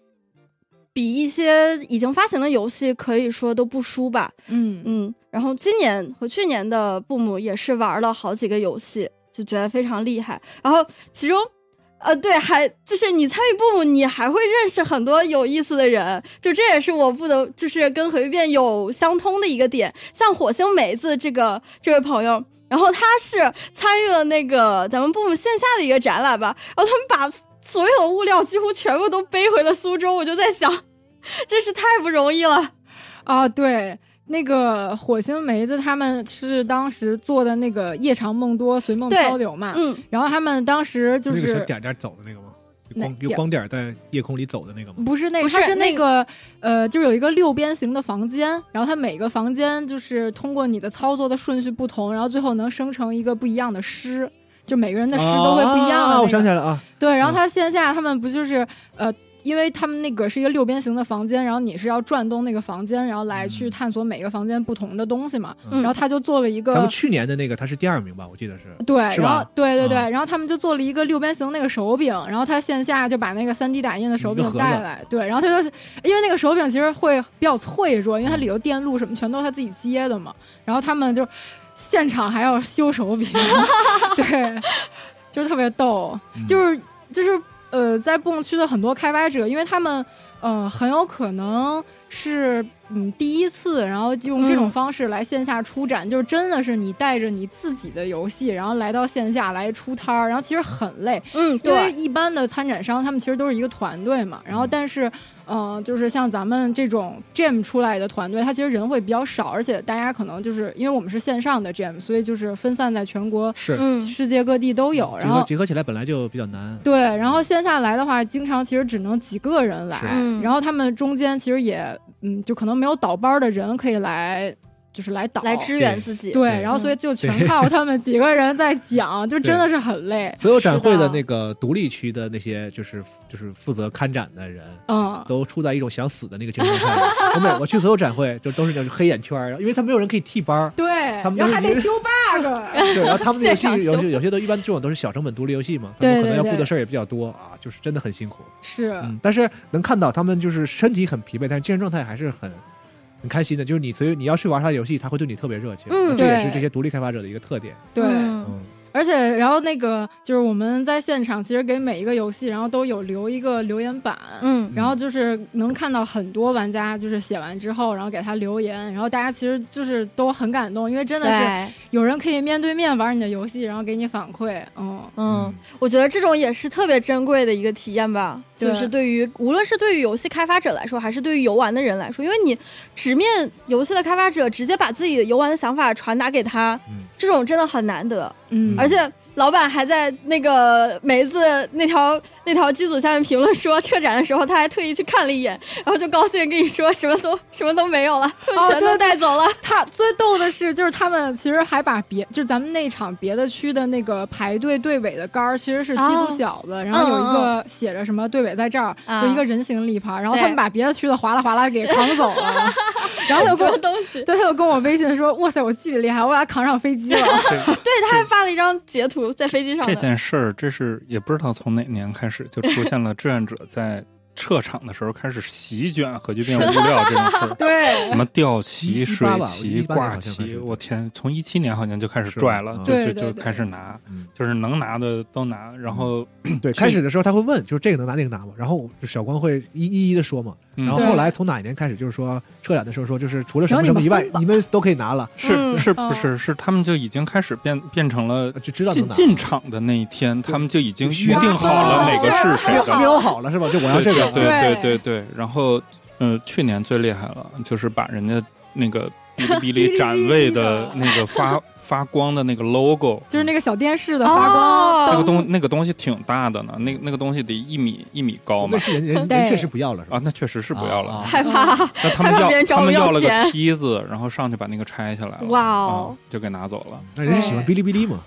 比一些已经发行的游戏可以说都不输吧。嗯嗯，嗯，然后今年和去年的布姆也是玩了好几个游戏，就觉得非常厉害。然后其中，呃，对，还就是你参与布姆，你还会认识很多有意思的人，就这也是我不能就是跟核聚变有相通的一个点。像火星梅子这个这位朋友。然后他是参与了那个咱们布姆线下的一个展览吧，然后他们把所有的物料几乎全部都背回了苏州，我就在想， 真是太不容易了。啊，对。那个火星梅子他们是当时做的那个夜长梦多随梦对漂流嘛，嗯，然后他们当时就那个是小点点走的那个吗？有哪光有点光点在夜空里走的那个吗？不是那个，不是它是那那个呃，就是有一个六边形的房间，然后它每个房间就是通过你的操作的顺序不同，然后最后能生成一个不一样的诗，就每个人的诗都会不一样的那啊！个、我想起来了啊，对，然嗯后它线下他们不就是呃。因为他们那个是一个六边形的房间，然后你是要转动那个房间，然后来嗯去探索每个房间不同的东西嘛。嗯然后他就做了一个咱们去年的那个他是第二名吧？我记得是。对，是然后吧对对对，嗯然后他们就做了一个六边形那个手柄，然后他线下就把那个三 D 打印的手一柄个盒子带来，对，然后他就因为那个手柄其实会比较脆弱，嗯因为它里头电路什么全都是他自己接的嘛，然后他们就现场还要修手柄， 对，就是特别逗，就是就是呃，在泵区的很多开发者，因为他们呃很有可能是嗯第一次，然后用这种嗯方式来线下出展，就是真的是你带着你自己的游戏，然后来到线下来出摊儿，然后其实很累，嗯，因对，为一般的参展商他们其实都是一个团队嘛，然后但是。嗯，就是像咱们这种 Jam 出来的团队，它其实人会比较少，而且大家可能就是因为我们是线上的 Jam，所以就是分散在全国、是嗯，世界各地都有。结然后合结合起来本来就比较难。对，然后线下来的话，经常其实只能几个人来是，嗯然后他们中间其实也，嗯，就可能没有倒班儿的人可以来，就是来倒来支援自己。对，对然后所以嗯就全靠他们几个人在讲，就真的是很累，嗯所有展会是的的那个独立区的那些就是就是负责看展的人，嗯，都处在一种想死的那个情况 下。我每我去所有展会就都是那种黑眼圈儿，因为他没有人可以替班 儿。对，他们然后还都是得修 bug，对，然后他们的 游戏现场有秀些有些都一般这种都是小成本独立游戏嘛，他们对可能要顾对的对事儿也比较多啊，就是真的很辛苦。是，嗯，但 是能看到他们就是身体很疲惫，但是精神状态还是很很开心的。就是你所以你要去玩他的游戏，他会对你特别热情，嗯这也对是这些独立开发者的一个特 点。对。嗯嗯，而且，然后那个就是我们在现场，其实给每一个游戏，然后都有留一个留言板，嗯然后就是能看到很多玩家就是写完之后，然后给他留言，然后大家其实就是都很感动，因为真的是对，有人可以面对面玩你的游戏，然后给你反馈，嗯，嗯，我觉得这种也是特别珍贵的一个体验吧，对就是对于无论是对于游戏开发者来说，还是对于游玩的人来说，因为你直面游戏的开发者，直接把自己游玩的想法传达给他嗯，这种真的很难得。嗯而且老板还在那个梅子那条那条机组下面评论说，撤展的时候他还特意去看了一眼，然后就高兴地跟你说什么都什么都没有了，他们哦全都对对带走了。他最逗的是，就是他们其实还把别，就是咱们那场别的区的那个排队队尾的杆儿，其实是机组小子，然后有一个写着什么队尾在这儿，哦嗯啊就一个人形立牌，然后对他们把别的区的哗啦哗啦给扛走 了，然后他什就跟么我。东西？对，他就跟我微信说：“哇塞，我巨厉害，我把他扛上飞机了。。对，他还发了一张截图在飞机上这的。件事儿，这是也不知道从哪年开始就出现了志愿者在撤场的时候开始席卷核聚变物料这种事儿 对什么吊旗、一水18吧旗、 18年挂好像开旗，始我天！从一七年好像就开始是拽了，嗯就对就对就对开始拿嗯，就是能拿的都拿，然后对，开始的时候他会问，就是这个能拿那个拿吗？然后我就小光会一一一的说嘛。嗯然后对后来从哪一年开始，就是说车展的时候说，就是除了什行么什么你们以外分，吧你们都可以拿了，是嗯是不哦是是他们就已经开始变变成了呃就知道能进拿。进场的那一天，对他们就已经就预选定好了哪个是谁好的了。瞄好了是吧？就我要对这个对啊。对对对对。然后，呃，去年最厉害了，就是把人家那个哔哩哔哔哩哔哩哩展位 的那个发发光的那个 logo，就是那个小电视的发光那哦个东那个东西挺大的呢，那那个东西得一米一米高那嘛。是人人人对确实不要了是吧啊？，那确实是不要了。啊害怕， 那他们还怕别要人找他们我要要了个钱梯子，然后上去把那个拆下来了，哇哦啊，就给拿走了， 那人家喜欢哔哩哔哩嘛，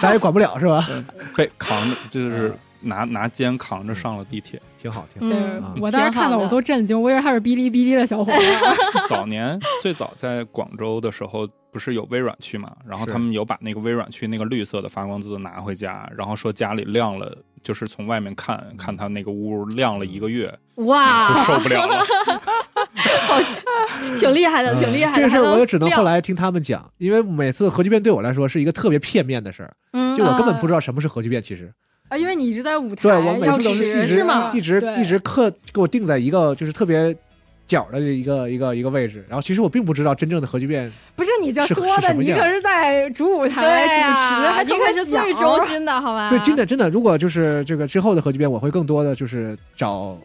咱也管不了是吧？嗯被扛着就是拿拿肩扛着上了地铁。挺好，挺好。对嗯，我当时看到我都震惊，我以为他是哔哩哔哩的小 伙子。 早年最早在广州的时候，不是有微软区嘛？然后是他们有把那个微软区那个绿色的发光字拿回家，然后说家里亮了，就是从外面看嗯看他那个屋亮了一个月，啊就哇，受不了了。挺厉害的，嗯挺厉害的。这个事还儿我也只能亮后，来听他们讲，因为每次核聚变对我来说是一个特别片面的事儿，嗯就我根本不知道什么是核聚变。其实，啊，因为你一直在舞台，对我每要次都是吃一是直吗一直对一直刻给我定在一个就是特别角的一个一个一个位置，然后其实我并不知道真正的核聚变不是你叫是说是的，什么你样可是在主舞台主对持，呀，还你可是哦最中中心的，好吧？对，真的真的，如果就是这个之后的核聚变，我会更多的就是找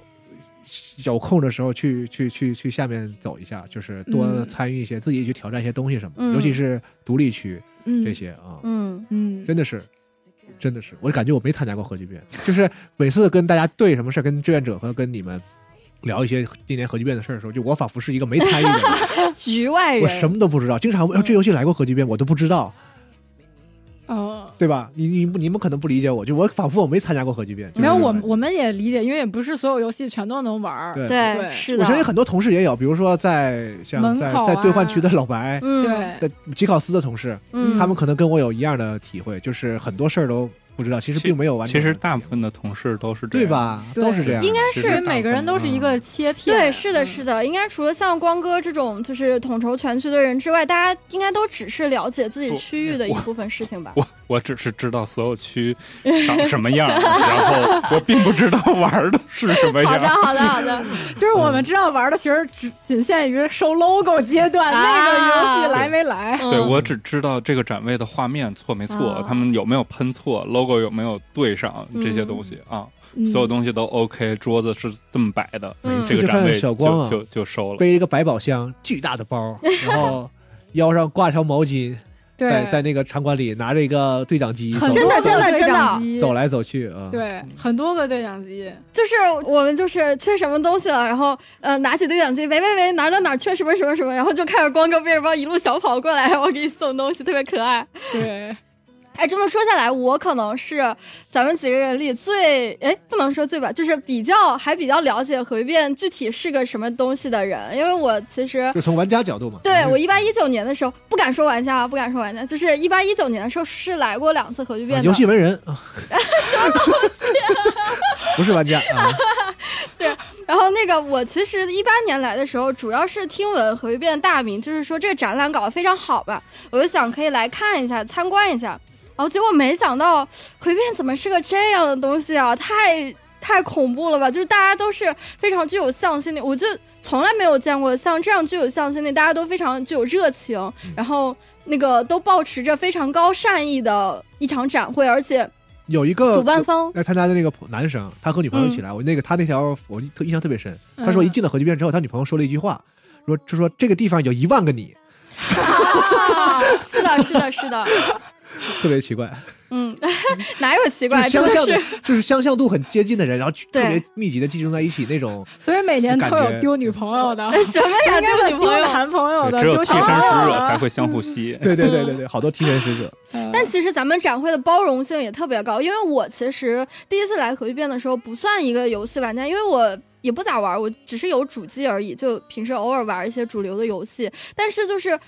有空的时候去去去去下面走一下，就是多嗯参与一些，自己去挑战一些东西什么的，嗯尤其是独立区嗯这些啊，嗯，嗯，真的是。真的是，我感觉我没参加过核聚变，就是每次跟大家对什么事儿，跟志愿者和跟你们聊一些今年核聚变的事儿的时候，就我仿佛是一个没参与的人，局外人，我什么都不知道。经常问、哎这游戏来过核聚变，我都不知道，哦。对吧？你你你们可能不理解我，就我仿佛我没参加过核聚变。就是没有，这种我感觉我们也理解，因为也不是所有游戏全都能玩儿。对对，对是我的，相信很多同事也有，比如说在像门在口在啊兑换区的老白，嗯，对，在吉考斯的同事，嗯，他们可能跟我有一样的体会，就是很多事儿都不知道，其实其并没 有完其全。实啊大部分的同事都是这对样，吧？对都是这样。应该其是实大部分嗯每个人都是嗯一个切片。对，是的，嗯是的，应该除了像光哥这种就是统筹全区的人之外，大家应该都只是了解自己不区域的一我部分事情吧？我我只是知道所有区长什么样，然后我并不知道玩的是什么 好的，样。好的，好的，就是我们知道玩的，其实只仅限于收 logo 阶段，啊那个游戏来没来？对，嗯我只知道这个展位的画面错没错，哦啊他们有没有喷错，logo 有没有对上这嗯些东西啊。所有东西都 OK，桌子是这么摆的，嗯这个展位小就光啊就就收了。背一个百宝箱，巨大的包，然后腰上挂条毛巾，对，在在那个场馆里拿着一个对讲机 走很多真的真的个对真的讲机走来走去啊。对，很多个对讲机，就是我们就是缺什么东西了，然后呃拿起对讲机，喂喂喂，哪儿哪儿哪儿缺什么什么什么，然后就看着光哥背着包一路小跑过来，我给你送东西，特别可爱。对， 哎，这么说下来，我可能是咱们几个人里最哎，不能说最吧，就是比较还比较了解核变具体是个什么东西的人，因为我其实就从玩家角度嘛。对嗯我一八一九年的时候，不敢说玩家啊，不敢说玩家，就是一八一九年的时候是来过两次核聚啊变的。游戏文人啊， 不是玩家啊， 然后那个我其实一八年来的时候，主要是听闻核聚变大名，就是说这个展览搞得非常好吧，我就想可以来看一下、参观一下。然后结果没想到核聚变怎么是个这样的东西啊，太太恐怖了吧！就是大家都是非常具有向心力，我就从来没有见过像这样具有向心力，大家都非常具有热情，然后那个都保持着非常高善意的一场展会，而且 有一个主办方嗯来参加的那个朋男生，他和女朋友一起来，我那个他那条我印特印象特别深。他说一进了核聚变之后，他女朋友说了一句话，说就说这个地方有一万个你，啊，是的，是的，是的，特别奇怪，嗯， 哪有奇就怪，是真相的像是的。，就是相像度很接近的人，然后聚对特别密集的集中在一起那种，所以每年都感觉有丢女朋 友的， 什么呀？应该对会女丢朋友。男朋友对的，只有丢替身小使朋友者的才会相互嗯 吸。 对对对对对，好多替身使 者，嗯但其实咱们展会的包容性也特别高，因为我其实第一次来核聚变的时候不算一个游戏玩家，因为我也不咋玩，我只是有主机而已，就平时偶尔玩一些主流的游戏。但是就是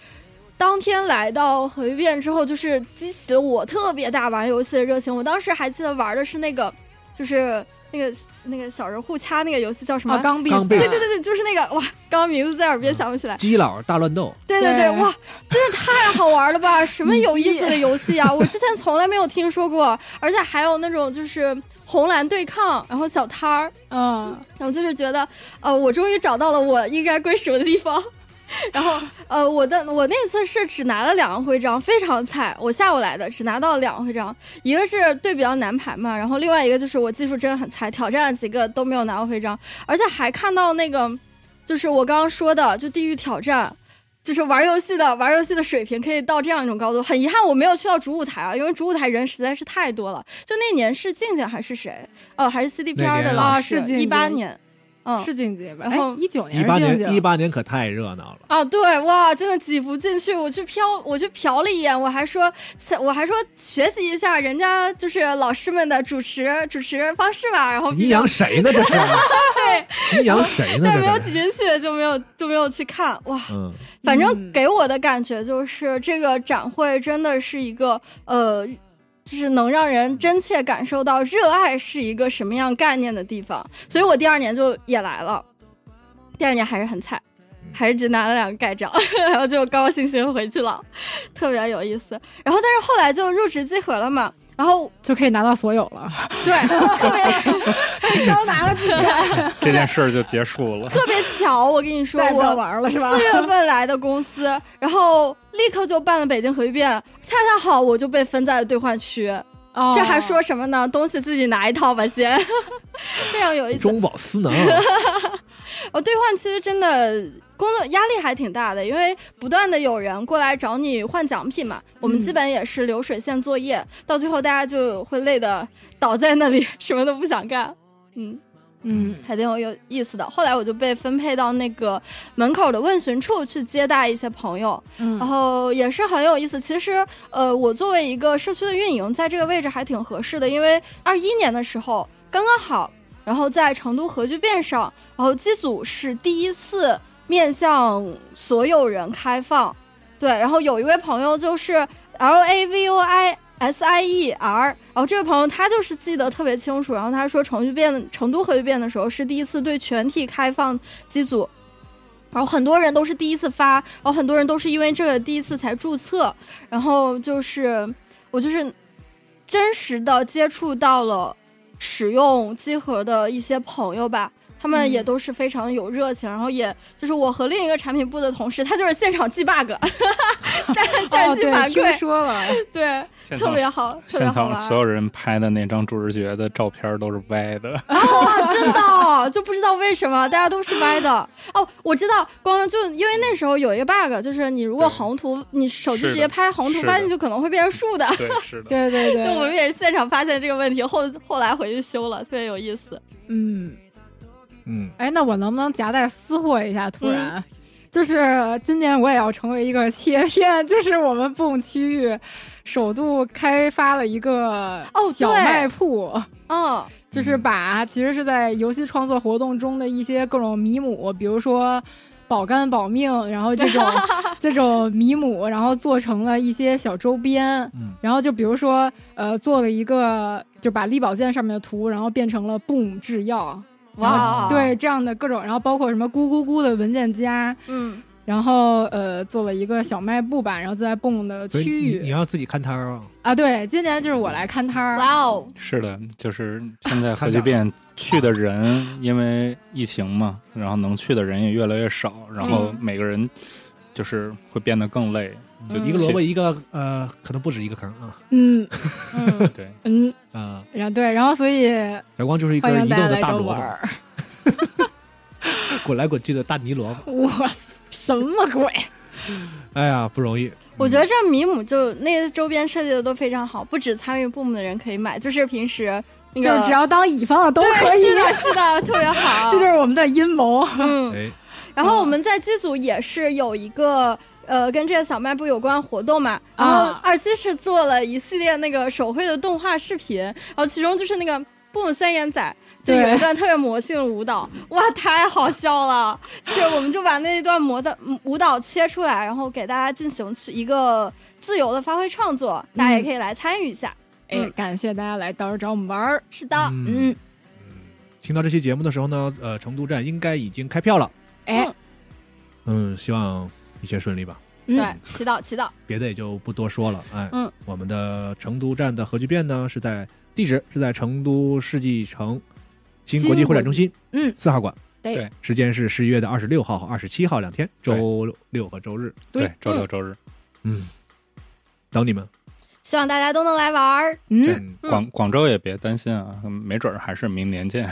当天来到核聚变之后，就是激起了我特别大玩游戏的热情。我当时还记得玩的是那个，就是那个那个小人互掐那个游戏叫 什么？啊，钢笔，钢臂对对对对，就是那个哇，刚刚名字在耳边想不起来。基佬大乱斗，对对对，对哇，真是太好玩了吧！什么有意思的游戏啊，我之前从来没有听说过，而且还有那种就是红蓝对抗，然后小摊儿，嗯，然后就是觉得，呃，我终于找到了我应该归属的地方。 然后，呃，我的我那次是只拿了两张徽章，非常菜。我下午来的，只拿到了两张徽章，一个是对比较难排嘛，然后另外一个就是我技术真的很菜，挑战了几个都没有拿到徽章，而且还看到那个，就是我刚刚说的，就地狱挑战。就是玩游戏的玩游戏的水平可以到这样一种高度，很遗憾我没有去到主舞台啊，因为主舞台人实在是太多了。就那年是静静还是谁？哦，还是 CDPR 哪年的啊老啊师，是静一静八年，嗯，是境节吧？然哎后，一九一年八是境年一节吧，八年可太热闹了，啊，对，哇，真的挤不进去。我去瞟，我去瞟了一眼，我还说，我还说学习一下人家就是老师们的主持主持方式吧。然后你养谁呢？这 是，对， 你养谁呢？但这没有是挤进去，就没有就没有去看。哇，嗯，反正嗯给我的感觉就是，这个展会真的是一个呃，就是能让人真切感受到热爱是一个什么样概念的地方。所以我第二年就也来了，第二年还是很菜，嗯还是只拿了两个盖章， 然后就高高兴兴回去了，特别有意思。然后但是后来就入职即可了嘛，然后就可以拿到所有了。对特别都拿了，这件事儿就结束了。特别巧，我跟你说再也不我要玩 了是吧四？月份来的公 司，然后立刻就办了北京核聚变，恰恰好我就被分在了兑换区，哦这还说什么呢？东西自己拿一套吧， 先，非常有意思。中饱私囊，啊我兑换区真的工作压力还挺大的，因为不断的有人过来找你换奖品嘛，嗯我们基本也是流水线作业，到最后大家就会累的倒在那里，什么都不想干。嗯，嗯，还挺有有意思的。后来我就被分配到那个门口的问询处去接待一些朋友，嗯然后也是很有意思。其实，呃，我作为一个社区的运营，在这个位置还挺合适的，因为二一年的时候刚刚好，然后在成都核聚变上，然后机组是第一次面向所有人开放，对。然后有一位朋友就是 L A V O I。S I E R，然后这位朋友他就是记得特别清楚，然后他说成都变成都核聚变的时候是第一次对全体开放机组，然后很多人都是第一次发，然后很多人都是因为这个第一次才注册，然后就是我就是真实的接触到了使用机核的一些朋友吧。他们也嗯都是非常有热情，然后也就是我和另一个产品部的同事，他就是现场记 bug，在现哦对场反听馈，说了，对，现特场别好，特别现好场玩。所有人拍的那张主视觉的照片都是歪 的，啊，真的就不知道为什么大家都是歪的。哦，我知道，光就因为那时候有一个 bug，就是你如果对横图，你手机是直的接拍横图，是的发现就可能会变成竖 的。对，是的。对 对就对，我们也是现场发现这个问题，后后来回去修了，特别有意思。嗯。嗯，哎，那我能不能夹带私货一下？突然，嗯 就是今年我也要成为一个 切片，就是我们部区域首度开发了一个哦对小卖铺。嗯，就是把其实是在游戏创作活动中的一些各种迷母，比如说保肝保命，然后 这种这种迷母，然后做成了一些小周边，嗯然后就比如说呃做了一个就把力保健上面的图，然后变成了 Boom 制药，哇，，哦啊对这样的各种，然后包括什么咕咕咕的文件夹，嗯，然后呃做了一个小卖部吧，然后在蹦的所以区你你域要自己看摊儿啊，啊，对，今年就是我来看摊儿，哇哦，是的，就是现在核聚变去的人，因为疫情嘛，然后能去的人也越来越少，然后嗯每个人就是会变得更累，就嗯一个萝卜切一个呃，可能不止一个坑啊嗯嗯，对，嗯，啊，然后对，然后所以阳光就是一欢根迎移大动家的来大找萝卜，我 玩，滚来滚去的大泥萝卜，我什么鬼？嗯哎呀，不容易，我觉得这米姆就那个周边设计的都非常好，不止参与部门的人可以买，就是平时那就个是只要当乙方的都可以对，是的，是的，特别好，这 就是我们的阴谋。嗯。哎，然后我们在机组也是有一个呃跟这个小卖部有关活动嘛，然后啊二期是做了一系列那个手绘的动画视频，然后其中就是那个。布姆三眼仔就对有一段特别魔性的舞蹈，哇，太好笑了！是，我们就把那一段魔的嗯舞蹈切出来，然后给大家进行去一个自由的发挥创作，大家也可以来参与一下。 哎，感谢大家来，到时候找我们玩儿。是的，嗯，嗯，听到这期节目的时候呢，呃，成都站应该已经开票了，哎嗯，嗯，希望一切顺利吧。嗯对，祈祷祈祷，别的也就不多说了。哎，嗯，我们的成都站的核聚变呢是在地址是在成都世纪城新国际会展中心，新国际嗯，四号馆。对对，时间是十一月的二十六号和二十七号两天，周六和周日。对，周六周日，嗯，等你们。希望大家都能来玩儿。嗯嗯广广州也别担心啊，没准儿还是明年见。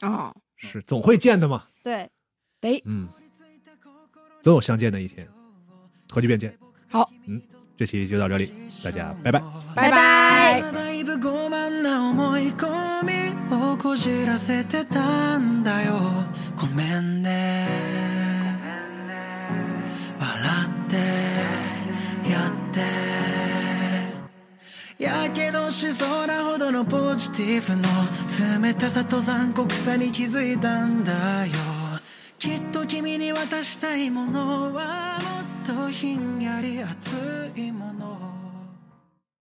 啊，是总会见的嘛。对，得嗯，总有相见的一天。核聚变见。好，嗯，这期就到这里，大家拜拜。拜拜拜。だいぶ傲慢な思い込みをこじらせてたんだよティフの冷たさと残酷さに気づいたんだよきっと君に渡したいものはもっとひんやり熱いもの